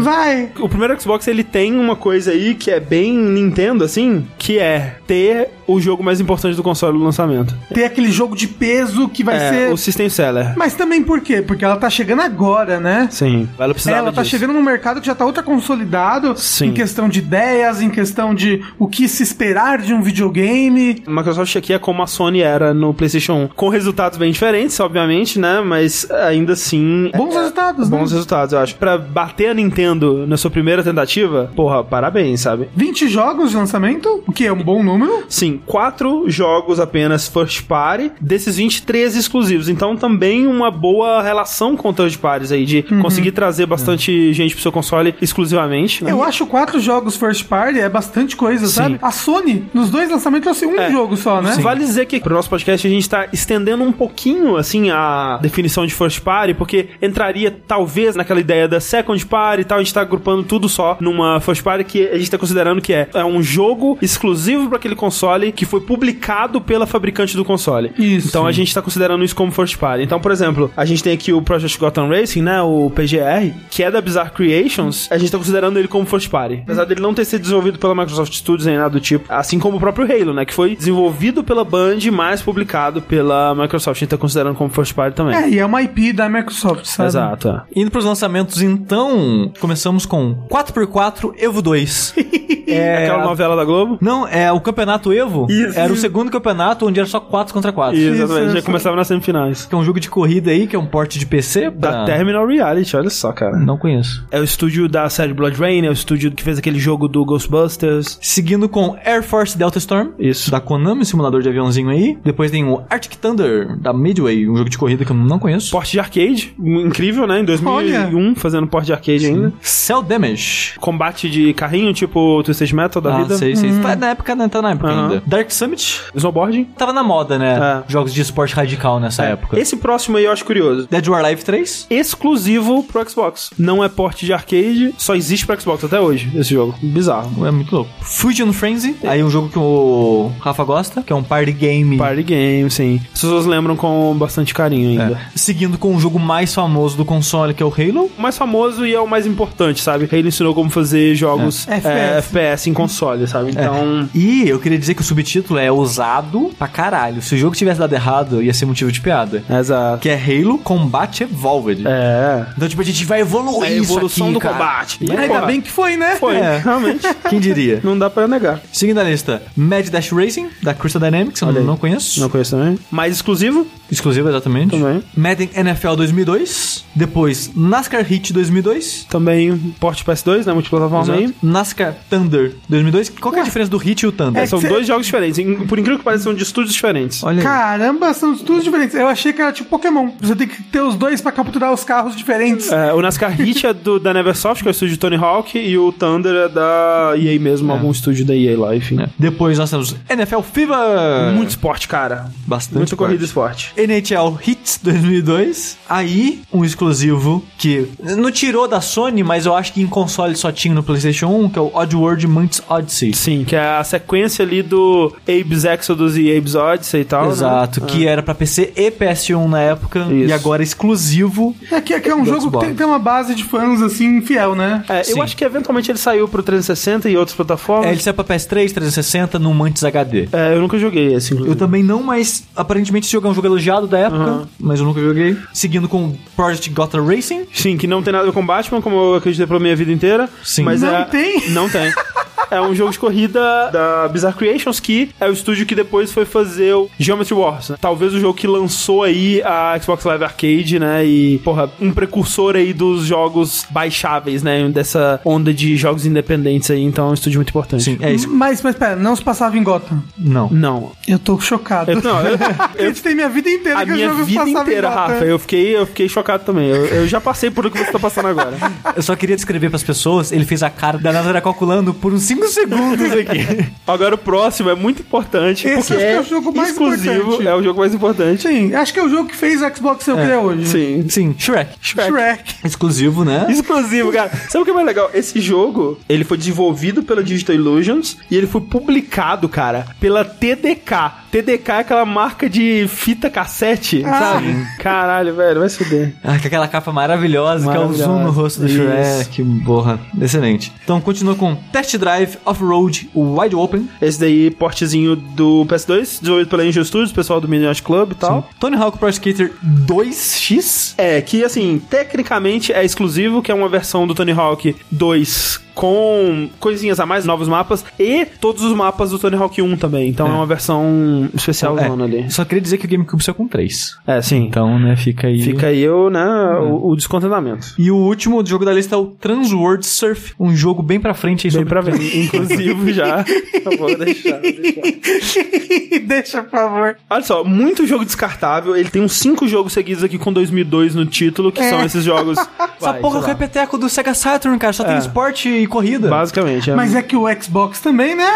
C: Vai!
A: O primeiro Xbox, ele tem uma coisa aí que é bem Nintendo, assim, que é ter o jogo mais importante do console no lançamento.
C: Ter aquele jogo de peso que vai
A: é,
C: ser...
A: o System Seller.
C: Mas também por quê? Porque ela tá chegando agora, né?
A: Sim, ela precisava
C: Ela tá
A: disso.
C: chegando num mercado que já tá ultra consolidado
A: Sim.
C: em questão de ideias, em questão de o que se esperar de um videogame.
A: A Microsoft aqui é como a Sony era no PlayStation 1, com resultados bem diferentes, obviamente, né? Mas ainda assim.
C: Bons resultados, né?
A: Bons resultados, eu acho. Pra bater a Nintendo na sua primeira tentativa, porra, parabéns, sabe?
C: 20 jogos de lançamento, o que é um bom número.
A: Sim, quatro jogos apenas first party, desses 23 exclusivos. Então também uma boa relação com third parties aí, de
C: Uhum.
A: conseguir trazer bastante gente pro seu console exclusivamente. né?
C: É. Eu acho quatro jogos first party é bastante coisa, sabe? A Sony, nos dois lançamentos, trouxe um
A: É.
C: jogo só, né?
A: Vale dizer que pro nosso podcast a gente tá estendendo um pouquinho, assim, a definição de first party, porque entraria talvez naquela ideia da second party e tal, a gente tá agrupando tudo só numa first party que a gente tá considerando que é, é um jogo exclusivo para aquele console que foi publicado pela fabricante do console.
C: Isso.
A: Então a gente tá considerando isso como first party. Então, por exemplo, a gente tem aqui o Project Gotham Racing, né, o PGR, que é da Bizarre Creations, a gente tá considerando ele como first party. Apesar dele não ter sido desenvolvido pela Microsoft Studios nem nada do tipo, assim como o próprio Halo, né, que foi desenvolvido pela Band, mas publicado pela Microsoft. A gente tá considerando como first party também.
C: É, e é uma IP da Microsoft, sabe?
A: Exato. é.
B: Indo pros lançamentos, então, começamos com 4x4 Evo 2.
A: É Aquela novela da Globo.
B: Não, é o campeonato Evo novo.
C: Isso.
B: Era o segundo campeonato onde era só 4 contra 4.
A: Isso, exatamente.
C: isso,
A: Já
C: isso.
A: começava nas semifinais.
B: Que é um jogo de corrida aí, que é um porte de PC.
A: Da
B: pra-
A: Terminal Reality, olha só, cara.
B: Não conheço.
A: É o estúdio da série Blood Rain, é o estúdio que fez aquele jogo do Ghostbusters.
B: Seguindo com Air Force Delta Storm.
A: Isso.
B: Da Konami, simulador de aviãozinho aí. Depois tem o Arctic Thunder, da Midway, um jogo de corrida que eu não conheço.
A: Porte de arcade, incrível, né? Em 2001, fazendo porte de arcade ainda.
B: Cell Damage.
A: Combate de carrinho, tipo Twisted Metal da
B: Ah,
A: vida. Uhum.
B: sei, sei. Tá Na época, né? Tá na época
A: Aham.
B: ainda. Dark Summit.
A: Snowboarding.
B: Tava na moda, né?
A: É.
B: Jogos de esporte radical nessa É, época.
A: Esse próximo aí eu acho curioso.
B: Dead or Alive 3.
A: Exclusivo pro Xbox. Não é porte de arcade, só existe pro Xbox até hoje, esse jogo. Bizarro.
B: É muito louco. Fusion Frenzy. Aí um jogo que o Rafa gosta, que é um party game.
A: Party game, sim. As pessoas lembram com bastante carinho ainda.
B: É. Seguindo com o jogo mais famoso do console, que é o Halo.
A: O mais famoso e é o mais importante, sabe? Ele ensinou como fazer jogos
C: É.
A: é,
C: FPS.
A: FPS em console, sabe?
B: É.
A: Então,
B: E eu queria dizer que o subtítulo é ousado pra caralho. Se o jogo tivesse dado errado, ia ser motivo de piada.
A: exato.
B: Que é Halo Combat Evolved.
A: É.
B: Então, tipo, a gente vai evoluir
A: É a evolução
B: isso aqui,
A: do
B: cara.
A: combate. E,
C: Ainda
A: pô,
C: bem que foi, né?
A: foi,
B: É.
A: realmente.
B: Quem diria?
A: Não dá pra negar.
B: Seguindo a lista, Mad Dash Racing, da Crystal Dynamics, eu
A: Olha aí.
B: não conheço.
A: Não conheço também. Mais exclusivo?
B: Exclusivo, exatamente.
A: Também.
B: Madden NFL 2002. Depois, NASCAR Hit 2002.
A: Também porte PS2, né? Multiplataforma aí.
B: Exato. NASCAR Thunder 2002. Qual que é a diferença do Hit e o Thunder?
A: É, são dois jogos diferentes. Em- Por incrível que pareça, são de estúdios diferentes.
B: Olha aí.
C: Caramba, são tudo diferentes. Eu achei que era tipo Pokémon. Você tem que ter os dois pra capturar os carros diferentes.
A: É, o NASCAR Hit é do, da Neversoft, que é o estúdio de Tony Hawk, e o Thunder é da EA mesmo, algum estúdio da EA lá, enfim.
B: É. Depois nós temos NFL Fever.
A: Muito esporte, cara.
B: Bastante
A: Muita
B: forte.
A: corrida e esporte.
B: NHL Hits 2002. Aí, um exclusivo que não tirou da Sony, mas eu acho que em console só tinha no PlayStation 1, que é o Oddworld Mantis Odyssey.
A: Sim, que é a sequência ali do Abe's Exodus e Abe's Odyssey e tal. né?
B: Exato, que era pra PC e PS1 na época, e
A: Isso.
B: agora exclusivo.
C: É que, é que é um
B: Do
C: jogo que
B: Xbox.
C: tem, tem uma base de fãs, assim, fiel, né?
A: É,
B: Sim.
A: eu acho que eventualmente ele saiu pro 360 e outras plataformas.
B: É, ele saiu pra PS3, 360, no Mantis HD.
A: É, eu nunca joguei esse, inclusive.
B: Eu também não, mas aparentemente esse jogo é um jogo elogiado da época, mas eu nunca joguei. Seguindo com Project Gotham Racing,
A: Sim, que não tem nada a ver com Batman, como eu acreditei pela minha vida inteira.
B: Sim.
A: Mas
C: Não
A: é-
C: tem?
A: Não tem. É um jogo de corrida da Bizarre Creations, que é o estúdio que depois foi fazer o Geometry Wars. né? Talvez o jogo que lançou aí a Xbox Live Arcade, né? E, porra, um precursor aí dos jogos baixáveis, né? Dessa onda de jogos independentes aí. Então é um estúdio muito importante.
B: Sim, é isso.
C: Mas, mas pera, não se passava em Gotham.
B: Não.
A: Não.
C: Eu tô chocado.
A: Eu- não, eu-
C: Acreditei minha vida inteira
A: A
C: que o
A: minha
C: jogo
A: vida
C: passava
A: inteira,
C: em Gotham.
A: Rafa, eu fiquei, eu fiquei chocado também. Eu, eu já passei por o que você tá passando agora.
B: Eu só queria descrever pras pessoas, ele fez a cara da Nazaré calculando por uns 5 segundos aqui.
A: Agora o próximo é muito importante.
C: Esse
A: porque
C: acho que é o jogo mais
A: exclusivo,
C: importante.
A: É o jogo mais importante.
C: Sim, acho que é o jogo que fez o Xbox ser o que é hoje.
A: Sim.
B: Sim, Shrek.
C: Shrek.
B: Exclusivo, né?
A: Exclusivo, cara. Sabe o que é mais legal? Esse jogo, ele foi desenvolvido pela Digital Illusions e ele foi publicado, cara, pela TDK. TDK é aquela marca de fita cassete,
C: Ah.
A: sabe? Caralho, velho, vai se fuder.
B: Ah, com aquela capa maravilhosa, que é o zoom
A: Maravilhosa.
B: no rosto do
A: Isso.
B: Shrek. Porra, excelente. Então continua com Test Drive Off-Road Wide Open.
A: Esse daí, portezinho do PS2, desenvolvido pela Angel Studios, pessoal do Midnight Club e tal.
B: Tony Hawk Pro Skater 2X.
A: É, que assim, tecnicamente é exclusivo, que é uma versão do Tony Hawk 2 com coisinhas a mais, novos mapas e todos os mapas do Tony Hawk 1 também. Então é, uma versão especial
B: É,
A: ali.
B: Só queria dizer que o GameCube saiu com 3.
A: É, sim.
B: Então, né, fica aí.
A: Fica aí eu, né, o, o descontentamento.
B: E o último jogo da lista é o Trans World Surf, um jogo bem pra frente aí
A: Bem
B: sobre
A: pra ver, inclusive já. Eu vou deixar, deixar.
C: Ah, Deixa, por favor.
A: Olha só, muito jogo descartável. Ele tem uns cinco jogos seguidos aqui com 2002 no título, que são esses jogos.
B: Essa
A: Vai,
B: porra
A: sei
B: que
A: lá.
B: é
A: É.
B: o peteco do Sega Saturn, cara. Só tem esporte e corrida.
A: Basicamente, é.
C: Mas é que o Xbox também, né?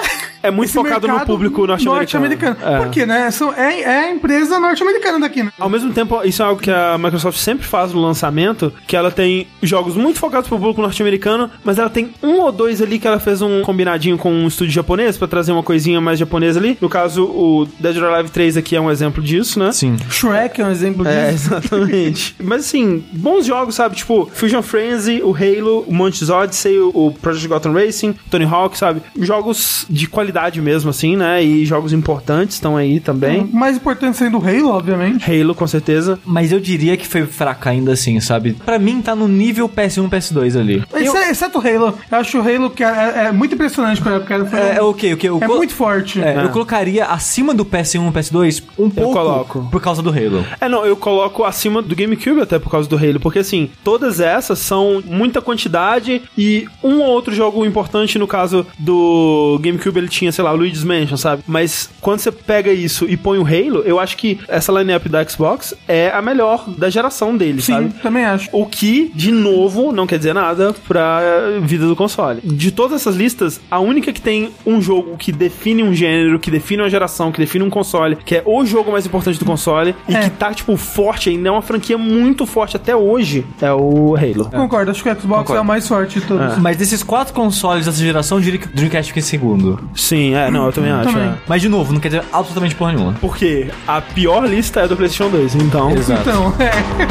A: é muito focado no
C: mercado
A: público norte-americano.
C: norte-americano.
A: É.
C: Por quê, né? São, é, é a empresa norte-americana daqui, né?
A: Ao mesmo tempo, isso é algo que a Microsoft sempre faz no lançamento, que ela tem jogos muito focados pro público norte-americano, mas ela tem um ou dois ali que ela fez um combinadinho com um estúdio japonês pra trazer uma coisinha mais japonesa ali. No caso, o Dead or Alive 3 aqui é um exemplo disso, né?
B: Sim.
C: Shrek é um exemplo
A: É,
C: disso.
A: exatamente. Mas assim, bons jogos, sabe? Tipo, Fusion Frenzy, o Halo, o Mantis Odyssey, o Project Gotham Racing, Tony Hawk, sabe? Jogos de qualidade mesmo, assim, né? E jogos importantes estão aí também.
C: O mais importante sendo o Halo, obviamente.
A: Halo, com certeza.
B: Mas eu diria que foi fraca ainda assim, sabe? Pra mim tá no nível PS1, PS2 ali.
C: Exce- Exceto o Halo. Eu acho o Halo que é, é muito impressionante pra época. Foi-
B: É, é o que? O que?
C: é muito forte.
B: É, Eu colocaria acima do PS1 PS2 um pouco
A: coloco.
B: por causa do Halo.
A: É, não, eu coloco acima do GameCube até por causa do Halo, porque assim, todas essas são muita quantidade e um ou outro jogo importante, no caso do GameCube ele tinha, sei lá, o Luigi's Mansion, sabe? Mas quando você pega isso e põe o Halo, eu acho que essa lineup da Xbox é a melhor da geração dele,
C: Sim,
A: sabe?
C: também acho.
A: O que, de novo, não quer dizer nada pra vida do console. De todas essas listas, a única que tem um jogo que define um gênero, que define uma geração, que define um console, que é o jogo mais importante do console e
C: É.
A: que tá, tipo, forte ainda, é uma franquia muito forte até hoje, é o Halo.
C: Concordo, acho que o Xbox é o mais forte de todos.
B: Mas desses quatro consoles dessa geração, eu diria que o Dreamcast fica em segundo.
A: Sim, é, não, eu também acho.
C: Hum. Também.
A: é.
B: Mas de novo, não quer dizer absolutamente porra nenhuma.
A: Porque a pior lista é a do PlayStation 2, então.
C: Então, é.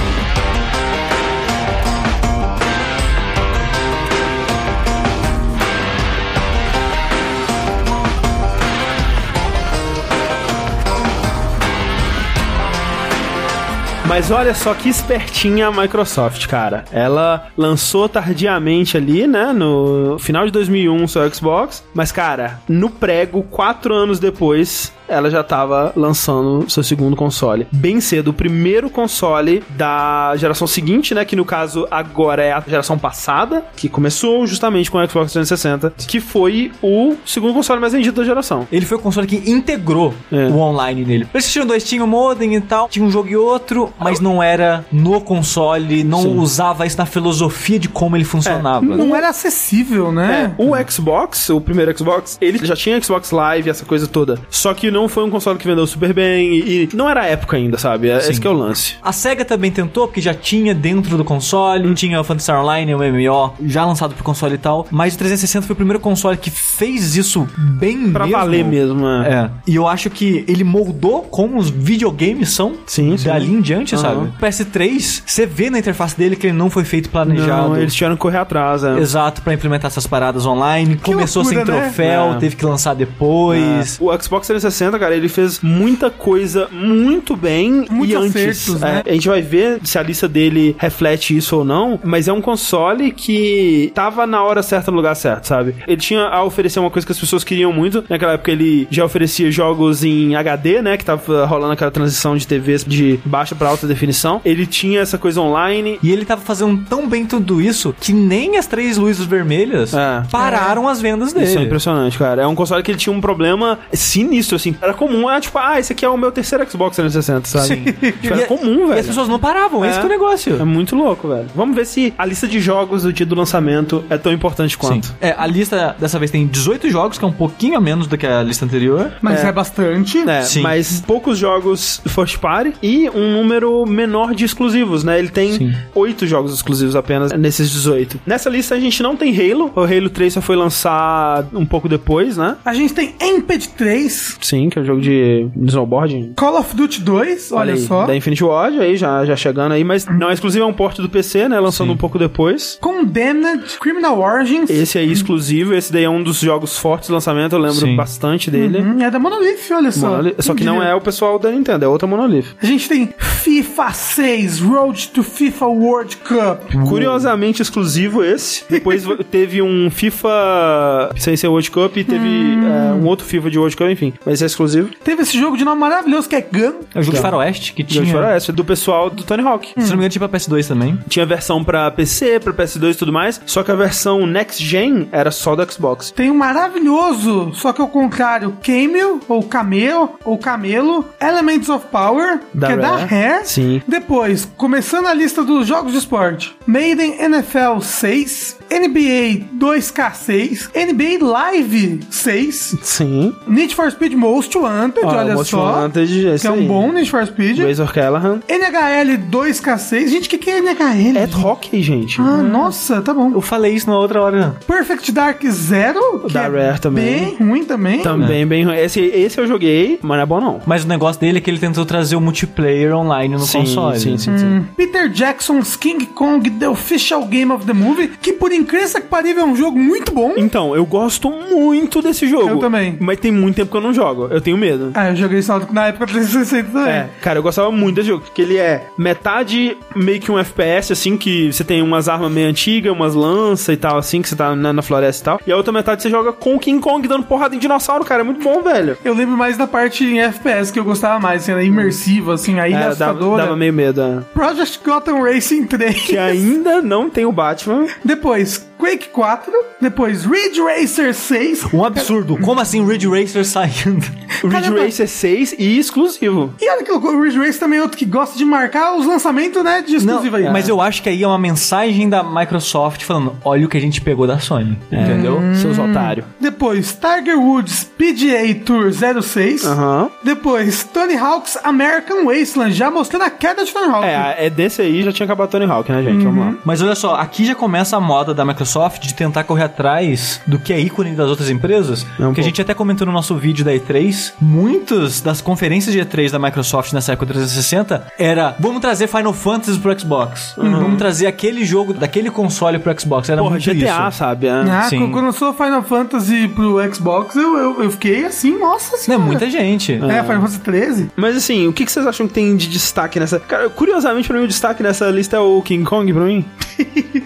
A: Mas olha só que espertinha a Microsoft, cara. Ela lançou tardiamente ali, né, no final de 2001 seu Xbox, mas cara, no prego, quatro anos depois, ela já tava lançando seu segundo console. Bem cedo, o primeiro console da geração seguinte, né, que no caso agora é a geração passada, que começou justamente com o Xbox 360, que foi o segundo console mais vendido da geração.
B: Ele foi o console que integrou
A: É.
B: o online nele. PlayStation 2 tinha o modem e tal, tinha um jogo e outro, mas não era no console, não
A: Sim. Hum.
B: usava isso na filosofia de como ele funcionava.
C: Não era acessível,
A: É,
C: né?
A: o Xbox, o primeiro Xbox, ele já tinha Xbox Live, essa coisa toda. Só que não foi um console que vendeu super bem e, e não era a época ainda, sabe? É, esse que é o lance.
B: A SEGA também tentou, porque já tinha dentro do
A: Hum.
B: console, tinha o Phantasy Star Online, o MMO, já lançado pro console e tal, mas o 360 foi o primeiro console que fez isso bem
A: Pra valer mesmo, é.
B: É, e eu acho que ele moldou como os videogames são
A: Sim, sim.
B: dali em diante,
A: Aham.
B: sabe? O PS3, você vê na interface dele que ele não foi feito planejado.
A: Não, eles tiveram que correr atrás, é.
B: Exato, pra implementar essas paradas online. Começou
C: loucura,
B: sem
C: né?
B: troféu,
A: É.
B: teve que lançar depois.
A: O Xbox 360, cara, ele fez muita coisa muito bem
C: Muitos
A: e antes.
C: acertos,
A: é,
C: né?
A: a gente vai ver se a lista dele reflete isso ou não, mas é um console que tava na hora certa no lugar certo, sabe? Ele tinha a oferecer uma coisa que as pessoas queriam muito. Naquela época ele já oferecia jogos em HD, né? Que tava rolando aquela transição de TVs de baixa pra alta definição. Ele tinha essa coisa online.
B: E ele tava fazendo tão bem tudo isso que nem as três luzes vermelhas
A: É.
B: pararam as vendas dele.
A: Isso é impressionante, cara. É um console que ele tinha um problema sinistro, assim. Era comum, era tipo, ah, esse aqui é o meu terceiro Xbox 360, sabe? Tipo,
B: E
A: era
B: a-
A: comum,
B: E
A: velho.
B: as pessoas não paravam, esse
A: É.
B: que é o negócio.
A: É muito louco, velho. Vamos ver se a lista de jogos do dia do lançamento é tão importante quanto.
B: É, a lista dessa vez tem 18 jogos, que é um pouquinho a menos do que a lista anterior.
C: Mas é, bastante.
A: É,
B: Sim.
A: mas poucos jogos first party e um número menor de exclusivos, né? Ele tem
B: Sim.
A: oito jogos exclusivos apenas nesses 18. Nessa lista a gente não tem Halo. O Halo 3 só foi lançado um pouco depois, né?
C: A gente tem Emped 3,
A: Sim, que é um jogo de snowboarding.
C: Call of Duty 2, olha,
A: aí,
C: só.
A: Da Infinity Ward, aí já, já chegando aí, mas não é exclusivo, é um porte do PC, né? Lançando um pouco depois.
C: Condemned, Criminal Origins.
A: Esse aí é exclusivo, esse daí é um dos jogos fortes do lançamento, eu lembro
B: Sim.
A: bastante dele.
C: Hum, é da Monolith, olha só.
A: Monolith- Só que não
C: Incrível.
A: é o pessoal da Nintendo, é outra Monolith.
C: A gente tem FIFA 6, Road to FIFA World Cup.
A: Curiosamente exclusivo esse. Depois vo- teve um FIFA sem ser World Cup e teve
C: Hum.
A: é, um outro FIFA de World Cup, enfim. Mas esse é exclusivo.
C: Teve esse jogo de nome maravilhoso que é Gun.
B: É o jogo de faroeste, que tinha...
A: Tinha. Fora essa, do pessoal do Tony Hawk.
C: Hum.
B: Se não me engano, tinha pra PS2 também.
A: Tinha versão pra PC, pra PS2 e tudo mais. Só que a versão Next Gen era só do Xbox.
C: Tem um maravilhoso, só que ao contrário, Camel, ou Camel, ou Camelo, Elements of Power,
A: Da
C: que é da
A: Rare.
C: Rare.
A: Sim.
C: Depois, começando a lista dos jogos de esporte, Maiden NFL 6, NBA 2K6, NBA Live 6,
A: Sim.
C: Need for Speed Most Wanted,
A: Ó,
C: olha
A: Ah, Most
C: só,
A: Wanted, é
C: que
A: isso
C: é um
A: aí.
C: bom Need for Speed.
A: Razor Callahan.
C: NHL 2K6, gente, o que, que é NHL?
A: É hockey, gente.
C: Ah, nossa, tá bom.
B: Eu falei isso na outra hora. né?
C: Perfect Dark Zero, que
A: Da
C: é
A: Rare também.
C: bem ruim também.
A: Também bem ruim. Esse, esse eu joguei, mas não é bom não.
B: Mas o negócio dele é que ele tentou trazer o multiplayer online no console.
C: Hum.
A: sim, sim, sim.
C: Peter Jackson's King Kong The Official Game of the Movie, que por em Cresça que Parive é um jogo muito bom.
A: Então, eu gosto muito desse jogo.
C: Eu também.
A: Mas tem muito tempo que eu não jogo. Eu tenho medo.
C: Ah, eu joguei isso na- na época do 360 também.
A: É, cara, eu gostava muito desse jogo, porque ele é metade meio que um FPS, assim, que você tem umas armas meio antigas, umas lanças e tal, assim, que você tá na, na floresta e tal. E a outra metade você joga com o King Kong dando porrada em dinossauro, cara. É muito bom, velho.
C: Eu lembro mais da parte em FPS que eu gostava mais, assim, era imersiva, assim, a ilha
A: É, dava,
C: assustadora.
A: dava meio medo. é.
C: Project Gotham Racing 3.
A: Que é- ainda não tem o Batman.
C: Depois Quake 4. Depois Ridge Racer 6.
B: Um absurdo. Como assim Ridge Racer saindo?
A: Ridge
C: Caramba.
A: Racer 6 e exclusivo.
C: E olha que louco, o Ridge Racer também é outro que gosta de marcar os lançamentos, né, de
B: Não,
C: exclusivo aí.
B: mas eu acho que aí é uma mensagem da Microsoft falando: olha o que a gente pegou da Sony. Entendeu?
A: Seus otários.
C: Depois Tiger Woods PGA Tour 06.
A: Aham.
C: Depois Tony Hawk's American Wasteland, já mostrando a queda de Tony Hawk. Ah,
A: É, é desse aí já tinha acabado Tony Hawk, né, gente? Vamos lá.
B: Mas olha só, aqui já começa a moda da Microsoft de tentar correr atrás do que é ícone das outras empresas. que
A: um
B: a
A: pouco.
B: gente até comentou no nosso vídeo da E3, muitas das conferências de E3 da Microsoft nessa época 360 era vamos trazer Final Fantasy pro Xbox. Vamos trazer aquele jogo daquele console pro Xbox. Era
A: Porra,
B: muito
A: GTA,
B: isso.
A: sabe? É.
C: Ah,
B: sim.
C: quando lançou Final Fantasy pro Xbox, eu, eu, eu fiquei assim, nossa
B: Não, é
C: senhora.
B: muita gente.
C: É, Final Fantasy 13.
A: Mas assim, o que que vocês acham que tem de destaque nessa. Cara, curiosamente, pra mim, o destaque nessa lista é o King Kong pra mim.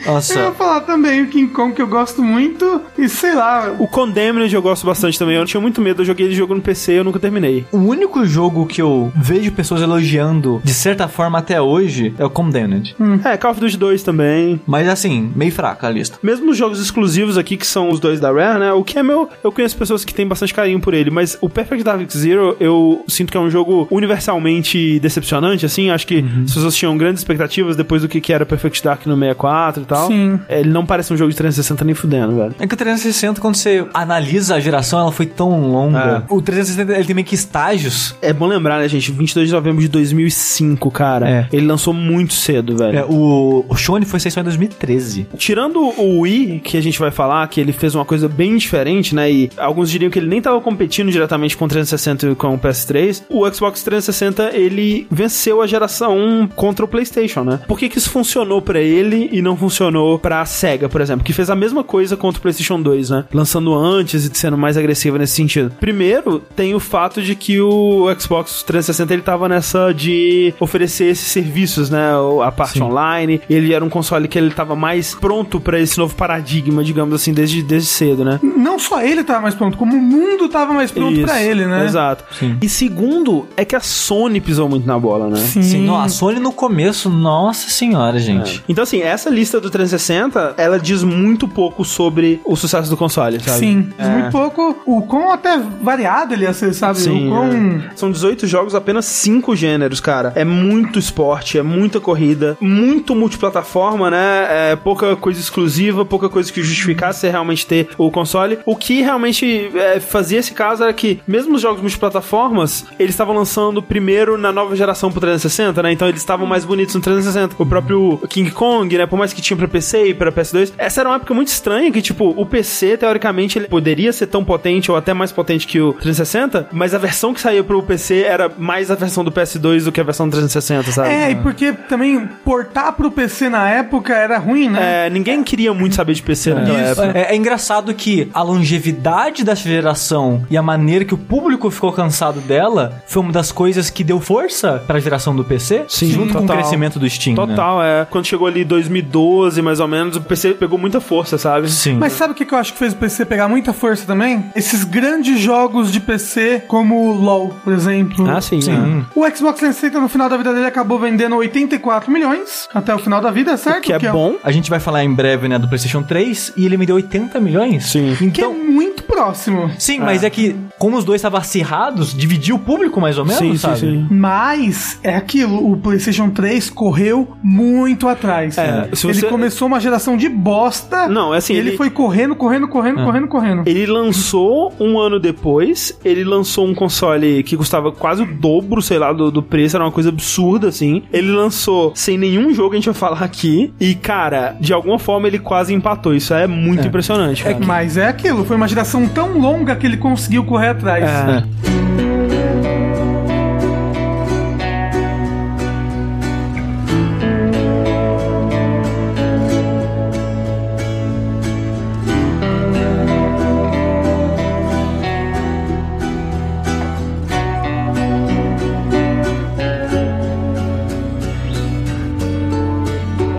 B: Nossa.
C: Eu ia falar também o King Kong que eu gosto muito. E sei lá,
A: O Condemned eu gosto bastante também. Eu tinha muito medo, eu joguei ele jogo no PC e eu nunca terminei.
B: O único jogo que eu vejo pessoas elogiando, de certa forma até hoje, é o Condemned.
A: É, Call of Duty 2 também.
B: Mas assim, meio fraca a lista.
A: Mesmo os jogos exclusivos aqui, que são os dois da Rare, né? O que é meu. Eu conheço pessoas que têm bastante carinho por ele, mas o Perfect Dark Zero eu sinto que é um jogo universalmente decepcionante, assim. Acho que
B: Uhum.
A: as pessoas tinham grandes expectativas depois do que que era Perfect Dark no 64 e tal.
C: Sim.
A: Ele não parece um jogo de 360 nem fudendo, velho.
B: É que o 360, quando você analisa a geração, ela foi tão longa. O 360, ele tem meio que estágios.
A: É bom lembrar, né, gente? 22 de novembro de 2005, cara.
B: É.
A: Ele lançou muito cedo, velho.
B: É, o, o Shone foi sair só em 2013.
A: Tirando o Wii, que a gente vai falar, que ele fez uma coisa bem diferente, né? E alguns diriam que ele nem tava competindo diretamente com o 360 e com o PS3. O Xbox 360, ele venceu a geração um contra o PlayStation, né? Por que que isso funcionou pra ele e não funcionou pra Sega, por exemplo? Que fez a mesma coisa contra o PlayStation 2, né? Lançando antes e sendo mais agressiva nesse sentido. Primeiro, tem o fato de que o Xbox 360, ele tava nessa de oferecer esses serviços, né? A parte
B: Sim.
A: online online. Ele era um console que ele tava mais pronto pra esse novo paradigma, digamos assim, desde, desde cedo, né?
C: não só ele tava mais pronto, como o mundo tava mais pronto
A: Isso,
C: pra ele, né?
A: Exato.
B: Sim.
A: E segundo, é que a Sony pisou muito na bola, né?
C: Sim.
B: Sim, não, a Sony no começo, nossa senhora, gente.
A: Então, assim, essa lista do 360, ela diz muito pouco sobre o sucesso do console, sabe?
C: Sim,
A: É.
C: muito pouco. O quão até variado ele ia ser, sabe?
A: Sim,
C: o quão...
A: é. São 18 jogos, apenas 5 gêneros, cara. É muito esporte, é muita corrida, muito multiplataforma, né? É pouca coisa exclusiva, pouca coisa que justificasse você realmente ter o console. O que realmente é, fazia esse caso era que, mesmo os jogos multiplataformas, eles estavam lançando primeiro na nova geração pro 360, né? Então eles estavam mais bonitos no 360. O próprio King Kong, né? Por mais que tinha pra PC e pra PS2, essa era uma época muito estranha que, tipo, o PC, teoricamente, ele poderia ser tão potente ou até mais potente que o 360, mas a versão que saía pro PC era mais a versão do PS2 do que a versão do 360, sabe?
C: É, e porque também portar pro PC na época era ruim, né?
A: É, ninguém queria muito saber de PC naquela
B: Isso.
A: época.
B: É, é engraçado que a longevidade dessa geração e a maneira que o público ficou cansado dela foi uma das coisas que deu força pra geração do PC,
A: Sim,
B: junto com
A: total.
B: o crescimento do Steam. né?
A: Total, é. Quando chegou ali 2012, mais ou menos, o PC pegou muita força, sabe?
B: Sim.
C: Mas sabe o que que eu acho que fez o PC pegar muita força também? Esses grandes jogos de PC, como o LoL, por exemplo.
A: Ah, sim.
B: Sim.
A: né?
C: O Xbox 360 no final da vida dele acabou vendendo 84 milhões até o final da vida, certo? um
A: Que é bom.
B: A gente vai falar em breve, né, do PlayStation 3 e ele me deu 80 milhões.
A: Sim. Ah.
C: Que
B: Então,
C: é muito próximo.
B: sim, mas é que como os dois estavam acirrados, dividiu o público mais ou menos,
A: Sim, sim,
B: sabe?
A: sim.
C: Mas é aquilo, o PlayStation 3 correu muito atrás.
A: É, se você-
C: Ele começou uma geração de bosta.
A: Não, é assim,
C: e ele,
A: ele- Ah.
C: foi correndo, correndo, correndo, correndo, correndo.
A: Ele lançou um ano depois, ele lançou um console que custava quase o dobro, sei lá, do, do preço, era uma coisa absurda, assim. Ele lançou sem nenhum jogo, a gente vai falar aqui, e, cara, de alguma forma ele quase empatou. Isso é muito impressionante, cara.
C: Mas é aquilo, foi uma geração tão longa que ele conseguiu correr atrás.
A: É.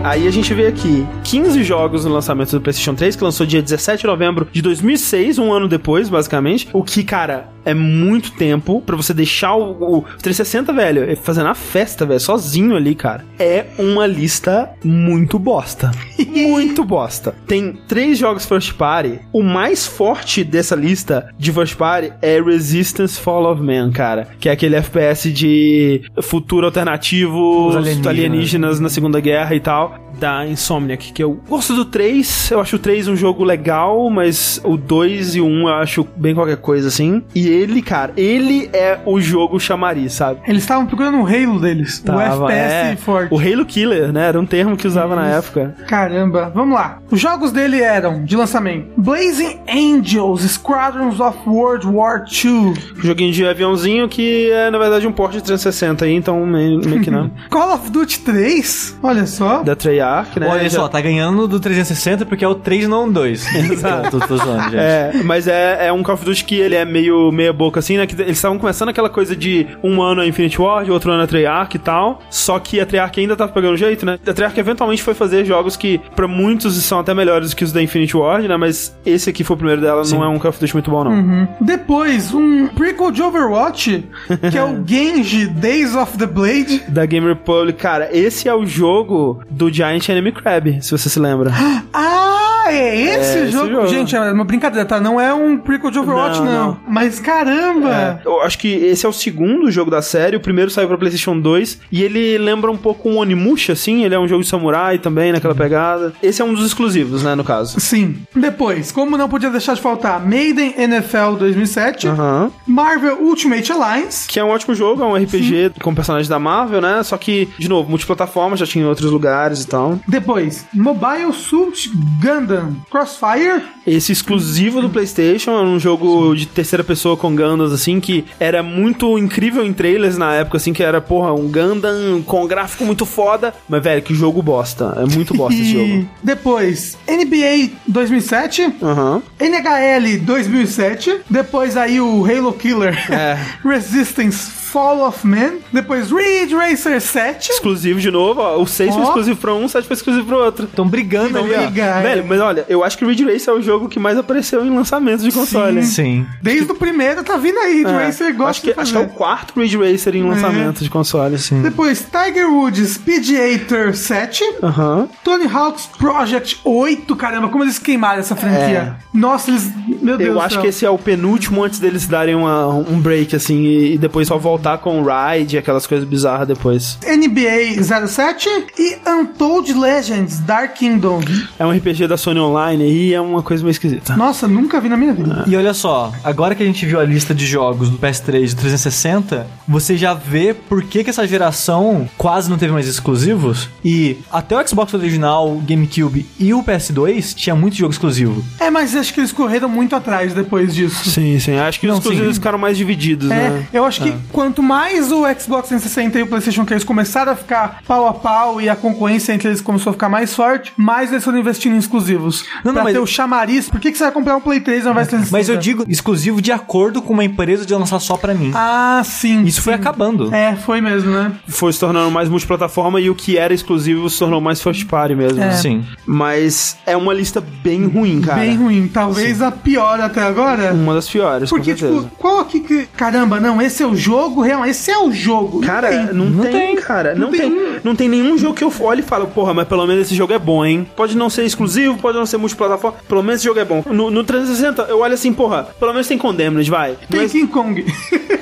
A: Aí a gente vê aqui 15 jogos no lançamento do PlayStation 3, que lançou dia 17 de novembro de 2006, um ano depois, basicamente. O que, cara, é muito tempo pra você deixar o, o 360, velho, é fazendo a festa, velho, sozinho ali, cara. É uma lista muito bosta. muito bosta. Tem três jogos first party. O mais forte dessa lista de first party é Resistance Fall of Man, cara, que é aquele FPS de futuro alternativo,
B: Os
A: alienígenas,
B: alienígenas.
A: na Segunda Guerra e tal, da Insomniac, que eu gosto do 3, eu acho o 3 um jogo legal, mas o 2 e o 1 eu acho bem qualquer coisa assim. E ele, cara, ele é o jogo chamariz, sabe?
C: Eles estavam procurando um Halo deles.
A: Tava,
C: o FPS
A: é,
C: forte.
A: O Halo Killer, né? Era um termo que usava na época.
C: Caramba, vamos lá. Os jogos dele eram, de lançamento, Blazing Angels, Squadrons of World War II,
A: Joguinho de aviãozinho que é, na verdade, um porte de 360 aí, então meio, meio que não.
C: Call of Duty 3, olha só.
A: da Treyarch, né?
B: Olha
A: Já-
B: só, tá ganhando do 360 porque é o 3 não o 2. Exato. tô, tô zoando, gente.
A: É, mas é, é um Call of Duty que ele é meio meia boca assim, né? Que eles estavam começando aquela coisa de um ano é Infinity Ward, outro ano é Treyarch e tal. Só que a Treyarch ainda tava pegando jeito, né? A Treyarch eventualmente foi fazer jogos que pra muitos são até melhores que os da Infinity Ward, né? Mas esse aqui foi o primeiro dela, não é um Call of Duty muito bom não.
B: Uhum.
C: Hum. Depois, um prequel de Overwatch, que é o Genji Days of the Blade.
A: Da Game Republic, cara, esse é o jogo do Giant Enemy Crab, se você se lembra.
C: Ah, é esse
A: É, esse
C: jogo?
A: jogo.
C: Gente, é uma brincadeira, tá? Não é um prequel de Overwatch,
A: Não,
C: não.
A: não.
C: Mas caramba!
A: Eu acho que esse é o segundo jogo da série, o primeiro saiu pra PlayStation 2 e ele lembra um pouco um Onimusha assim, ele é um jogo de samurai também naquela pegada. Esse é um dos exclusivos, né, no caso.
C: Sim. Depois, como não podia deixar de faltar, Maiden NFL 2007,
A: Aham.
C: Marvel Ultimate Alliance,
A: Que é um ótimo jogo, é um RPG com personagens da Marvel, né? Só que, de novo, multiplataforma, já tinha em outros lugares e tal.
C: depois, Mobile Suit Gundam Crossfire,
A: Esse exclusivo do PlayStation era um jogo de terceira pessoa com Gundams, assim, que era muito incrível em trailers na época, assim, que era, porra, um Gundam com gráfico muito foda. Mas, velho, que jogo bosta. É muito bosta esse
C: e
A: jogo.
C: depois, NBA 2007,
A: Aham.
C: NHL 2007, depois aí o Halo Killer
A: É.
C: Resistance Fall of Man, depois Ridge Racer 7,
A: Exclusivo de novo, ó. O 6 foi
C: Ó.
A: exclusivo pra um, o 7 foi exclusivo pro outro.
B: Tão brigando ali, ó.
C: Obrigado.
A: Velho, mas olha, eu acho que o Ridge Race é o jogo que mais apareceu em lançamentos de console.
B: Sim.
C: Desde o primeiro tá vindo aí, Ridge
A: É.
C: Racer gosta
A: acho que,
C: de fazer. É.
A: acho que é o quarto Ridge Racer em lançamento de console, sim.
C: Depois, Tiger Woods PGA 7,
A: Aham.
C: Tony Hawk's Project 8, caramba, como eles queimaram essa franquia. Nossa, eles... Meu Deus
A: Eu
C: do
A: acho
C: céu.
A: que esse é o penúltimo antes deles darem uma- um break, assim, e, e depois só voltar com o Ride e aquelas coisas bizarras depois.
C: NBA 07 e Untold Legends Dark Kingdom.
A: É um RPG da Sony Online aí, é uma coisa meio esquisita.
C: Nossa, nunca vi na minha vida.
B: E olha só, agora que a gente viu a lista de jogos do PS3 de 360, você já vê por que, que essa geração quase não teve mais exclusivos. E até o Xbox original, o GameCube e o PS2 tinha muito jogo exclusivo.
C: É, mas acho que eles correram muito atrás depois disso.
A: Sim, sim. Acho que os
B: Não,
A: exclusivos
B: sim.
A: ficaram mais divididos,
C: É,
A: né?
C: eu acho que quanto mais o Xbox 360 e o PlayStation 3 começaram a ficar pau a pau e a concorrência entre eles começou a ficar mais forte, mais eles foram investindo em exclusivos.
B: Não, não,
C: pra
B: mas-
C: ter o chamariz, por que, que você vai comprar um Play 3 ao invés de 360?
B: Mas eu digo exclusivo de acordo com uma empresa de lançar só pra mim.
C: Ah, sim.
B: Isso foi
C: sim.
B: acabando.
C: É, foi mesmo, né?
A: Foi se tornando mais multiplataforma e o que era exclusivo se tornou mais first party mesmo.
C: É.
B: Sim.
A: Mas é uma lista bem ruim, cara.
C: Bem ruim. Talvez a pior até agora.
A: Uma das piores,
C: Porque,
A: com certeza.
C: tipo, qual aqui que. Caramba, não, esse é o jogo, real, esse é o jogo. Não tem.
A: Cara, não, tem, cara. Não,
C: Não
A: tem,
C: tem
A: Não tem nenhum jogo que eu olhe e falo, porra, mas pelo menos esse jogo é bom, hein? Pode não ser exclusivo, pode não ser multiplataforma, pelo menos esse jogo é bom. No, no 360, eu olho assim, porra, pelo menos tem Condemned, vai.
C: tem
A: Mas-
C: King Kong.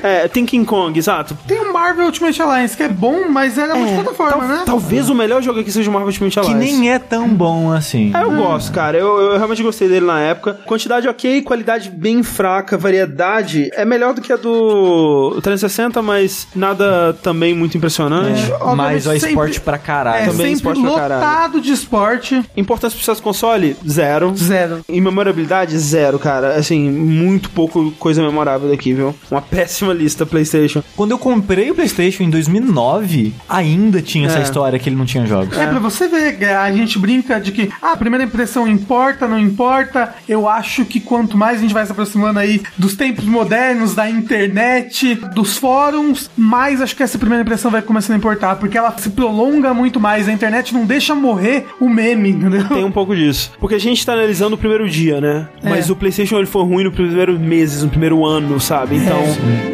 A: é, tem King Kong, exato.
C: tem o Marvel Ultimate Alliance, que é bom, mas era muito
A: Tal-
C: plataforma, né?
A: Talvez o melhor jogo aqui seja o Marvel Ultimate
B: Que
A: Alliance.
B: nem é tão bom assim.
A: Ah, eu gosto, cara. Eu, eu realmente gostei dele na época. Quantidade ok, qualidade bem fraca, variedade é melhor do que a do 360, mas nada também muito impressionante.
C: obviamente,
B: É. Mas ó, esporte
C: sempre-
B: pra
C: É,
B: caralho.
A: também
C: sempre
A: esporte pra caralho.
C: lotado de esporte.
A: Importância pro sucesso console? Zero.
C: Zero.
A: Em memorabilidade, zero, cara. Assim, muito pouco coisa memorável daqui, viu? Uma péssima lista PlayStation.
B: Quando eu comprei o PlayStation em 2009, ainda tinha essa
A: É.
B: história que ele não tinha jogos.
C: É. pra você ver, a gente brinca de que ah, a primeira impressão importa, não importa. Eu acho que quanto mais a gente vai se aproximando aí dos tempos modernos, da internet, dos fóruns, mais acho que essa primeira impressão vai começando a importar, porque ela se prolonga muito mais. A internet não deixa morrer o meme, entendeu?
A: Tem um pouco disso. Porque a gente tá analisando o primeiro dia, né?
C: É.
A: Mas o PlayStation ele foi ruim nos primeiros meses, no primeiro ano, sabe? Então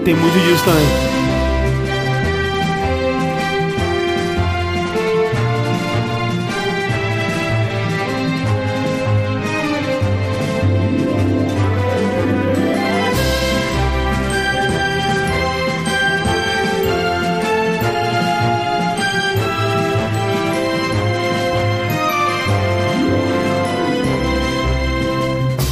A: tem muito disso também.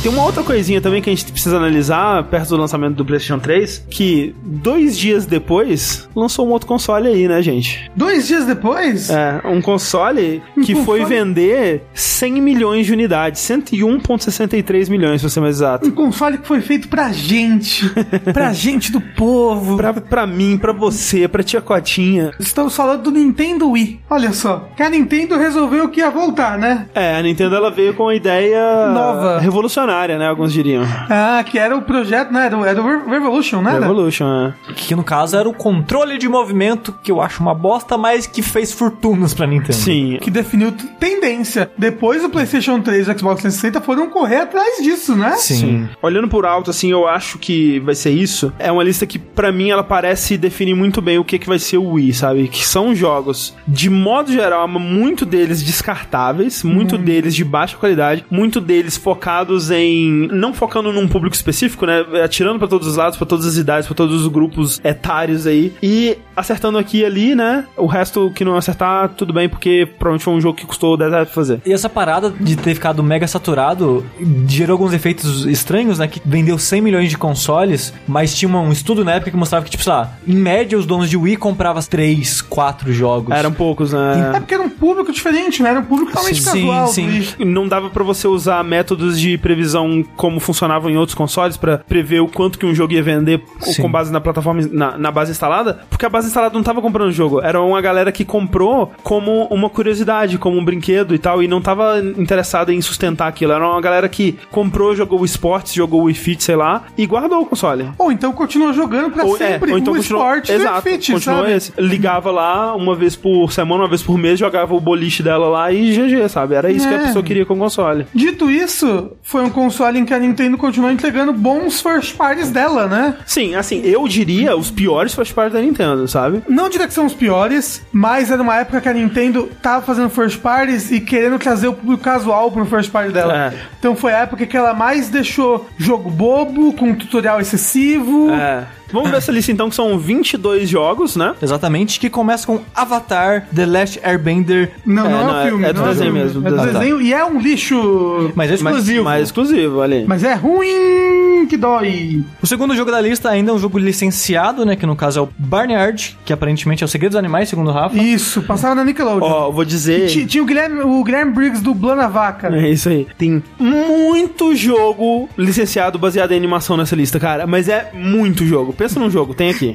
A: Tem uma outra coisinha também que a gente precisa analisar perto do lançamento do PlayStation 3, que dois dias depois lançou um outro console aí, né, gente?
C: Dois dias depois?
A: É, um console que
C: Um
A: foi
C: console?
A: vender 100 milhões de unidades, 101,63 milhões, pra ser mais exato.
C: Um console que foi feito pra gente. É. pra gente do povo.
A: Pra, pra mim, pra você, pra tia Cotinha.
C: Estamos falando do Nintendo Wii. Olha só. Que a Nintendo resolveu que ia voltar, né?
A: É, a Nintendo ela veio com uma ideia
C: Nova.
A: revolucionária, né? Alguns diriam.
C: Ah, que era o projeto, né? Era o, era o Re- Revolution, né?
A: Revolution, é.
B: Que no caso era o controle de movimento, que eu acho uma bosta, mas que fez fortunas pra Nintendo.
A: Sim.
C: Que definiu t- tendência. Depois o PlayStation 3 e o Xbox 360 foram correr atrás disso, né?
B: Sim.
A: Sim. Olhando por alto, assim, eu acho que vai ser isso. É uma lista que, pra mim, ela parece definir muito bem o que, que vai ser o Wii, sabe? Que são jogos, de modo geral, muito deles descartáveis, muito deles de baixa qualidade, muito deles focados em. não focando num público específico, né? Atirando pra todos os lados, pra todas as idades, pra todos os grupos etários aí. E acertando aqui e ali, né? O resto que não acertar, tudo bem, porque provavelmente foi um jogo que custou 10 reais pra fazer.
B: E essa parada de ter ficado mega saturado gerou alguns efeitos estranhos, né? Que vendeu 100 milhões de consoles, mas tinha um estudo na época que mostrava que, tipo, sei lá, em média os donos de Wii compravam 3, 4 jogos.
A: Eram poucos, né?
C: É porque era um público diferente, né? Era um público totalmente
B: Sim,
C: casual.
B: sim.
C: Wii.
A: não dava pra você usar métodos de previsão como funcionavam em outros consoles pra prever o quanto que um jogo ia vender co-
B: Sim.
A: com base na plataforma na, na base instalada, porque a base instalada não tava comprando o jogo, era uma galera que comprou como uma curiosidade, como um brinquedo e tal, e não tava interessada em sustentar aquilo, era uma galera que comprou, jogou o esportes, jogou o Wii Fit, sei lá, e guardou o console.
C: Ou então continua jogando pra
A: Ou,
C: sempre.
A: é, ou então
C: o
A: continuou,
C: esporte
A: exato,
C: fit,
A: continuou
C: sabe?
A: esse. Ligava lá uma vez por semana, uma vez por mês, jogava o boliche dela lá e GG, sabe? Era isso que a
C: É.
A: pessoa queria com o console.
C: Dito isso, foi um console em que a Nintendo continuou entregando bons first parties dela, né?
A: Sim, assim, eu diria os piores first party da Nintendo, sabe?
C: Não diria que são os piores, mas era uma época que a Nintendo tava fazendo first parties e querendo trazer o público casual pro first party dela.
A: É.
C: Então foi a época que ela mais deixou jogo bobo, com tutorial excessivo.
A: É. Vamos ver essa lista então, que são 22 jogos, né?
B: Exatamente, que começa com Avatar, The Last Airbender.
C: Não,
A: É,
C: não,
A: não,
C: é
A: é-
C: o filme.
A: é do
C: não
A: desenho
C: filme.
A: mesmo,
C: É do
A: do desenho.
C: desenho e é um lixo.
B: Mas é exclusivo.
A: Mas, mas exclusivo, olha aí.
C: Mas é ruim que dói.
B: O segundo jogo da lista ainda é um jogo licenciado, né? Que no caso é o Barnyard, que aparentemente é o Segredo dos Animais, segundo o Rafa.
C: Isso, passava na Nickelodeon.
A: Ó, vou dizer.
C: Ti- Tinha o Guilherme, o Guilherme Briggs dublando a vaca.
A: É isso aí. Tem muito jogo licenciado baseado em animação nessa lista, cara. Mas é muito jogo. Pensa num jogo, tem aqui.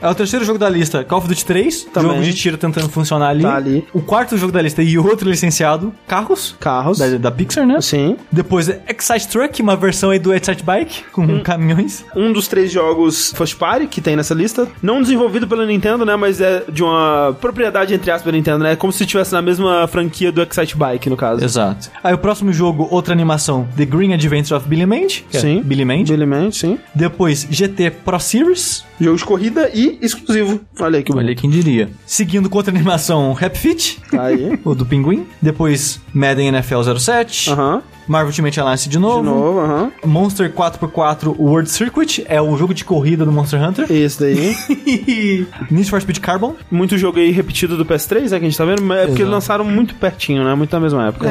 B: É o terceiro jogo da lista, Call of Duty 3,
A: Também.
B: jogo de tiro tentando funcionar ali.
A: Tá ali.
B: O quarto jogo da lista e outro licenciado, Carros,
A: Carros.
B: da, da Pixar, né?
A: Sim.
B: Depois é Excite Truck, uma versão aí do Excite Bike, com caminhões.
A: Um dos três jogos First Party que tem nessa lista. Não desenvolvido pela Nintendo, né? Mas é de uma propriedade, entre aspas, da Nintendo, né? É como se estivesse na mesma franquia do Excite Bike, no caso.
B: Exato. Aí o próximo jogo, outra animação, The Green Adventures of Billy Mandy. que é
A: Sim.
B: Billy Mandy.
A: Exatamente, sim.
B: Depois GT Pro Series.
A: Jogo de corrida e exclusivo. Olha aí que bonito.
B: quem diria. Seguindo com outra animação, Rap Fit.
A: Tá Aí.
B: O do Pinguim. Depois Madden NFL 07.
A: Aham.
B: Marvel Ultimate Alliance de novo.
A: De novo, aham.
B: Monster 4x4 World Circuit. É o jogo de corrida do Monster Hunter.
A: Esse daí.
B: Need for Speed Carbon.
A: muito jogo aí repetido do PS3, né? Que a gente tá vendo, mas é porque
B: Exato.
A: lançaram muito pertinho, né? Muito na mesma época.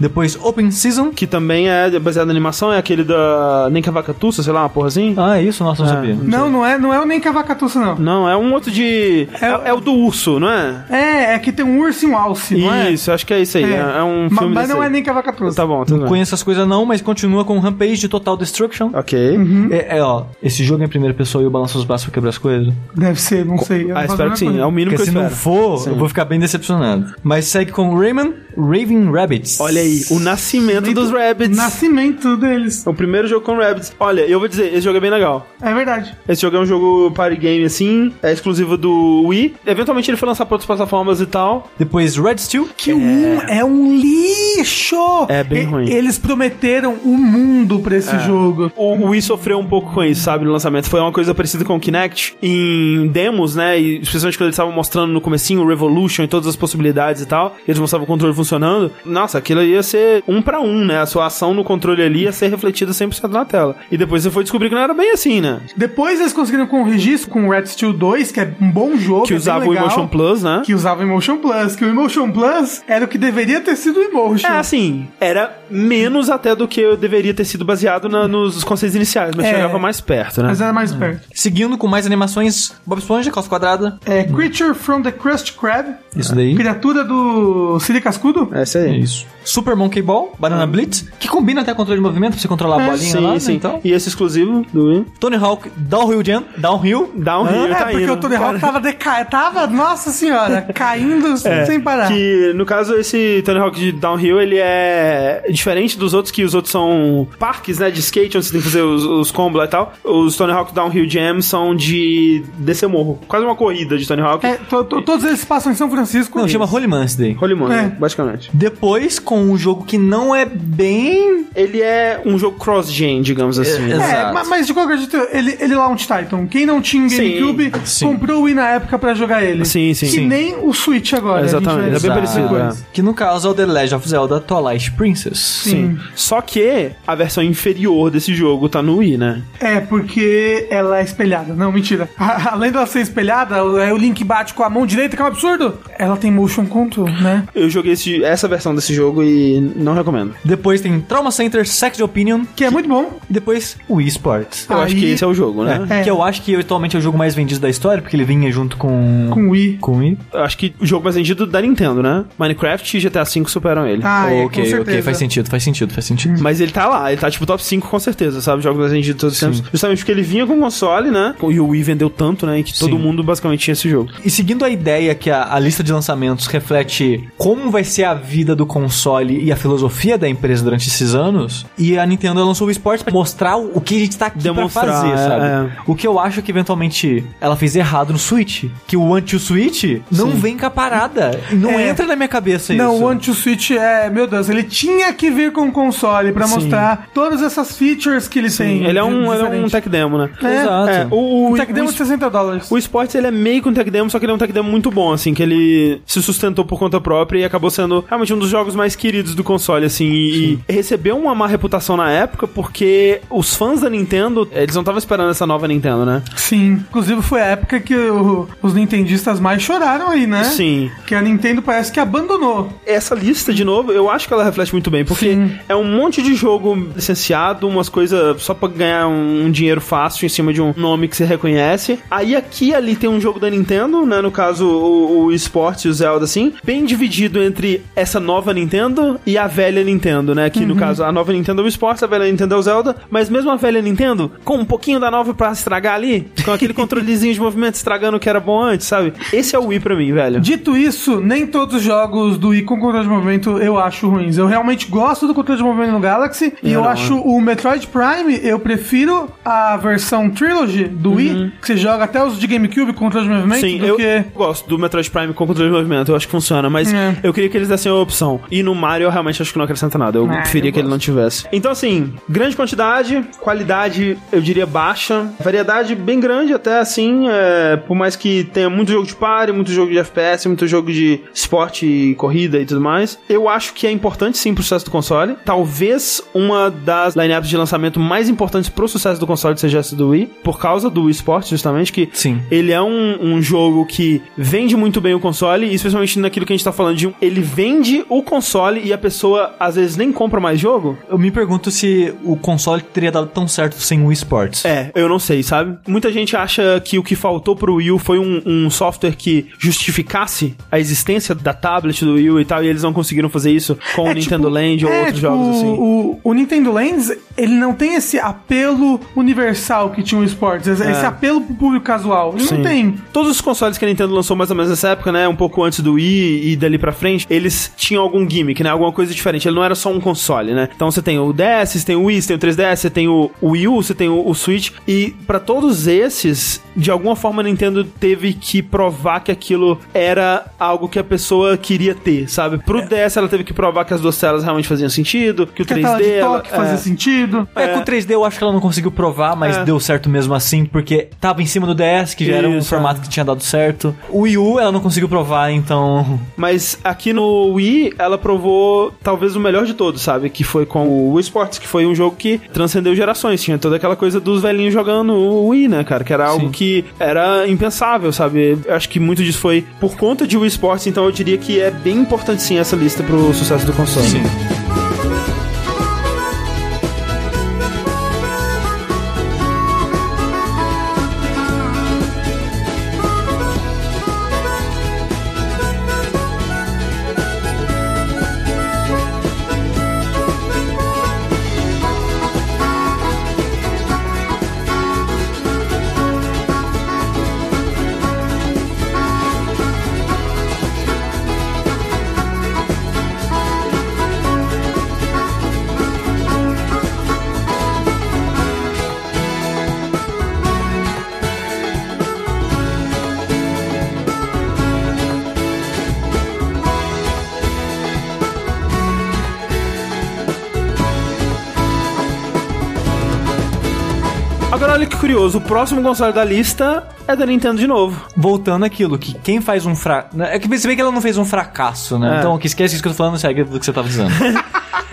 B: Depois Open Season.
A: Que também é baseado na animação, é aquele da. Nem que a vaca tussa, sei lá, uma porra assim.
B: Ah, isso? Nossa, não sabia.
C: Não, não é, não é o nem Cavacatuça, não.
A: Não, é um outro de. É, é o do urso, não é?
C: É, é que tem um urso e um alce, não é?
A: Isso, acho que é isso aí. É, é um
C: Ma-
A: filme.
C: Mas
A: desse
C: não é
A: aí.
C: nem Cavacatuça.
A: Tá bom, tá
B: Não
A: bom.
B: conheço essas coisas não, mas continua com Rampage de Total Destruction.
A: Ok.
B: É, é, ó, esse jogo é em primeira pessoa e eu balanço os braços pra quebrar as coisas.
C: Deve ser, não sei. é um eu não
A: Ah,
C: faço
A: espero
C: a
A: que sim.
C: menor
A: É o mínimo
B: Porque
A: que eu
B: se
A: espero.
B: não for,
A: Sim.
B: eu vou ficar bem decepcionado. Mas segue com Rayman, Raven Rabbits.
A: Olha aí, o nascimento dos Rabbits.
C: Nascimento deles.
A: É O primeiro jogo com Rabbits. Olha, eu vou dizer, esse jogo é bem legal.
C: É verdade.
A: Esse jogo é um jogo party game, assim, é exclusivo do Wii. Eventualmente ele foi lançado pra outras plataformas e tal.
B: Depois Red Steel.
C: Que o um é um lixo!
A: É bem
C: E-
A: ruim. É.
C: Eles prometeram o mundo pra esse jogo.
A: O Wii sofreu um pouco com isso, sabe, no lançamento. Foi uma coisa parecida com o Kinect. Em demos, né, e especialmente quando eles estavam mostrando no comecinho o Revolution e todas as possibilidades e tal, eles mostravam o controle funcionando. Nossa, aquilo ali ia ser um pra um, né? A sua ação no controle ali ia ser refletida 100% na tela. E depois você foi descobrir que não era bem assim, né?
C: Depois eles conseguiram com o registro com o Red Steel 2, que é um bom jogo.
A: Que
C: é bem
A: usava o
C: legal,
A: Emotion Plus, né?
C: Que usava o Emotion Plus. Que o Emotion Plus era o que deveria ter sido o Emotion.
A: É, assim, era menos até do que eu deveria ter sido baseado na- nos conceitos iniciais, mas
C: É.
A: chegava mais perto, né?
C: Mas era mais perto.
B: Seguindo com mais animações, Bob Esponja, Costa Quadrada.
C: É Creature from the Crust Crab.
B: Isso daí.
A: Uhum.
C: Criatura do Siri Cascudo.
A: É isso aí.
B: Isso. Super Monkey Ball, Banana Blitz, que combina até controle de movimento pra você controlar a bolinha
A: É, sim,
B: lá, né,
A: sim.
B: então.
A: E esse exclusivo do Wii?
B: Tony Hawk, Downhill Jam, Downhill.
A: Downhill,
C: é,
A: tá
C: porque
A: indo.
C: o Tony Hawk
A: Cara,
C: tava, deca... tava, nossa senhora, caindo
A: é,
C: sem parar.
A: Que, no caso, esse Tony Hawk de Downhill, ele é diferente dos outros, que os outros são parques, né, de skate, onde você tem que fazer os, os combos lá e tal. Os Tony Hawk Downhill Jam são de descer morro. Quase uma corrida de Tony Hawk.
C: É, to- to- todos eles passam em São Francisco.
B: Não, chama Holy Man esse daí.
A: Holy Moon,
C: É.
A: basicamente.
B: Depois, com um jogo que não é bem...
A: Ele é um jogo cross-gen, digamos assim.
B: É,
C: É,
B: Exato.
C: ma- mas de qualquer jeito, ele, ele é Launch Titan. Quem não tinha um
A: Sim,
C: GameCube
B: sim.
C: comprou o Wii na época pra jogar ele.
A: Sim, sim,
C: Que
A: sim.
C: nem o Switch agora.
A: Exatamente,
C: a gente
A: é bem
C: vai-
A: parecido,
C: depois.
A: é.
B: Que no caso é o The Legend of Zelda Twilight Princess.
A: Sim. Só que a versão inferior desse jogo tá no Wii, né?
C: É, porque ela é espelhada. Não, mentira. Além dela ser espelhada, o é o Link bate com a mão direita, que é um absurdo. Ela tem motion control, né?
A: Eu joguei esse- essa versão desse jogo e não recomendo.
B: Depois tem Trauma Center, Sex Opinion.
C: Que é muito bom.
B: E depois Wii Sports.
A: Eu acho
C: Aí-
A: que esse é o jogo, né?
C: É.
B: Que eu acho que atualmente é o jogo mais vendido da história, porque ele vinha junto com...
C: Com o Wii.
B: Com o Wii.
C: É.
A: Eu Acho que o jogo mais vendido da Nintendo, né? Minecraft e GTA V superam ele.
C: Ah, é, com
B: ok,
C: certeza.
B: ok, faz sentido, faz sentido, faz sentido.
A: Mas ele tá lá, ele tá tipo top 5 com certeza, sabe? Jogos mais vendidos de todos os tempos. Justamente porque ele vinha com console, né? E o Wii vendeu tanto, né? E que todo
B: Sim.
A: mundo basicamente tinha esse jogo.
B: E seguindo a ideia que a, a lista de lançamentos reflete como vai ser a vida do console e a filosofia da empresa durante esses anos, e a Nintendo lançou o esportes pra mostrar o o que a gente tá aqui
A: Demonstrar,
B: pra fazer,
A: é,
B: sabe?
A: é.
B: O que eu acho que eventualmente ela fez errado no Switch, que o anti-Switch não vem com a parada. Não
C: É.
B: entra na minha cabeça
C: Não,
B: isso.
C: o Anti Switch é, meu Deus, ele tinha que vir com o console pra mostrar todas essas features que ele tem.
A: Ele é um, ele é um
C: Diferente.
A: tech demo, né?
C: É,
B: Exato.
A: É, o, o,
C: Um tech demo de 60 dólares.
A: O esportes, ele é meio que um tech demo, só que ele é um tech demo muito bom, assim, que ele se sustentou por conta própria e acabou sendo realmente um dos jogos mais queridos do console, assim, e e recebeu uma má reputação na época porque os fãs da Nintendo, eles não estavam esperando essa nova Nintendo, né?
C: Sim. Inclusive foi a época que o- os nintendistas mais choraram aí, né?
A: Sim.
C: Que a Nintendo parece que abandonou.
A: Essa lista, de novo, eu acho que ela reflete muito bem, porque
C: Sim.
A: é um monte de jogo licenciado, umas coisas só pra ganhar um, um dinheiro fácil em cima de um nome que você reconhece. Aí aqui e ali tem um jogo da Nintendo, né? No caso, o, o esporte e o Zelda, assim, bem dividido entre essa nova Nintendo e a velha Nintendo, né? Que no caso, a nova Nintendo é o esporte, a velha Nintendo é o Zelda, mas mesmo a velha Nintendo, com um pouquinho da nova pra estragar ali, com aquele controlezinho de movimento estragando o que era bom antes, sabe? Esse é o Wii pra mim, velho.
C: Dito isso, nem todos os jogos do Wii com controle de movimento eu acho ruins. Eu realmente gosto do controle de movimento no Galaxy e eu
A: não,
C: acho o Metroid Prime, eu prefiro a versão Trilogy do Wii, que você joga até os de GameCube com controle de movimento,
A: Uhum. Sim,
C: do
A: eu
C: que...
A: gosto do Metroid Prime com controle de movimento, eu acho que funciona, mas
C: É.
A: eu queria que eles dessem a opção. E no Mario eu realmente acho que não acrescenta nada, eu
C: Ah,
A: preferia
C: eu
A: que ele não tivesse. Então assim, grande quantidade, qualidade eu diria baixa, variedade bem grande até assim, é, por mais que tenha muito jogo de party, muito jogo de FPS, muito jogo de esporte e corrida e tudo mais, eu acho que é importante sim pro sucesso do console. Talvez uma das lineups de lançamento mais importantes pro sucesso do console seja essa do Wii, por causa do Wii Sports justamente, que
B: Sim.
A: ele é um, um jogo que vende muito bem o console, e especialmente naquilo que a gente tá falando de um- ele vende o console e a pessoa às vezes nem compra mais jogo.
B: Eu me pergunto se o console teria dado tão certo sem o Wii Sports.
A: É, eu não sei, sabe? Muita gente acha que o que faltou pro Wii U foi um, um software que justificasse a existência da tablet do Wii U e tal, e eles não conseguiram fazer isso com o
C: É,
A: Nintendo
C: tipo,
A: Land, Land ou
C: É,
A: outros
C: tipo,
A: jogos assim.
C: O, o Nintendo Lands, ele não tem esse apelo universal que tinha o esportes, esse, esse apelo pro público casual. Ele
A: É. Sim.
C: não tem.
A: Todos os consoles que a Nintendo lançou mais ou menos nessa época, né? Um pouco antes do Wii e dali pra frente, eles tinham algum gimmick, né? Alguma coisa diferente. Ele não era só um console, né? Então você tem o DS, você tem o Wii, você tem o 3DS, você tem o o Wii U, você tem o, o Switch. E pra todos esses, de alguma forma a Nintendo teve que provar que aquilo era algo que a pessoa queria ter, sabe? Pro DS ela teve que provar que as duas telas realmente faziam sentido, que o
C: É. Que a
A: 3D.
C: tela de
A: ela-
C: toque fazia
A: é.
C: sentido.
B: É, com o 3D eu acho que ela não conseguiu provar, mas
A: É.
B: deu certo mesmo assim, porque tava em cima do DS, que já era um
A: Isso,
B: formato que tinha dado certo. O Wii U ela não conseguiu provar, então.
A: Mas aqui no Wii, ela provou talvez o melhor de todos, sabe? Que foi com o Wii Sports, que foi um jogo que transcendeu gerações. Tinha toda aquela coisa dos velhinhos jogando o Wii, né, cara? Que era algo
B: Sim.
A: que era impensável, sabe? Eu acho que muito disso foi por conta de Wii Sports, então eu diria que é bem importante sim essa lista pro sucesso do console. Sim. Agora olha que curioso, o próximo console da lista é da Nintendo de novo.
B: Voltando àquilo, que quem faz um fracasso. É que se bem que ela não fez um fracasso, né?
A: É.
B: Então que esquece isso que eu tô falando, segue do que você tá tava dizendo.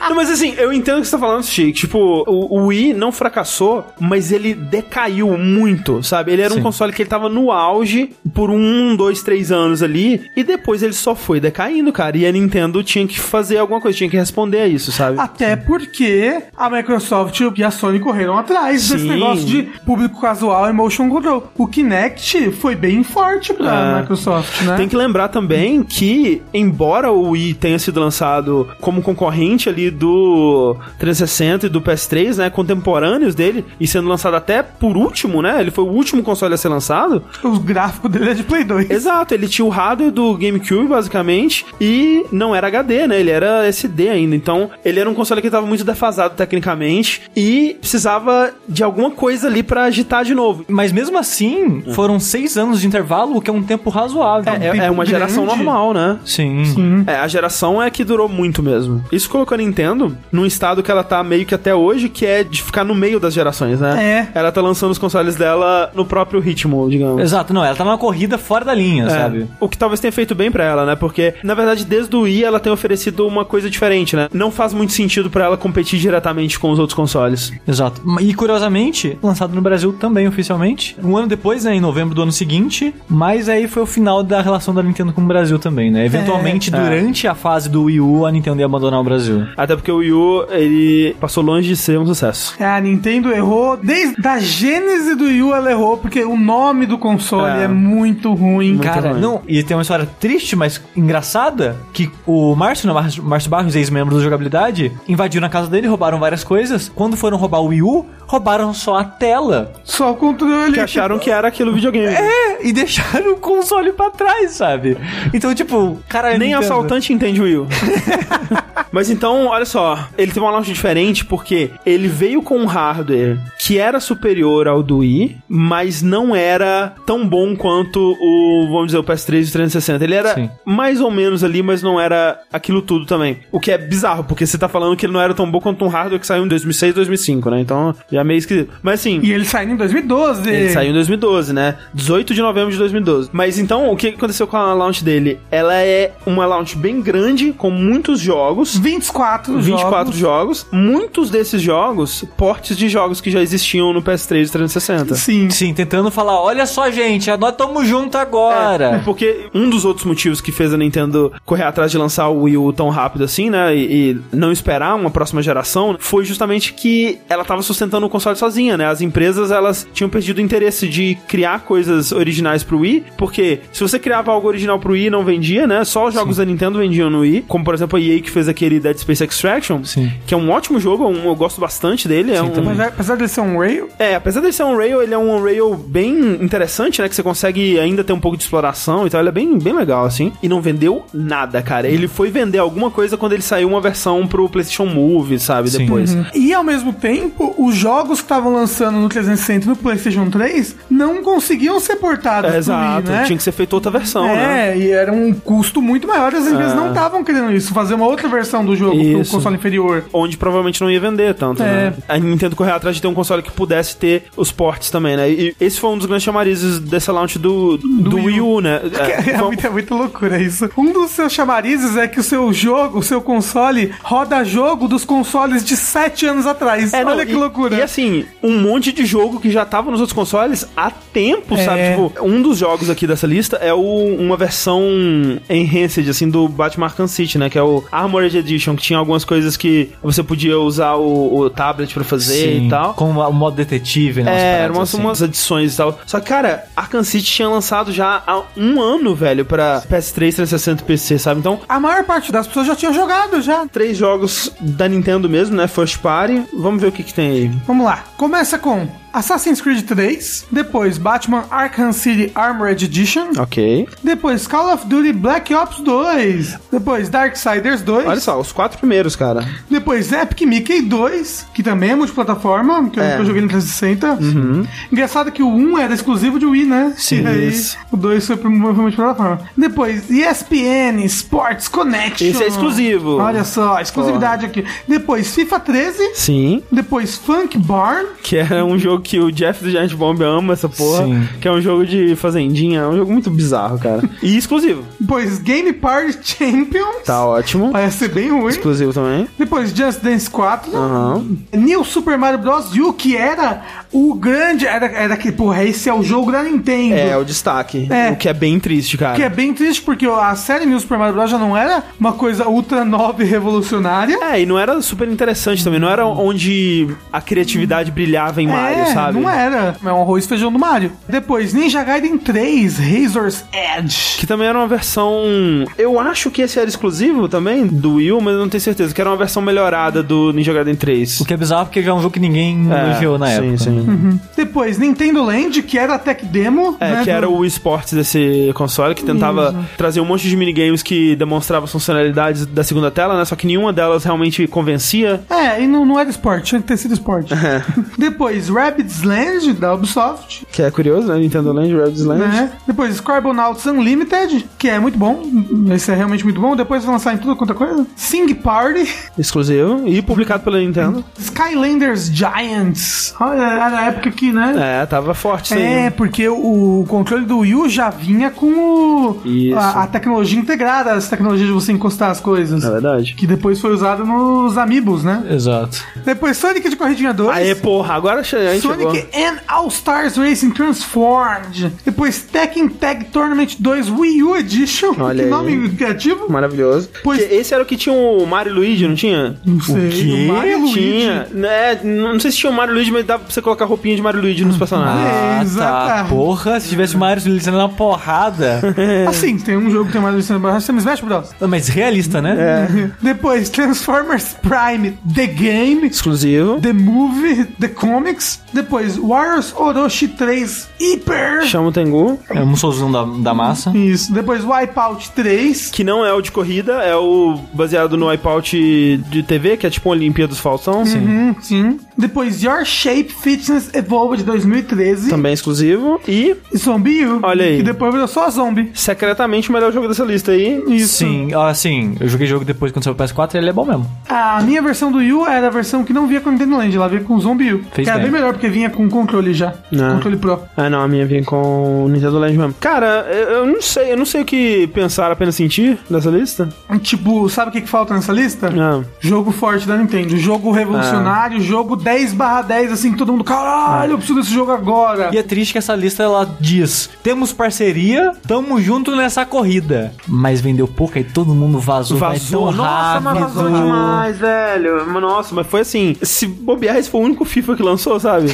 A: Não, mas assim, eu entendo o que você tá falando, Chico. Tipo, o, o Wii não fracassou, mas ele decaiu muito, sabe? Ele era um
B: Sim.
A: console que ele tava no auge por um, dois, três anos ali, e depois ele só foi decaindo, cara. E a Nintendo tinha que fazer alguma coisa, tinha que responder a isso, sabe?
C: Até porque a Microsoft e a Sony correram atrás desse
A: Sim.
C: negócio de público casual e motion control. O Kinect foi bem forte pra
A: É.
C: Microsoft, né?
A: Tem que lembrar também que, embora o Wii tenha sido lançado como concorrente ali do 360 e do PS3, né, contemporâneos dele, e sendo lançado até por último, né, ele foi o último console a ser lançado,
C: O gráfico dele é de Play 2.
A: Exato, ele tinha o hardware do GameCube, basicamente, e não era HD, né? Ele era SD ainda. Então, ele era um console que estava muito defasado tecnicamente e precisava de alguma coisa ali pra agitar de novo.
B: Mas mesmo assim, foram seis anos de intervalo, o que é um tempo razoável.
A: É, é uma
C: grande.
A: geração normal, né?
B: Sim.
A: É, a geração é que durou muito mesmo. Isso colocou a Nintendo num estado que ela tá meio que até hoje, que é de ficar no meio das gerações, né?
C: É.
A: Ela tá lançando os consoles dela no próprio ritmo, digamos.
B: Exato, não, ela tá numa corrida fora da linha,
A: É,
B: sabe?
A: O que talvez tenha feito bem pra ela, né? Porque, na verdade, desde o Wii ela tem oferecido uma coisa diferente, né? Não faz muito sentido pra ela competir diretamente com os outros consoles.
B: Exato. E curiosamente, lançado no Brasil também oficialmente. Um ano depois, né, em novembro do ano seguinte. Mas aí foi o final da relação da Nintendo com o Brasil também, né? Eventualmente,
A: É.
B: durante a fase do Wii U, a Nintendo ia abandonar o Brasil.
A: Até porque o Wii U, ele passou longe de ser um sucesso.
C: É, a Nintendo errou. Desde a gênese do Wii U ela errou, porque o nome do console
A: É.
C: é, muito ruim.
B: Cara,
A: ruim.
B: não, e tem uma história triste, mas engraçada, que o Márcio, né, Márcio Márcio Barros, ex-membro do Jogabilidade, invadiram a casa dele, roubaram várias coisas. Quando foram roubar o Wii U, roubaram só a tela.
C: Só o controle.
A: Que acharam que era aquilo videogame.
B: É, e deixaram o console pra trás, sabe? Então, tipo, cara,
A: Nem
B: Nintendo-
A: assaltante entende o Will. É, Mas então, olha só, ele teve uma launch diferente porque ele veio com um hardware que era superior ao do Wii, mas não era tão bom quanto o, vamos dizer, o PS3 e o 360. Ele era
B: Sim.
A: mais ou menos ali, mas não era aquilo tudo também. O que é bizarro, porque você tá falando que ele não era tão bom quanto um hardware que saiu em 2006, 2005, né? Então, já é meio esquisito. Mas assim,
C: E ele saiu em 2012.
A: ele saiu em 2012, né? 18 de novembro de 2012. Mas então, o que aconteceu com a launch dele? Ela é uma launch bem grande, com muitos jogos.
C: 24
A: 24
C: jogos.
A: jogos. Muitos desses jogos, portes de jogos que já existiam no PS3 e 360.
C: Sim.
B: Sim, tentando falar, olha só, gente, nós estamos juntos
A: É,
B: agora.
A: porque um dos outros motivos que fez a Nintendo correr atrás de lançar o Wii U tão rápido assim, né? E, e não esperar uma próxima geração, foi justamente que ela tava sustentando o console sozinha, né? As empresas, elas tinham perdido o interesse de criar coisas originais pro Wii, porque se você criava algo original pro Wii, não vendia, né? Só os jogos da Nintendo vendiam no Wii, como por exemplo a EA que fez aquele Dead Space Extraction,
B: Sim.
A: que é um ótimo jogo, um- eu gosto bastante dele. é
B: Sim,
A: um,
B: também.
C: Mas apesar dele ser um rail,
A: é, apesar dele ser um rail, ele é um rail bem interessante, né? Que você consegue ainda ter um pouco de exploração e tal. Ele é bem, bem legal, assim. E não vendeu nada, cara. Ele foi vender alguma coisa quando ele saiu uma versão pro PlayStation Move, sabe?
B: Sim.
A: Depois. É,
C: E ao mesmo tempo, os jogos que estavam lançando no 360 e no PlayStation 3 não conseguiam ser portados
A: É,
C: pro
A: exato.
C: Wii, né?
A: Tinha que ser feito outra versão,
C: é,
A: né? É.
C: e era um custo muito maior, as empresas não estavam querendo isso, fazer uma outra versão do jogo pro
A: Isso.
C: console inferior.
A: Onde provavelmente não ia vender tanto,
C: É.
A: né? A Nintendo correu atrás de ter um console que pudesse ter os ports também, né? E esse foi um dos grandes chamarizes dessa launch do, do, Wii U, né?
C: É,
A: foi-
C: muita, muita loucura isso. Um dos seus chamarizes é que o seu jogo, o seu console, roda jogo dos consoles de 7 anos atrás.
A: É, não,
C: Olha que
A: e-
C: loucura.
A: E assim, um monte de jogo que já tava nos outros consoles há tempo,
C: É.
A: sabe? Tipo, um dos jogos aqui dessa lista é o- uma versão enhanced, assim, do Batman Arkham City, né? Que é o Armored Edition, que tinha algumas coisas que você podia usar o, o tablet pra fazer
B: Sim,
A: e tal.
B: Como o modo detetive, né? umas
A: É, eram
B: paradas
A: umas,
B: assim.
A: umas adições e tal. Só que, cara, Arkham City tinha lançado já há um ano, velho, pra PS3, 360 e PC, sabe? Então,
C: A maior parte das pessoas já tinha jogado, já.
A: três jogos da Nintendo mesmo, né? First Party. Vamos ver o que que tem aí.
C: Vamos lá. Começa com Assassin's Creed 3, depois Batman Arkham City Armored Edition,
A: Ok.
C: depois Call of Duty Black Ops 2, depois Darksiders 2,
A: Olha só, os quatro primeiros, cara.
C: depois Epic Mickey 2, que também é multiplataforma, que eu
A: É. Uhum.
C: nunca joguei no 360. Engraçado que o 1 era exclusivo de Wii, né?
A: Sim,
C: E aí
A: isso.
C: o 2 foi, pro- foi multiplataforma. Depois ESPN Sports Connection.
A: Esse é exclusivo.
C: Olha só, exclusividade aqui. Depois FIFA 13,
A: Sim.
C: depois Funk Barn,
A: Que é um jogo que o Jeff do Giant Bomb ama essa porra.
B: Sim.
A: Que é um jogo de fazendinha. É um jogo muito bizarro, cara. E exclusivo.
C: Depois Game Party Champions.
A: Tá ótimo.
C: Parece ser bem ruim.
A: Exclusivo também.
C: Depois Just Dance 4.
A: Aham.
C: New Super Mario Bros. U, que era o grande. Era, era que, porra, esse é o jogo da Nintendo.
A: É, o destaque.
C: É.
A: O que é bem triste, cara.
C: Que é bem triste, porque a série New Super Mario Bros. já não era uma coisa ultra nova e revolucionária.
A: É, e não era super interessante também. Não era onde a criatividade brilhava em Mario,
C: é,
A: sabe?
C: não era. É um arroz e feijão do Mario. Depois, Ninja Gaiden 3, Razor's Edge.
A: Que também era uma versão. Eu acho que esse era exclusivo também do Wii, U, mas eu não tenho certeza. Que era uma versão melhorada do Ninja Gaiden 3.
B: O que é bizarro porque já é um jogo que ninguém
A: É,
B: elogiou na
A: sim,
B: época.
A: Sim,
C: Depois, Nintendo Land, que era a tech demo.
A: É,
C: né,
A: que era
C: do-
A: o esportes desse console, que tentava trazer um monte de minigames que demonstrava as funcionalidades da segunda tela, né? Só que nenhuma delas realmente convencia.
C: É, e não, não era esporte, tinha que ter sido esporte.
A: É.
C: Depois, Rabbids Land, da Ubisoft.
A: Que é curioso, né? Nintendo Land, Rabbids Land.
C: Né? Depois, Scribblenauts Unlimited, que é muito bom. Esse é realmente muito bom. Depois, vai lançar em tudo quanto é coisa. Sing Party,
A: Exclusivo. E publicado pela Nintendo.
C: Uhum. Skylanders Giants. Olha, era a época que, né?
A: É, tava forte isso aí,
C: É,
A: né?
C: porque o controle do Wii U já vinha com o,
A: Isso.
C: a, a tecnologia integrada, essa tecnologia de você encostar as coisas.
A: Na É verdade.
C: Que depois foi usada nos Amiibos, né?
B: Exato.
C: Depois, Sonic de Corridinha 2.
A: Aê, porra, agora che- a gente chegou.
C: Sonic and All Stars Racing Transformed. Depois Tekken Tag Tournament 2 Wii U Edition.
A: Olha
C: que
A: aí.
C: nome criativo.
A: Maravilhoso.
C: Pois-
A: Que esse era o que tinha o Mario e Luigi, não tinha?
C: Não sei.
B: quê?
C: o Mario e Luigi.
A: Tinha, né? Não não sei se tinha o Mario e Luigi, mas dava pra você colocar roupinha de Mario e
C: Uhum.
A: Luigi nos personagens.
B: Ah, tá.
C: Exato.
B: Porra, se tivesse o Mario Luigi na porrada.
A: É.
C: Assim, tem um jogo que tem mais licença pra você Smash Bros.
B: Não, Mas realista,
C: É.
B: né?
A: É,
C: Depois Transformers Prime The Game.
A: Exclusivo.
C: The Movie, The Comics, depois Warriors Orochi 3 Hyper,
A: Chama o Tengu.
B: É, um solzão da, da massa.
C: isso, depois Wipeout 3,
A: Que não é o de corrida, é o baseado no wipeout de TV, que é tipo uma Olimpíada dos Faustão. Sim.
C: Hum, sim, depois Your Shape Fitness Evolved 2013,
A: Também exclusivo. E,
C: E Zombie U.
A: Olha aí.
C: Que depois virou só zombie.
A: secretamente, o melhor jogo dessa lista aí.
C: Isso.
B: Sim, ó, assim, eu joguei jogo depois quando saiu o PS4 e ele é bom mesmo.
C: A minha versão do U era a versão que não via com o Nintendo Land, ela via com o Zombie U.
B: Fez
C: que era
B: bem.
C: bem melhor, porque vinha com controle já.
A: Ah.
C: Controle Pro.
A: Ah, não, a minha vem com o Nintendo Land mesmo. Cara, eu, eu não sei, eu não sei o que pensar, apenas sentir dessa lista.
C: Tipo, sabe o que, que falta nessa lista?
A: Ah.
C: Jogo forte da Nintendo. Jogo revolucionário, jogo 10 barra 10, assim, que todo mundo, caralho, eu preciso desse jogo agora.
B: E é triste que essa lista ela diz: temos parceria, tamo junto nessa corrida. Mas vendeu pouco e todo mundo vazou.
A: Vazou.
B: vai tão
A: Nossa, mas
B: rápido.
A: vazou demais, velho. Mas, Nossa, mas foi assim. Se bobear, esse foi o único FIFA que lançou, sabe?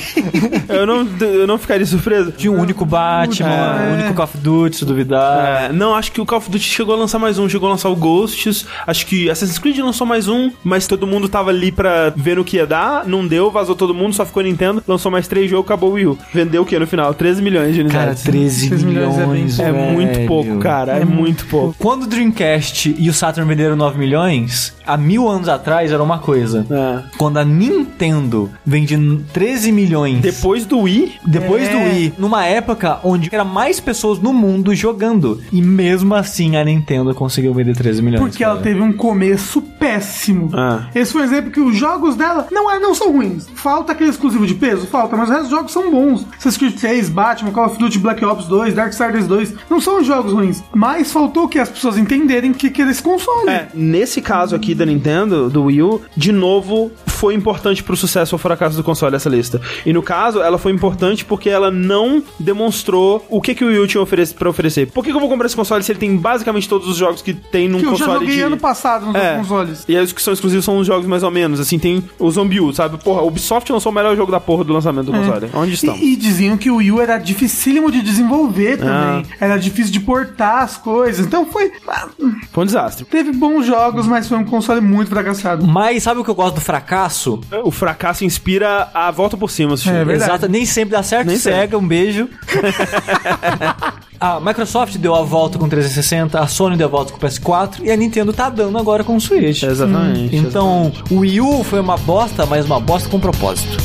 A: Eu não, eu não ficaria surpreso.
B: Tinha um único Batman,
A: É.
B: um único Call of Duty, se duvidar.
A: É, não, acho que o Call of Duty chegou a lançar mais um, chegou a lançar o Ghosts, acho que Assassin's Creed lançou mais um, mas todo mundo tava ali pra ver no que ia dar, não deu, vazou todo mundo, só ficou Nintendo, lançou mais três jogos, acabou o Wii U. Vendeu o que no final? 13 milhões de
B: Cara,
A: unidades.
B: 13
C: 13 milhões é bem
B: milhões.
A: é muito
B: velho.
A: pouco, cara, é muito pouco.
B: Quando o Dreamcast e o Saturn venderam 9 milhões, há mil anos atrás era uma coisa.
A: É.
B: Quando a Nintendo vende 13 milhões
A: Depois do Wii,
B: depois
C: É.
B: do Wii, numa época onde era mais pessoas no mundo jogando. E mesmo assim a Nintendo conseguiu vender 13 milhões.
C: Porque
A: né?
C: ela
B: cara.
C: teve um começo péssimo.
A: Ah.
C: Esse foi um exemplo que os jogos dela não, é, não são ruins. Falta aquele exclusivo de peso? Falta, mas os restos dos jogos são bons. Assassin's Creed 6, Batman, Call of Duty, Black Ops 2, Darksiders 2, não são jogos ruins. Mas faltou que as pessoas entenderem que que era esse console.
A: É, nesse caso aqui da Nintendo, do Wii U, de novo foi importante pro sucesso ou fracasso do console essa lista. E no caso, ela foi importante porque ela não demonstrou o que, que o Wii U tinha oferece, pra oferecer. Por que, que eu vou comprar esse console se ele tem basicamente todos os jogos que tem num
C: que eu já
A: um console
C: joguei
A: de...
C: ano passado nos
A: É.
C: meus consoles.
A: E aí os que são exclusivos são os jogos mais ou menos, assim, tem o Zombiu, sabe? Porra, o Ubisoft lançou o melhor jogo da porra do lançamento do console. Onde estão?
C: É. E, e diziam que o Wii U era dificílimo de
A: Ah.
C: desenvolver também. Era difícil de portar as coisas. Então foi. ah,
A: Foi um desastre.
C: Teve bons jogos, mas foi um console muito fracassado.
B: Mas sabe o que eu gosto do fracasso?
A: O fracasso inspira a volta por cima, Sushi.
C: É verdade.
B: Exato, nem sempre dá certo.
A: Nem
B: Sega, um beijo. a Microsoft deu a volta com o 360, a Sony deu a volta com o PS4 e a Nintendo tá dando agora com o Switch.
A: Exatamente.
B: Então, o Wii U foi uma bosta, mas uma bosta com propósito.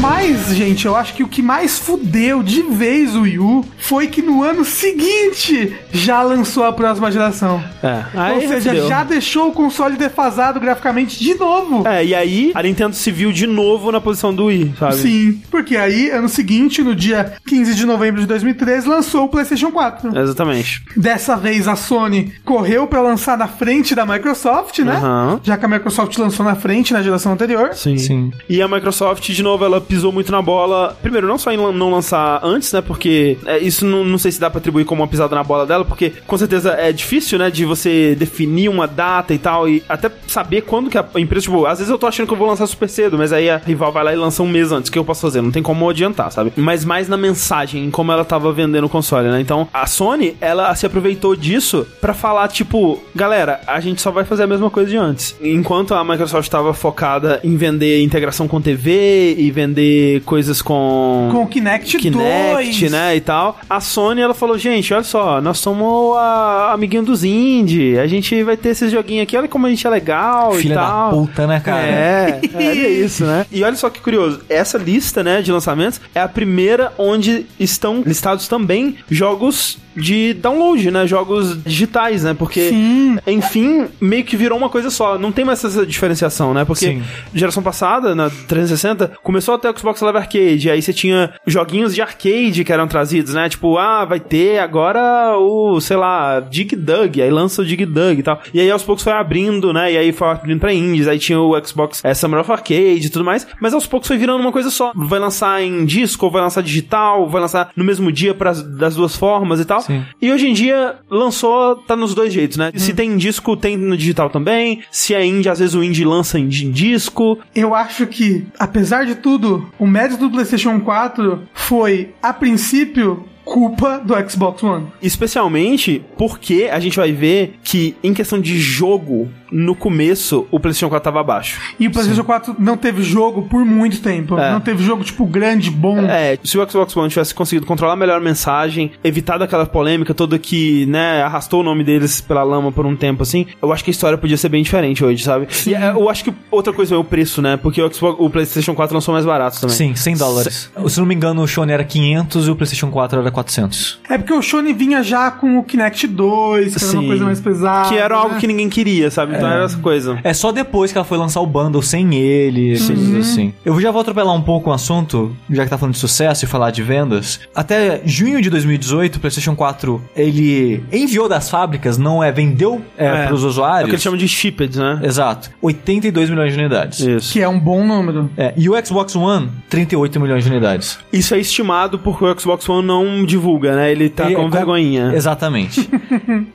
C: Mas, gente, eu acho que o que mais fudeu de vez o Wii U foi que no ano seguinte já lançou a próxima geração.
A: É.
C: Ou
A: Aí
C: seja,
A: fudeu.
C: já deixou o console defasado graficamente de novo.
A: É, e aí a Nintendo se viu de novo na posição do Wii, É, sabe?
C: Sim, porque aí, ano seguinte, no dia 15 de novembro de 2013, lançou o PlayStation 4.
A: Exatamente.
C: Dessa vez a Sony correu pra lançar na frente da Microsoft, né?
A: Aham.
C: Já que a Microsoft lançou na frente na geração anterior.
A: Sim.
B: Sim.
A: E a Microsoft, de novo, ela pisou muito na bola. Primeiro, não só em lan- não lançar antes, né? Porque é, isso não, não sei se dá pra atribuir como uma pisada na bola dela, porque com certeza é difícil, né? De você definir uma data e tal, e até saber quando que a empresa, tipo, às vezes eu tô achando que eu vou lançar super cedo, mas aí a rival vai lá e lança um mês antes. O que eu posso fazer? Não tem como adiantar, sabe? Mas mais na mensagem, em como ela tava vendendo o console, né? Então, a Sony, ela se aproveitou disso pra falar, tipo, galera, a gente só vai fazer a mesma coisa de antes. Enquanto a Microsoft tava focada em vender integração com TV e vender coisas com.
C: Com o Kinect,
A: Kinect,
C: 2.
A: né, e tal. A Sony, ela falou, gente, olha só, nós somos a amiguinho dos indie, a gente vai ter esses joguinhos aqui, olha como a gente é legal e
B: Filha da
A: tal.
B: puta, né, cara?
A: É, é, é isso, né? E olha só que curioso, essa lista, né, de lançamentos é a primeira onde estão listados também jogos de download, né? Jogos digitais, né? Porque,
C: Sim.
A: enfim, meio que virou uma coisa só. Não tem mais essa diferenciação, né? Porque
B: Sim.
A: geração passada, na 360, começou até o Xbox Live Arcade. Aí você tinha joguinhos de arcade que eram trazidos, né? Tipo, ah, vai ter agora o, sei lá, Dig Dug. Aí lança o Dig Dug e tal. E aí aos poucos foi abrindo, né? E aí foi abrindo pra indies. Aí tinha o Xbox é, Summer of Arcade e tudo mais. Mas aos poucos foi virando uma coisa só. Vai lançar em disco, vai lançar digital, vai lançar no mesmo dia pras, das duas formas e tal.
B: Sim.
A: E hoje em dia, lançou, tá nos dois jeitos, né? Se tem em disco, tem no digital também. Se é indie, às vezes o indie lança em di- em disco.
C: Eu acho que, apesar de tudo, o mérito do PlayStation 4 foi, a princípio, culpa do Xbox One.
A: Especialmente porque a gente vai ver que, em questão de jogo, no começo, o PlayStation 4 tava abaixo.
C: E o PlayStation 4 não teve jogo por muito tempo.
A: É.
C: Não teve jogo, tipo, grande, bom.
A: É, se o Xbox One tivesse conseguido controlar melhor a mensagem, evitado aquela polêmica toda que, né, arrastou o nome deles pela lama por um tempo, assim, eu acho que a história podia ser bem diferente hoje, sabe? E é, eu acho que outra coisa é o preço, né? Porque o, Xbox, o PlayStation 4 lançou mais barato também.
B: Sim, 100 dólares. Se não me engano, o Sony era 500 e o PlayStation 4 era 400.
C: É porque o Sony vinha já com o Kinect 2, que era
A: Sim.
C: uma coisa mais pesada.
A: Que era algo
C: né?
A: que ninguém queria, sabe? Então era essa coisa.
B: É só depois que ela foi lançar o bundle sem ele,
A: Uhum.
B: coisas assim. Eu já vou atropelar um pouco o assunto, já que tá falando de sucesso e falar de vendas. Até junho de 2018, o PlayStation 4 ele enviou das fábricas, não é vendeu é,
A: É.
B: pros
A: É o
B: usuários.
A: que eles chamam de shipped, né?
B: Exato. 82 milhões de unidades.
A: Isso.
C: Que é um bom número.
B: É, e o Xbox One, 38 milhões de unidades.
A: Isso é estimado porque o Xbox One não divulga, né? Ele tá
B: E-
A: com vergonhinha.
B: Exatamente.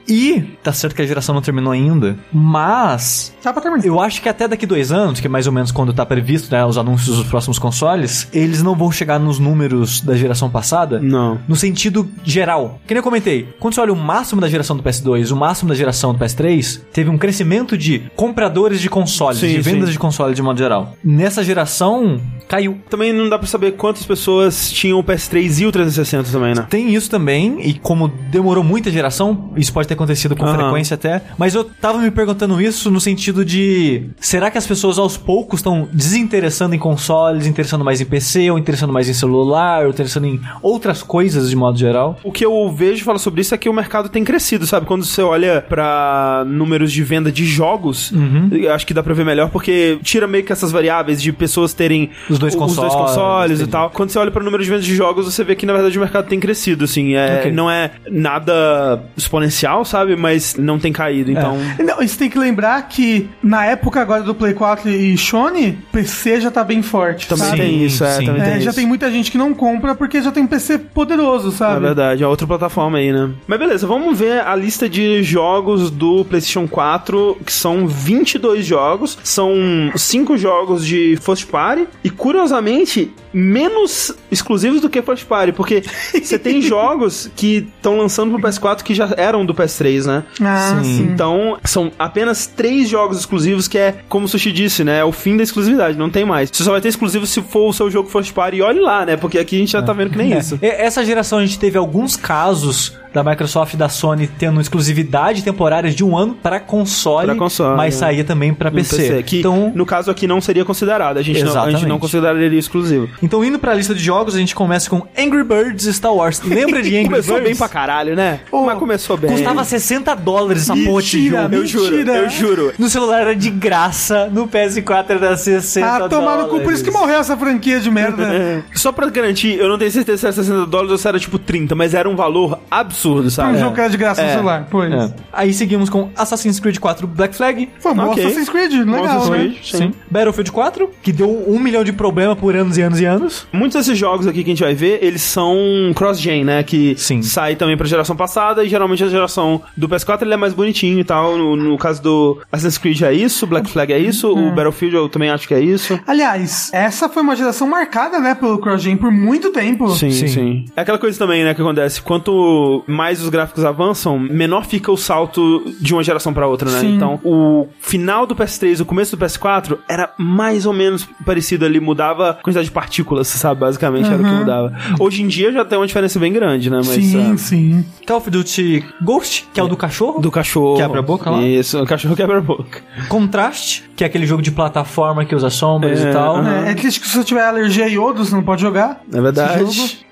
B: e, tá certo que a geração não terminou ainda, mas
C: Tá pra terminar.
B: Eu acho que até daqui dois anos, que é mais ou menos quando tá previsto, né, os anúncios dos próximos consoles, eles não vão chegar nos números da geração passada.
A: Não.
B: No sentido geral. Que nem eu comentei, quando você olha o máximo da geração do PS2, o máximo da geração do PS3, teve um crescimento de compradores de consoles,
A: Sim,
B: de vendas
A: sim.
B: de consoles de modo geral. Nessa geração, caiu.
A: Também não dá pra saber quantas pessoas tinham o PS3 e o 360 também, né?
B: Tem isso também, e como demorou muita geração, isso pode ter acontecido com
A: Aham.
B: frequência até. Mas eu tava me perguntando isso no sentido de: será que as pessoas aos poucos estão desinteressando em consoles, interessando mais em PC, ou interessando mais em celular, ou interessando em outras coisas de modo geral?
A: O que eu vejo falar sobre isso é que o mercado tem crescido, sabe? Quando você olha pra números de venda de jogos,
B: Uhum.
A: eu acho que dá pra ver melhor, porque tira meio que essas variáveis de pessoas terem
B: Os dois consoles,
A: consoles e
B: entendi.
A: tal. Quando você olha pra número de vendas de jogos, você vê que na verdade o mercado tem crescido, assim. É,
B: Ok.
A: Não é nada exponencial, sabe? Mas não tem caído, então.
B: É.
C: Não, isso tem que lembrar que na época agora do Play 4 e Sony, PC já tá bem forte.
A: Também
C: sabe?
A: tem isso, é,
B: sim.
A: também
C: É,
A: tem
C: já
A: isso.
C: tem muita gente que não compra porque já tem PC poderoso,
A: É
C: sabe?
A: verdade, é outra plataforma aí, né? Mas beleza, vamos ver a lista de jogos do PlayStation 4, que são 22 jogos, são 5 jogos de first party e curiosamente menos exclusivos do que first party, porque você tem jogos que estão lançando pro PS4 que já eram do PS3, né?
C: Ah,
B: Sim.
C: sim.
A: Então, são apenas três jogos exclusivos, que é, como o Sushi disse, né? É o fim da exclusividade, não tem mais. Você só vai ter exclusivo se for o seu jogo first party, e olhe lá, né? Porque aqui a gente já tá vendo que nem
B: É.
A: isso.
B: E- Essa geração a gente teve alguns casos da Microsoft e da Sony tendo exclusividade temporária de um ano pra console,
A: Pra console,
B: mas
A: é.
B: saía também pra
A: No
B: PC.
A: que
B: então,
A: no caso aqui não seria considerado. A gente, não, a gente
B: Exatamente.
A: não consideraria exclusivo.
B: então indo pra lista de jogos, a gente começa com Angry Birds e Star Wars. Lembra de Angry
A: começou
B: Birds?
A: bem pra caralho, né? Mas começou bem.
B: Custava 60 dólares essa
A: Mentira,
B: porra de jogo.
A: Eu juro, eu juro.
B: No celular era de graça, no PS4 era 60
C: Ah, tomaram
A: né,
C: cu, por isso que
B: dólares.
C: morreu essa franquia de
B: É.
C: merda.
A: É. Só pra garantir, eu não tenho certeza se era 60 dólares ou se era tipo 30, mas era um valor absurdo,
C: Pra um
A: sabe?
C: jogo que era de graça no
A: É.
C: celular, pois.
B: É. Aí seguimos com Assassin's Creed 4 Black Flag.
C: Foi um bom
A: Ok.
C: Assassin's Creed, legal,
A: Assassin's
C: né?
A: Creed. Sim.
B: Battlefield 4, que deu um milhão de problema por anos e anos e anos.
A: Muitos desses jogos aqui que a gente vai ver, eles são cross-gen, né? Que
B: Sim.
A: sai também pra geração passada e geralmente a geração do PS4 ele é mais bonitinho e tal. No, no caso do Assassin's Creed é isso, Black Flag é isso, o Battlefield eu também acho que é isso.
C: Aliás, essa foi uma geração marcada, né, pelo CrossGen por muito tempo.
A: Sim,
B: Sim.
A: sim, É aquela coisa também, né, que acontece. Quanto mais os gráficos avançam, menor fica o salto de uma geração pra outra, né?
C: Sim.
A: Então, o final do PS3 e o começo do PS4 era mais ou menos parecido ali, mudava a quantidade de partículas, sabe? Basicamente era o que mudava. Hoje em dia já tem uma diferença bem grande, né? Mas,
C: sim.
A: é,
C: sim.
B: Call of Duty Ghost, que é o do cachorro.
A: Do cachorro.
B: Quebra a boca lá?
A: Isso, o cachorro quebra a boca.
B: Contrast, que é aquele jogo de plataforma que usa sombras
A: É,
B: e tal.
A: aham.
C: É, é triste que se você tiver alergia a iodo, você não pode jogar.
A: É
C: Esse
A: verdade.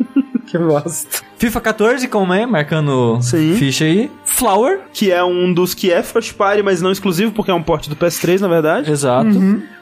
A: que bosta.
B: FIFA 14, como é, marcando
A: Sim.
B: ficha aí. Flower,
A: Que é um dos que é first party, mas não exclusivo, porque é um porte do PS3, na
C: É.
A: verdade.
B: Exato.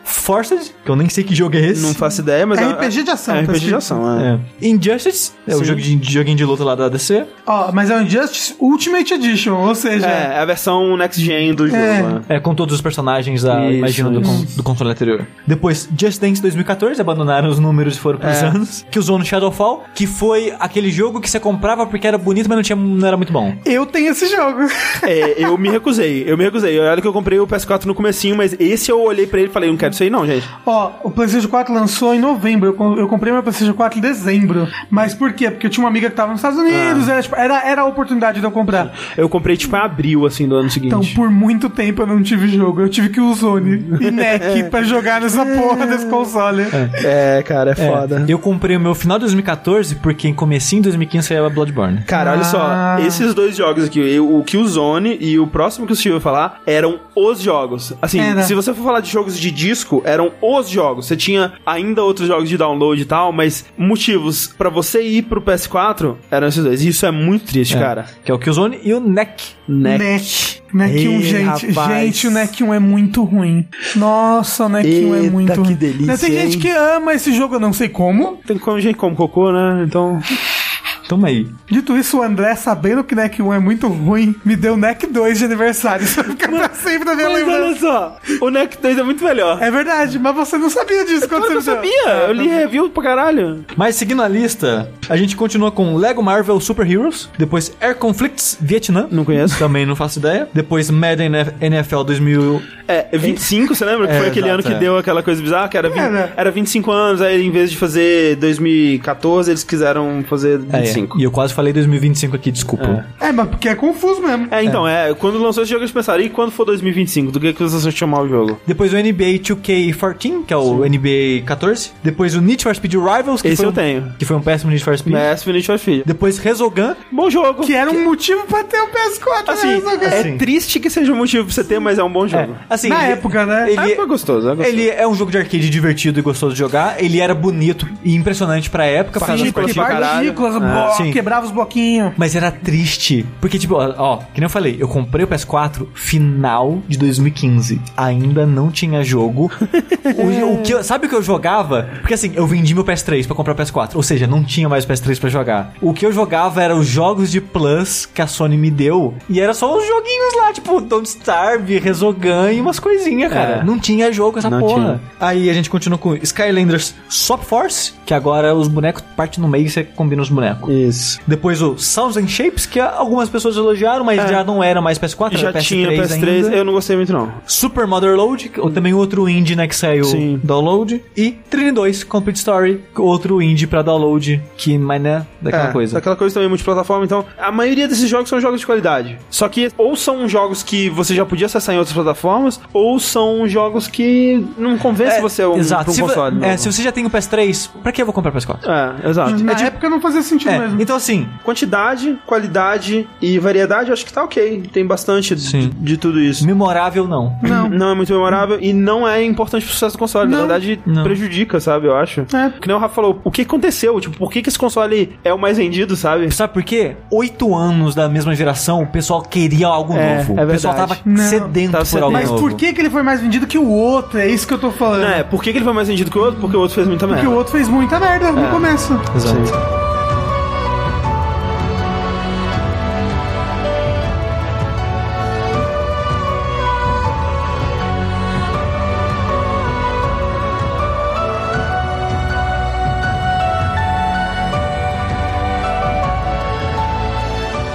B: Forces, que eu nem sei que jogo é esse.
A: Não faço ideia, mas...
C: É
A: é-
C: RPG de ação,
A: É
C: tá
A: RPG de
C: escrito.
A: ação, é.
B: É. Injustice, é o
A: Sim.
B: jogo de, de joguinho de luta lá da DC.
C: Ó, mas é o Injustice Ultimate Edition, ou seja,
A: É, é a versão next gen do jogo.
C: É.
A: né?
B: É, com todos os personagens da,
A: Isso,
B: imagino, do, con- do console anterior. Depois, Just Dance 2014, abandonaram os números e foram pros
A: É.
B: anos. Que usou no Shadowfall, que foi aquele jogo que você comprava porque era bonito, mas não, tinha, não era muito bom.
C: eu tenho esse jogo.
A: É, eu me recusei, eu me recusei. Olha que eu comprei o PS4 no comecinho, mas esse eu olhei pra ele e falei, não quero isso aí não, gente.
C: Ó, o PlayStation 4 lançou em novembro. Eu, com- eu comprei meu PlayStation 4 em dezembro. Mas por quê? Porque eu tinha uma amiga que tava nos Estados Unidos.
A: Ah.
C: Era, tipo, era, era a oportunidade de eu comprar.
A: Eu comprei tipo em abril, assim, do ano seguinte.
C: Então, por muito tempo eu não tive jogo. Eu tive que usar Zone e NEC pra jogar nessa porra desse console.
A: É, cara, é
B: É, Eu comprei o meu final de 2014, porque em comecinho de 2015 esse é Bloodborne.
A: Cara, olha
C: Ah.
A: só, esses dois jogos aqui, o Killzone e o próximo que o Steve vai falar, eram os jogos. Assim,
C: Era.
A: se você for falar de jogos de disco, eram os jogos. Você tinha ainda outros jogos de download e tal, mas motivos pra você ir pro PS4 eram esses dois. E isso é muito triste, cara.
B: Que é o Killzone e o Neck.
A: Né?
C: Neck. Neck 1,
A: Ih,
C: gente.
A: rapaz.
C: Gente, o Neck 1 é muito ruim. Nossa, o Neck 1 é
A: Eita,
C: muito
A: que
C: ruim.
A: delícia,
C: Né, Tem
A: hein?
C: gente que ama esse jogo, eu não sei como.
A: Tem como gente como cocô, né? Então.
B: Toma aí.
C: Dito isso, o André, sabendo que Neck 1 é muito ruim, me deu Neck 2 de aniversário. Isso vai ficar pra sempre na minha
A: Mas olha
C: lembrança.
A: só, o Neck 2 é muito melhor.
C: É verdade, mas você não sabia disso quando
A: Claro que
C: você
A: eu
C: me deu.
A: sabia, eu li review pra caralho.
B: Mas seguindo a lista, a gente continua com Lego Marvel Super Heroes, depois Air Conflicts Vietnã.
A: Não conheço.
B: Também não faço ideia. Depois Madden NFL 2000.
A: É, 25, você lembra? Que
B: É,
A: foi aquele
B: exato,
A: ano que
B: é.
A: deu aquela coisa bizarra, que era, vin-
C: Era.
A: era 25 anos, aí em vez de fazer 2014, eles quiseram fazer
B: É,
A: 25.
B: E eu quase falei 2025 aqui, desculpa.
C: É, mas porque é confuso mesmo.
A: É, então, é. quando lançou esse jogo, eles pensaram, e quando for 2025, do que que vocês vão chamar o jogo?
B: Depois o NBA 2K14, que é o NBA 14. Depois o Need for Speed Rivals, que,
A: Esse
B: foi,
A: eu
B: um,
A: tenho. É.
B: que foi um péssimo Need for Speed.
A: PS Finish for Speed.
B: Depois Resogun.
A: Bom jogo.
C: Que era um motivo pra ter o PS4. né,
A: assim,
C: Zogan?
A: é triste que seja um motivo pra você ter, mas é um bom jogo.
B: Assim,
C: Na
B: ele-
C: época, né?
A: Ah,
B: Ele,
A: foi gostoso, é gostoso.
B: ele é um jogo de arcade divertido e gostoso de jogar. Ele era bonito e impressionante pra época. por causa
A: Sim,
B: das
A: porque
B: coisas
C: Tipo, que
A: pra
C: bar
A: caralho.
C: ridículas,
A: Ah,
C: blo-
B: sim.
C: quebrava os bloquinhos.
B: Mas era triste. Porque, tipo, ó, ó, que nem eu falei, eu comprei o PS4 final de 2015. Ainda não tinha jogo. o, o que eu- sabe o que eu jogava? Porque assim, eu vendi meu PS3 pra comprar o PS4. Ou seja, não tinha mais PS3 pra jogar. O que eu jogava era os jogos de Plus que a Sony me deu. E era só os joguinhos lá, tipo, Don't Starve, Resogun e umas coisinhas, cara.
A: É.
B: Não tinha jogo essa
A: Não
B: porra. Aí a gente continua com Skylanders Swap Force, que agora os bonecos parte no meio e você combina os bonecos.
A: Isso.
B: Depois o Sounds and Shapes, que algumas pessoas elogiaram, mas já não era mais PS4,
A: É. Já
B: era PS3
A: tinha PS3,
B: ainda.
A: eu não gostei muito, não.
B: Super Motherload, que- ou também outro indie, né, que saiu
A: Sim.
B: download. E Trini 2, Complete Story, outro indie pra download, que, mas né, daquela
A: É,
B: coisa.
A: Daquela coisa também multiplataforma, então a maioria desses jogos são jogos de qualidade. Só que ou são jogos que você já podia acessar em outras plataformas, ou são jogos que não convence
B: É,
A: você a um, pra um
B: se, vo-
A: console.
B: é,
A: novo.
B: se você já tem o Uhum. PS3, pra que eu vou comprar o PS4?
A: É, exato.
C: Na
A: É, tipo,
C: época não fazia sentido
B: É,
C: mesmo.
B: então assim,
A: quantidade, qualidade e variedade, eu acho que tá ok. Tem bastante de,
B: Sim.
A: de tudo isso.
B: memorável não.
C: Não.
A: Não é muito memorável e não é importante pro sucesso do console.
C: Não.
A: Na verdade,
B: Não.
A: prejudica, sabe? Eu acho.
C: É.
A: Que nem o Rafa falou, o que aconteceu? Tipo, por que, que esse console é o mais vendido, sabe?
B: Sabe por quê? Oito anos da mesma geração, o pessoal queria algo
A: É,
B: novo.
A: é
B: o pessoal tava
A: verdade.
C: Não.
B: sedento
A: Tava
B: por algo
C: Mas
B: novo.
C: por que, que ele foi mais vendido que o outro? É isso que eu tô falando.
A: Não, é, por que, que ele foi mais vendido que o outro? Porque o outro fez muita merda.
C: Porque o outro fez muita merda
A: É.
C: no começo.
B: Exato.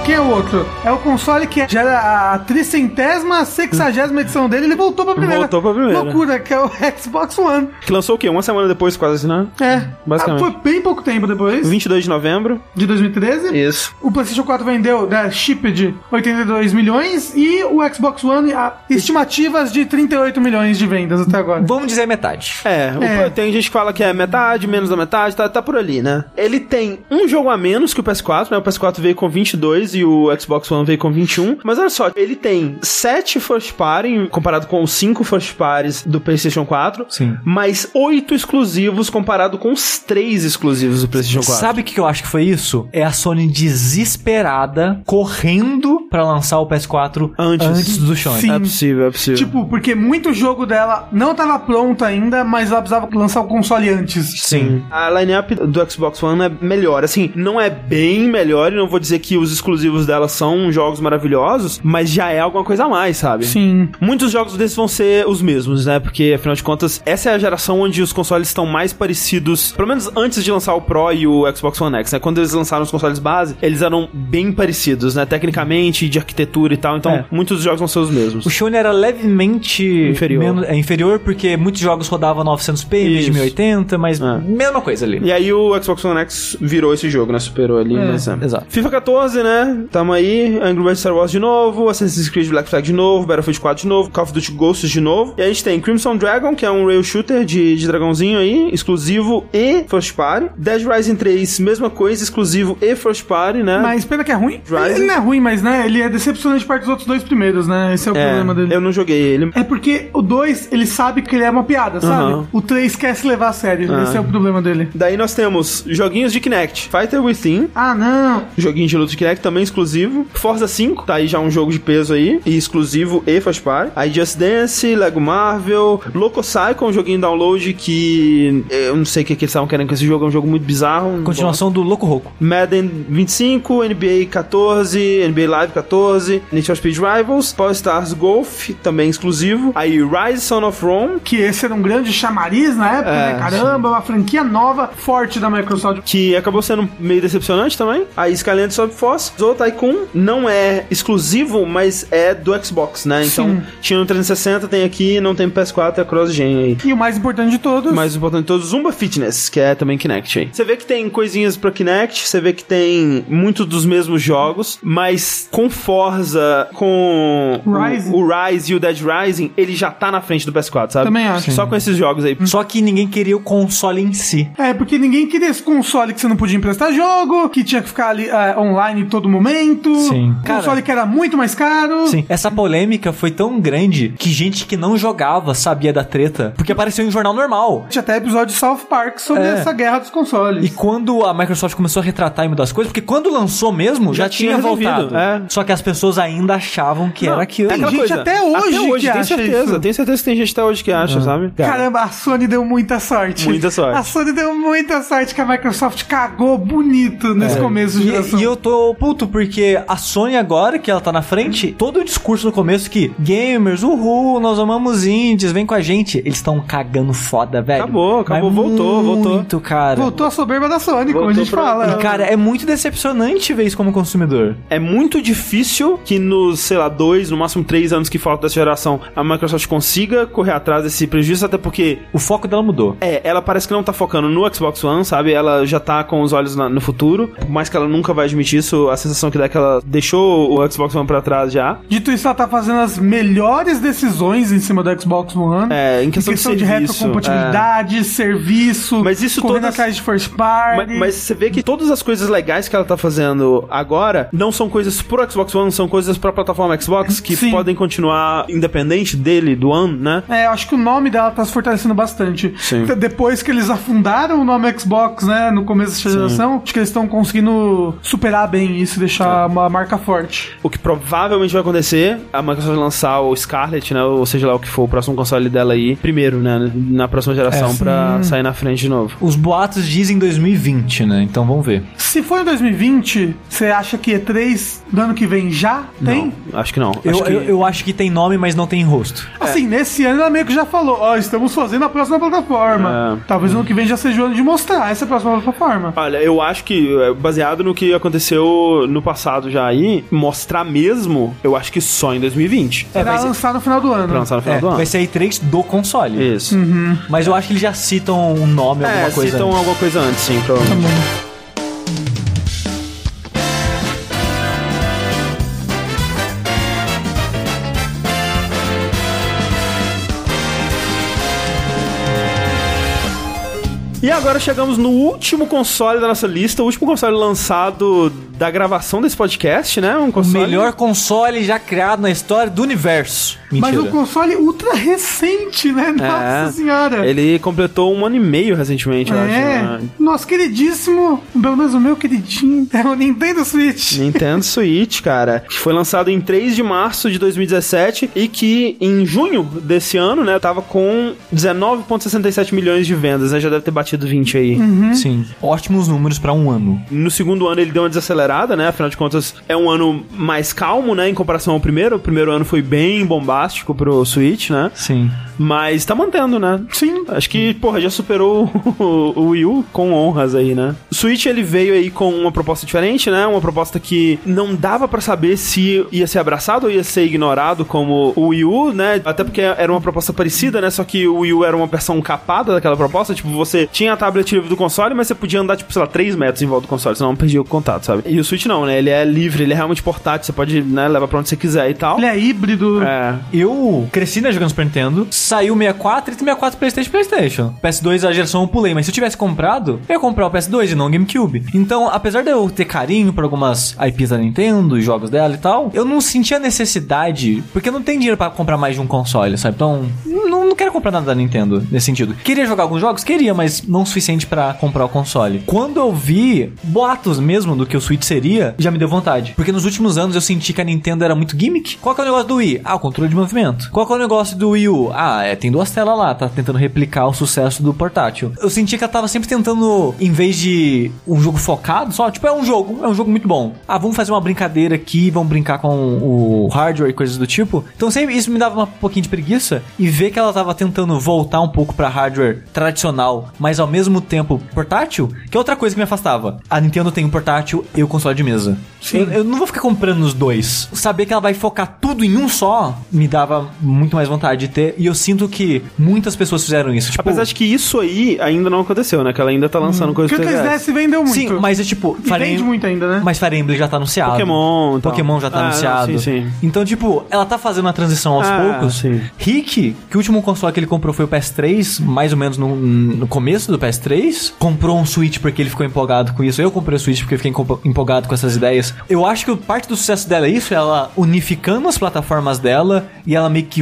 C: Quem é o outro? É o console que já era a tricentésima, sexagésima edição dele, ele voltou pra primeira.
A: Voltou pra primeira.
C: Loucura, que é o Xbox One.
A: Que lançou o quê? Uma semana depois, quase, né?
C: É.
A: Basicamente.
C: Ah, foi bem pouco tempo depois,
A: 22 de novembro.
C: de 2013.
A: Isso.
C: O PlayStation 4 vendeu da chip de 82 milhões e o Xbox One, a- estimativas de 38 milhões de vendas até agora.
B: Vamos dizer metade.
A: É, o
C: É.
A: pa- tem gente que fala que é metade, menos da metade, tá, tá por ali, né? Ele tem um jogo a menos que o PS4, né? O PS4 veio com 22 e o Xbox One veio com 21. Mas olha só, ele tem 7 first party, comparado com os 5 first parties do PlayStation 4.
B: Sim.
A: Mas 8 exclusivos, comparado com os 3 exclusivos do PlayStation 4.
B: Sabe o que que eu acho que foi isso? É a Sony desesperada correndo pra lançar o PS4
A: Antes.
B: antes, do Sony.
C: Sim.
A: É possível, é possível.
C: Tipo, porque muito jogo dela não tava pronto ainda, mas ela precisava lançar o console antes.
B: Sim.
A: A lineup do Xbox One é melhor. Assim, não é bem melhor, e não vou dizer que os exclusivos dela são jogos maravilhosos, mas já é alguma coisa a mais, sabe?
C: Sim.
A: Muitos jogos desses vão ser os mesmos, né? Porque, afinal de contas, essa é a geração onde os consoles estão mais parecidos, pelo menos antes de lançar o Pro e o Xbox One X, né? Quando eles lançaram os consoles base, eles eram bem parecidos, né? Tecnicamente, ambiente, de arquitetura e tal. Então,
B: É.
A: muitos jogos vão ser os mesmos.
B: O Shone era levemente
A: Inferior.
B: menos- é, inferior porque muitos jogos rodavam 900p em vez de
A: Isso.
B: 1080, mas
A: É.
B: mesma coisa ali.
A: E aí o Xbox One X virou esse jogo, né? Superou ali, mas é.
B: exato.
A: FIFA 14, né? Tamo aí, Angry Birds Star Wars de novo, Assassin's Creed Black Flag de novo, Battlefield 4 de novo, Call of Duty Ghosts de novo. E a gente tem Crimson Dragon, que é um rail shooter de, de dragãozinho aí, exclusivo e first party. Dead Rising 3, mesma coisa, exclusivo e first party, né?
C: Mas pena que é ruim.
A: Rising.
C: Ele não é ruim, mas né, ele é decepcionante perto dos outros dois primeiros, né? Esse é o
A: é,
C: problema dele.
A: eu não joguei ele.
C: É porque o 2, ele sabe que ele é uma piada, sabe?
A: Aham.
C: O 3 quer se levar a sério.
A: Ah.
C: Esse é o problema dele.
A: Daí nós temos joguinhos de Kinect, Fighter Within,
C: Ah, não.
A: Joguinho de luta de Kinect também exclusivo. Forza 5, tá aí já um jogo de peso aí. E exclusivo e faz parte. Aí Just Dance, Lego Marvel, Loco Psycho, um joguinho download que eh, eu não sei o que, que eles estavam querendo com esse jogo, é um jogo muito bizarro.
B: Continuação do Loco Roco.
A: Bom. Madden 25, NBA 14, NBA Live 14, Need for Speed Rivals, Power Stars Golf, também exclusivo. Aí Rise Son of Rome,
C: Que esse era um grande chamariz na época,
A: É,
C: né? Caramba, uma franquia nova, forte da Microsoft.
A: que acabou sendo meio decepcionante também. Aí Skylanders Sub Force, Zou Tycoon não é exclusivo, mas é do Xbox, né? Então, tinha no 360, tem aqui, não tem no PS4, é cross-gen aí.
C: E o mais importante de todos.
A: Mais importante de todos, Zumba Fitness, que é também Kinect aí. Você vê que tem coisinhas pra Kinect, você vê que tem muitos dos mesmos jogos, mas com Forza, com o-
C: Rising.
A: o Rise e o Dead Rising, ele já tá na frente do PS4, sabe?
C: Também acho.
A: Só com esses jogos aí.
B: Só que ninguém queria o console em si.
C: É, porque ninguém queria esse console que você não podia emprestar jogo, que tinha que ficar ali eh, online todo momento.
B: Sim.
C: Um Console que era muito mais caro.
B: Sim, essa polêmica foi tão grande que gente que não jogava sabia da treta, porque apareceu em jornal normal.
C: Tinha até episódio de South Park sobre
B: É.
C: essa guerra dos consoles.
B: E quando a Microsoft começou a retratar e mudar as coisas, porque quando lançou mesmo, já,
A: Já
B: tinha,
A: tinha
B: voltado.
A: resolvido, é.
B: Só que as pessoas ainda achavam que era aquilo.
A: É aquela
C: gente até hoje que
A: tem
C: acha
A: certeza,
C: isso.
A: tem certeza que tem gente até hoje que acha, sabe?
C: Caramba, a Sony deu muita sorte.
A: Muita sorte.
C: A Sony deu muita sorte que a Microsoft cagou bonito nesse começo de
B: É. E,
C: geração.
B: e eu tô puto porque a Sony agora que ela tá na frente, todo o discurso no começo que gamers, uhul, nós amamos indies, vem com a gente, eles estão cagando foda, velho.
A: Acabou, acabou,
B: Mas
A: voltou, voltou.
B: é Muito, cara.
C: Voltou a soberba da Sony, como a
A: Voltou
C: gente
A: pra-
C: fala.
B: E cara, é muito decepcionante ver isso como consumidor.
A: É muito difícil que nos, sei lá, dois, no máximo três anos que falta dessa geração, a Microsoft consiga correr atrás desse prejuízo, até porque,
B: O foco dela mudou.
A: é, ela parece que não tá focando no Xbox One, sabe? Ela já tá com os olhos na- no futuro, por mais que ela nunca vai admitir isso, a sensação que dá é que ela deixou o Xbox One pra trás já.
C: Dito isso, ela tá fazendo as melhores decisões em cima do Xbox One.
A: É, em questão de
C: de,
A: serviço,
C: retrocompatibilidade, serviço,
A: Mas isso
C: correndo
A: todas-
C: atrás de first party.
A: Ma- Mas você vê que todas as coisas legais que ela tá fazendo agora não são coisas pro Xbox One, são coisas pra plataforma Xbox que
C: Sim.
A: podem continuar independente dele, do One, né?
C: É, eu acho que o nome dela tá se fortalecendo bastante.
A: Sim.
C: T- Depois que eles afundaram o nome Xbox, né, no começo dessa geração, acho que eles estão conseguindo superar bem isso e deixar
A: É.
C: uma marca forte.
A: O que provavelmente vai acontecer, a Microsoft lançar o Scarlet, né? Ou seja lá o que for, o próximo console dela aí, primeiro, né? Na próxima
B: É.
A: geração, pra sair na frente de novo.
B: Os boatos dizem 2020, né? Então vamos ver.
C: Se for em 2020, você acha que E3 do ano que vem já tem?
A: Não, acho que não.
B: Eu
A: acho que...
B: eu- eu acho que tem nome, mas não tem rosto.
C: Assim,
A: É.
C: nesse ano ela meio que já falou, ó, estamos fazendo a próxima
A: É.
C: plataforma. Talvez ano que vem já seja o ano de mostrar essa próxima plataforma.
A: Olha, eu acho que, é, baseado no que aconteceu no passado já aí, mostrar mesmo, eu acho que só em 2020.
B: É,
C: Será
B: vai ser-
C: lançar no final do ano.
A: Pra lançar no final
B: É,
A: do ano.
B: vai Hum. ser a E3 do console.
A: Isso.
B: Mas eu acho que eles já citam um nome, alguma
A: É,
B: coisa.
A: citam alguma coisa antes, sim, provavelmente.
C: Tá
A: E agora chegamos no último console da nossa lista, o último console lançado da gravação desse podcast, né? Um
B: O
A: console.
B: melhor console já criado na história do universo.
C: Mas
B: Mentira.
C: um console ultra recente,
A: É.
C: né? Nossa senhora.
A: Ele completou um ano e meio recentemente, eu acho.
C: É,
A: né?
C: nosso queridíssimo, pelo menos o meu queridinho, é o Nintendo Switch.
A: Nintendo Switch, cara, que foi lançado em 3 de março de 2017 e que em junho desse ano, né, tava com 19,67 milhões de vendas, né, já deve ter batido 20 aí.
B: Uhum. Sim. Ótimos números pra um ano.
A: No segundo ano ele deu uma desacelerada, né? Afinal de contas, é um ano mais calmo, né? Em comparação ao primeiro. O primeiro ano foi bem bombástico pro Switch, né?
B: Sim.
A: Mas tá mantendo, né? Sim. Acho que, porra, já superou o Wii U com honras aí, né? O Switch, ele veio aí com uma proposta diferente, né? Uma proposta que não dava pra saber se ia ser abraçado ou ia ser ignorado como o Wii U, né? Até porque era uma proposta parecida, né? Só que o Wii U era uma versão capada daquela proposta. Tipo, você tinha a tablet livre do console, mas você podia andar, tipo, sei lá, 3 metros em volta do console, senão perdia o contato, sabe? E o Switch não, né? Ele é livre, ele é realmente portátil, você pode, né, levar pra onde você quiser e tal.
C: Ele é híbrido.
A: É,
B: Eu cresci né, jogando Super Nintendo, saiu 64 e 64 Playstation Playstation. PS2 a geração eu pulei, mas se eu tivesse comprado, eu ia comprar o PS2 e não o GameCube. Então, apesar de eu ter carinho por algumas IPs da Nintendo e jogos dela e tal, eu não sentia necessidade, porque eu não tenho dinheiro pra comprar mais de um console, sabe? Então, não, não quero comprar nada da Nintendo nesse sentido. Queria jogar alguns jogos? Queria, mas não o suficiente pra comprar o console. Quando eu vi boatos mesmo do que o Switch seria, já me deu vontade. Porque nos últimos anos eu senti que a Nintendo era muito gimmick. Qual que é o negócio do Wii? Ah, o controle de movimento. Qual que é o negócio do Wii U? Ah, é, tem duas telas lá, tá tentando replicar o sucesso do portátil. Eu senti que ela tava sempre tentando, em vez de um jogo focado, só, tipo, é um jogo, é um jogo muito bom. Ah, vamos fazer uma brincadeira aqui, vamos brincar com o hardware e coisas do tipo. Então sempre isso me dava um pouquinho de preguiça e ver que ela tava tentando voltar um pouco pra hardware tradicional, mas ao mesmo tempo portátil, que é outra coisa que me afastava. A Nintendo tem um portátil e o console de mesa. Eu, eu não vou ficar comprando os dois. Saber que ela vai focar tudo em um só me dava muito mais vontade de ter e eu sinto que muitas pessoas fizeram isso. Tipo,
A: Apesar de que isso aí ainda não aconteceu, né? Que ela ainda tá lançando coisas
C: Porque o 3DS vendeu muito.
B: Sim, mas é tipo,
C: E
B: Fire
C: vende
B: Em-
C: muito ainda, né?
B: Mas Fire Emblem já tá anunciado.
A: Pokémon e tal.
B: Pokémon já tá
A: Ah,
B: anunciado.
A: sim, sim.
B: Então, tipo, ela tá fazendo a transição aos
A: Ah,
B: poucos.
A: sim.
B: Rick, que o último console que ele comprou foi o PS3, mais ou menos no, no começo do PS3, comprou um Switch porque ele ficou empolgado com isso. Eu comprei o Switch porque eu fiquei empo- empolgado com essas ideias. Eu acho que parte do sucesso dela é isso, ela unificando as plataformas dela e ela meio que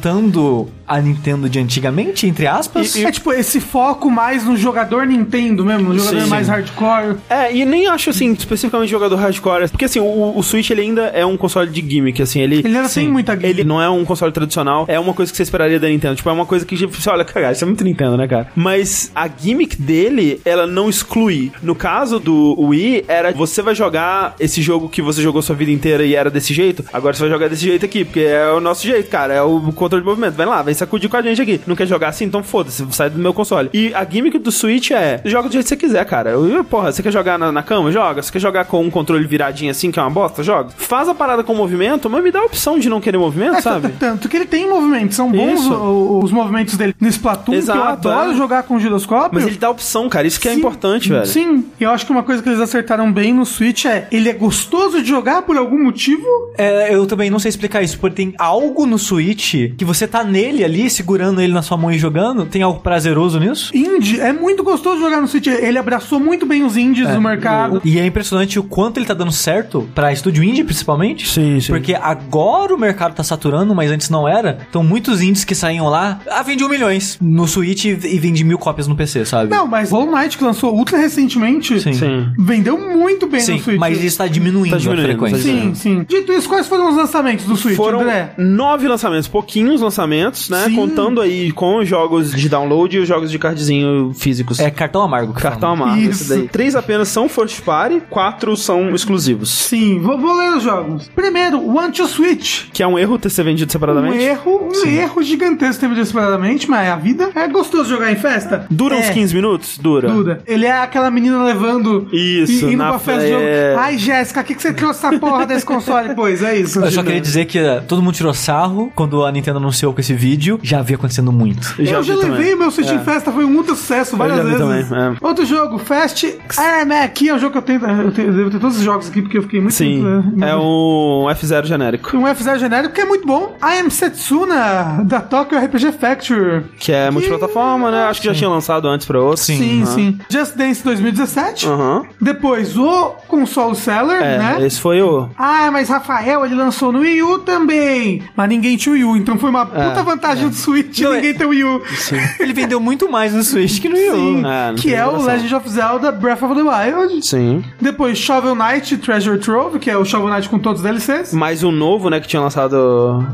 B: voltando a Nintendo de antigamente, entre aspas.
C: É tipo esse foco mais no jogador Nintendo mesmo, no jogador
A: Sim.
C: mais hardcore.
A: É, e nem acho assim, especificamente jogador hardcore. Porque assim, o, o Switch ele ainda é um console de gimmick, assim, ele.
C: Ele ainda tem muita gimmick.
A: Ele não é um console tradicional, é uma coisa que você esperaria da Nintendo. Tipo, é uma coisa que tipo, você olha, cara, isso é muito Nintendo, né, cara? Mas a gimmick dele, ela não exclui. No caso do Wii, era você vai jogar esse jogo que você jogou sua vida inteira e era desse jeito, agora você vai jogar desse jeito aqui, porque é o nosso jeito, cara, é o controle de movimento. Vem lá, vem sacudir com a gente aqui. Não quer jogar assim? Então foda-se, sai do meu console. E a gimmick do Switch é, joga do jeito que você quiser, cara. Eu, porra, você quer jogar na, na cama? Joga. Você quer jogar com um controle viradinho assim, que é uma bosta? Joga. Faz a parada com movimento, mas me dá a opção de não querer movimento,
C: É,
A: sabe?
C: t- Tanto que ele tem movimentos, são bons
A: Isso.
C: o- o- os movimentos dele no Splatoon, que eu
A: Exato,
C: adoro
A: é.
C: jogar com o giroscópio.
A: Mas ele dá opção, cara. Isso que é
C: Sim,
A: importante, velho.
C: Sim, eu acho que uma coisa que eles acertaram bem no Switch é ele é gostoso de jogar por algum motivo.
B: É, eu também não sei explicar isso, porque tem algo no Switch que você tá nele ali, segurando ele na sua mão e jogando. Tem algo prazeroso nisso?
C: Indie é muito gostoso de jogar no Switch. Ele abraçou muito bem os indies do mercado.
B: E é impressionante o quanto ele tá dando certo pra estúdio indie, principalmente.
A: Sim, sim.
B: Porque agora o mercado tá saturando, mas antes não era. Então muitos indies que saíam lá, ah, vende um milhões no Switch e e vende mil cópias no PC, sabe?
C: Não, mas Hollow Knight que lançou ultra recentemente
B: Sim.
A: Sim.
C: vendeu muito bem
B: Sim,
C: no Switch.
B: mas isso é. tá diminuindo,
A: Tá diminuindo,
B: a frequência.
A: tá
C: Sim, sim. Dito isso, quais foram os lançamentos do Switch,
A: Foram
C: André?
A: nove lançamentos, pouquinhos lançamentos, né?
C: Sim.
A: Contando aí com os jogos de download e os jogos de cardzinho físicos.
B: É cartão amargo. que
A: Cartão
B: fala.
A: amargo,
C: Isso.
A: esse daí. Três apenas são first party, quatro são exclusivos.
C: Sim, vou, vou ler os jogos. Primeiro, One to Switch.
A: Que é um erro ter ser vendido
C: Um
A: separadamente.
C: erro, um erro gigantesco teve desesperadamente, mas a vida é gostoso jogar em festa.
A: Dura
C: é.
A: uns 15 minutos? Dura.
C: Duda. Ele é aquela menina levando
A: Isso,
C: e indo
A: na
C: pra festa
A: fe-
C: de jogo.
A: é.
C: Ai, Jéssica, o que, que você trouxe essa porra desse console? Pois é isso.
B: Eu só
C: Duda.
B: queria dizer que eh, todo mundo tirou sarro quando a Nintendo anunciou com esse vídeo. Já havia acontecendo muito.
A: Eu
C: eu já
A: vi também. É.
C: levei o meu Switch em festa, foi um muito sucesso várias
A: já vi
C: vezes.
A: também, é.
C: Outro jogo, Fast Armac, que é um jogo que eu tenho, eu tenho- eu devo ter todos os jogos aqui, porque eu fiquei muito...
A: Sim,
C: eh,
A: é um F0 genérico,
C: Um F0 genérico que é muito bom. I Am Setsuna, da Tokyo RPG Factory.
A: que é multiplataforma, né? Acho que já tinha lançado antes pra outro.
C: Sim,
A: Aham.
C: sim. Just Dance 2017.
A: Aham.
C: Depois o Console Seller,
A: Ah. É,
C: né?
A: esse foi o. É,
C: Ah, mas Rafael, ele lançou no Wii U também. Mas ninguém tinha Wii U, então foi uma puta vantagem Legend Switch
B: Não,
C: e ninguém
B: é-
C: tem Wii U.
B: Ele vendeu muito mais no Switch que no Wii U.
C: Sim,
A: Ah, não
C: que
A: tem
C: é o
A: comparação.
C: Legend of Zelda Breath of the Wild.
A: Sim.
C: Depois Shovel Knight e Treasure Trove, que é o Shovel Knight com todos os DLCs.
A: Mais um novo, né, que tinha lançado.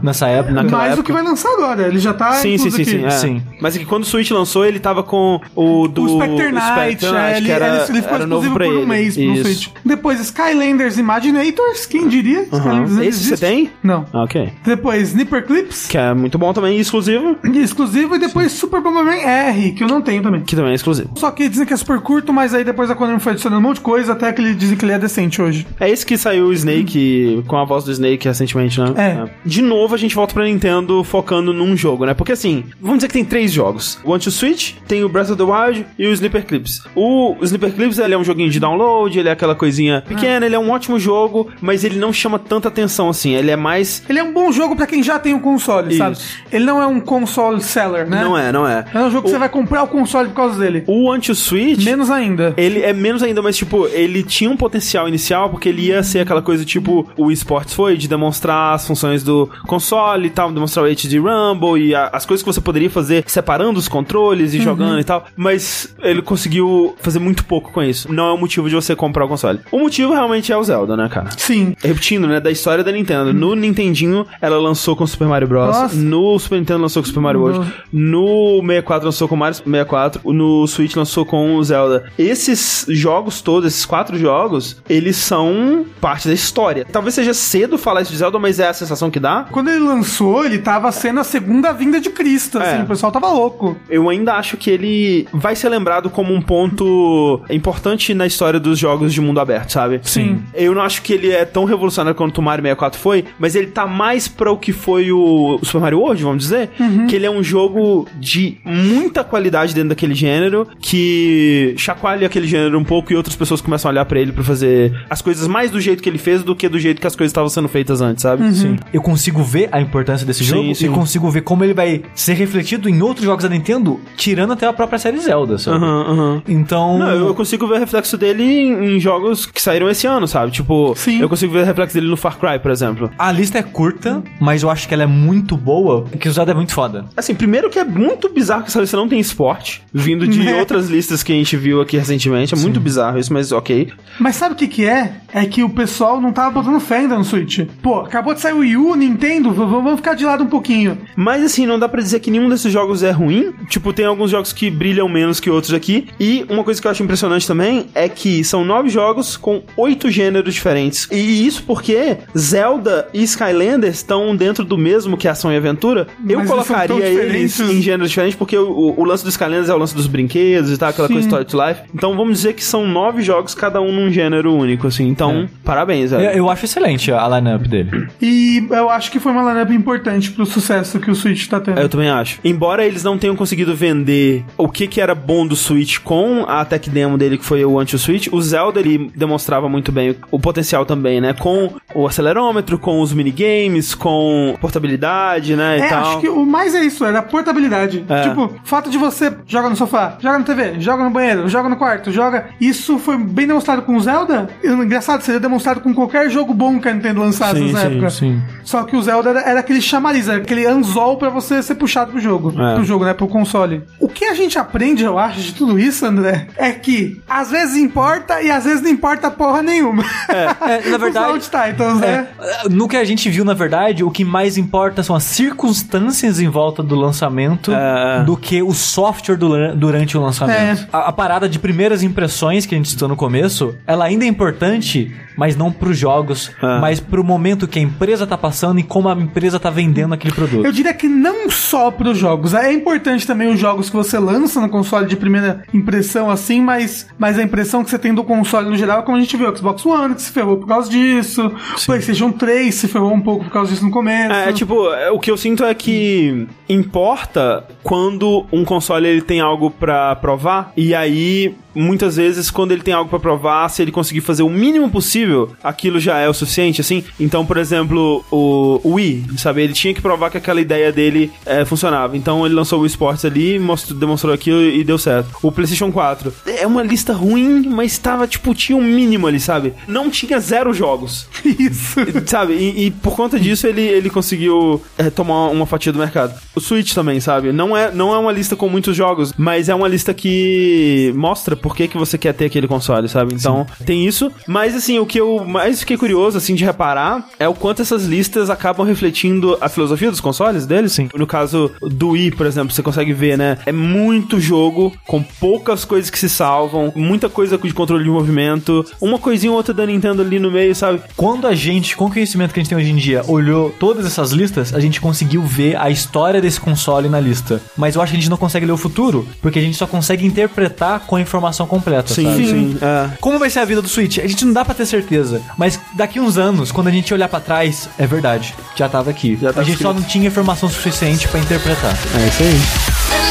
B: Nessa época.
A: Naquela
C: mais o
A: época.
C: que vai lançar agora. Ele já tá
A: Sim, sim,
C: incluso
A: sim, sim,
C: aqui.
A: é.
B: Sim.
A: Mas é que quando o Switch lançou, ele tava com o do.
C: O Spectre Knight,
A: Spectre
C: é,
A: Knight,
C: ele,
A: que era,
C: ele- ele ficou
A: era novo
C: exclusivo
A: pra
C: por um
A: ele.
C: mês
A: Isso.
C: no Switch. Depois Skylanders Imaginators, quem diria? Skylanders
A: Aham.
C: não
A: Esse você
C: existe.
A: tem?
C: Não.
A: Ah, Ok.
C: Depois Snipper Clips,
A: Que é muito bom também, e exclusivo.
C: exclusivo. E depois Super Bomberman R, que eu não tenho também.
A: Que também é exclusivo.
C: Só que dizem que é super curto, mas aí depois a Konami foi adicionando um monte de coisa, até que ele dizem que ele é decente hoje.
A: É esse que saiu o Snake com a voz do Snake recentemente, né?
C: É.
A: De novo, a gente volta pra Nintendo focando num jogo, né? Porque assim, vamos dizer que tem três jogos: o Anti Switch, tem o Breath of the Wild e o Sleeper Clips. O Sleeper Clips ele é um joguinho de download, ele é aquela coisinha pequena, ele é um ótimo jogo, mas ele não chama tanta atenção assim. Ele é mais
C: Ele é um bom jogo pra quem já tem um console,
A: Isso.
C: sabe? Ele não é um console seller, né?
A: Não é, não é.
C: É um jogo que
A: O-
C: você vai comprar o console por causa dele.
A: O anti-switch.
C: Menos ainda.
A: Ele é menos ainda, mas, tipo, ele tinha um potencial inicial porque ele ia ser aquela coisa, tipo, o eSports foi, de demonstrar as funções do console e tal, demonstrar o HD Rumble e a- as coisas que você poderia fazer separando os controles e jogando e tal, mas ele conseguiu fazer muito pouco com isso. Não é o motivo de você comprar o console. O motivo realmente é o Zelda, né, cara?
C: Sim.
A: Repetindo, né, da história da Nintendo. No Nintendinho, ela lançou com Super Mario Bros.
C: Nossa.
A: No Super Nintendo lançou com Super Mario World. No 64 lançou com Mario 64. No Switch lançou com o Zelda. Esses jogos todos, esses quatro jogos, eles são parte da história. Talvez seja cedo falar isso de Zelda, mas é a sensação que dá.
C: Quando ele lançou, ele tava sendo a segunda vinda de Cristo, assim,
A: É.
C: o pessoal tava louco.
A: Eu ainda acho que ele vai ser lembrado como um ponto importante na história dos jogos de mundo aberto, sabe?
C: Sim.
A: Eu não acho que ele é tão revolucionário quanto o Mario 64 foi, mas ele tá mais pra o que foi o Super Mario World, vamos dizer, que ele é um jogo de muita qualidade dentro daquele gênero, que chacoalha aquele gênero um pouco e outras pessoas começam a olhar pra ele pra fazer as coisas mais do jeito que ele fez do que do jeito que as coisas estavam sendo feitas antes, sabe? Sim.
B: Eu consigo ver a importância desse
A: Sim,
B: jogo
A: sim.
B: e consigo ver como ele vai ser refletido em outros jogos da Nintendo, tirando até a própria série Zelda, sabe?
A: Aham, aham.
B: Então.
A: Não, eu eu consigo ver o reflexo dele em, em jogos que saíram esse ano, sabe? Tipo,
C: Sim.
A: eu consigo ver o reflexo dele no Far Cry, por exemplo.
B: A lista é curta, mas eu acho que ela é muito boa, que o Zelda é muito foda.
A: Assim, primeiro que é muito bizarro que essa lista não tem esporte, vindo de
C: Né?
A: outras listas que a gente viu aqui recentemente. É muito bizarro isso, mas ok.
C: Mas sabe o que que é? É que o pessoal não tava botando fé ainda no Switch. Pô, acabou de sair o Wii U, Nintendo, v- v- vamos ficar de lado um pouquinho.
A: Mas assim, não dá pra dizer que nenhum desses jogos é ruim. Tipo, tem alguns jogos que brilham menos que outros aqui. E uma coisa que eu acho impressionante também é que são nove jogos com oito gêneros diferentes. E isso porque Zelda e Skylanders estão dentro do mesmo que ação e aventura. Eu
C: Mas eles são tão
A: colocaria eles
C: diferentes.
A: em gêneros diferentes porque o- o, o lance do Skylanders é o lance dos brinquedos e tal, aquela coisa Story to Life. Então vamos dizer que são nove jogos, cada um num gênero único, assim.
C: É.
A: Então, parabéns,
B: Eu,
A: velho.
B: eu acho excelente a lineup dele.
C: E eu acho que foi uma lineup importante pro sucesso que o Switch tá tendo.
A: Eu também acho. Embora eles não tenham conseguido vender o que, que era bom do Switch com a tech demo dele, que foi o Anti-Switch, o Zelda ele demonstrava muito bem o potencial também, né? Com o acelerômetro, com os minigames, com portabilidade, né? E
C: É,
A: tal.
C: acho que o mais é isso, era a portabilidade.
A: É.
C: Tipo, o fato de você joga no sofá, joga na TV, joga no banheiro, joga no quarto, joga. Isso foi bem demonstrado com o Zelda. E o Engraçado, seria demonstrado com qualquer jogo bom que a Nintendo lançasse
A: Sim,
C: nessa
A: sim,
C: época.
B: sim.
C: Só que o Zelda era, era aquele chamariz, era aquele anzol pra você ser puxado pro jogo.
A: É.
C: Pro jogo, né? Pro console. O que a gente aprende, eu acho, de tudo isso, André, é que às vezes importa e às vezes não importa porra nenhuma.
B: É, na verdade-
C: Os Loud Titans, né?
B: É, no que a gente viu, na verdade, o que mais importa são as circunstâncias em volta do lançamento
A: É.
B: do que o software dura- durante o lançamento.
C: É.
B: A, a parada de primeiras impressões que a gente citou no começo, ela ainda é importante, mas não pros jogos,
A: É.
B: mas pro momento que a empresa tá passando e como a empresa tá vendendo aquele produto.
C: Eu diria que não só pros jogos. É importante também os jogos que você lança no console de primeira impressão, assim, mas, mas a impressão que você tem do console no geral é como a gente viu, o Xbox One que se ferrou por causa disso, o PlayStation 3 se ferrou um pouco por causa disso no começo.
A: É, é, tipo, é, o que eu sinto é que importa quando um console ele tem algo pra provar e aí muitas vezes quando ele tem algo pra provar, se ele conseguir fazer o mínimo possível, aquilo já é o suficiente, assim. Então, por exemplo, o Wii, sabe, ele tinha que provar que aquela ideia dele é, funcionava. Então, ele lançou o Wii Sports ali, mostrou, demonstrou aquilo e deu certo. O PlayStation 4 é uma lista ruim, mas tava tipo tinha um mínimo ali, sabe? Não tinha zero jogos
C: Isso.
A: sabe, e, e por conta disso ele, ele conseguiu é, tomar uma fatia fatia do mercado. O Switch também, sabe? Não é, não é uma lista com muitos jogos, mas é uma lista que mostra por que, que você quer ter aquele console, sabe? Então, tem isso. Mas, assim, o que eu mais fiquei curioso, assim, de reparar é o quanto essas listas acabam refletindo a filosofia dos consoles deles. Sim. No caso do Wii, por exemplo, você consegue ver, né? É muito jogo, com poucas coisas que se salvam, muita coisa de controle de movimento, uma coisinha ou outra da Nintendo ali no meio, sabe?
B: Quando a gente, com o conhecimento que a gente tem hoje em dia, olhou todas essas listas, a gente conseguiu ver a história desse console na lista. Mas eu acho que a gente não consegue ler o futuro, porque a gente só consegue interpretar com a informação completa, sabe?
A: sim. é.
B: Como vai ser a vida do Switch? A gente não dá pra ter certeza. Mas daqui uns anos, quando a gente olhar pra trás, é verdade. Já tava aqui.
A: Já tava
B: a gente só
A: escrito.
B: não tinha informação suficiente pra interpretar.
A: É isso aí.
D: Thank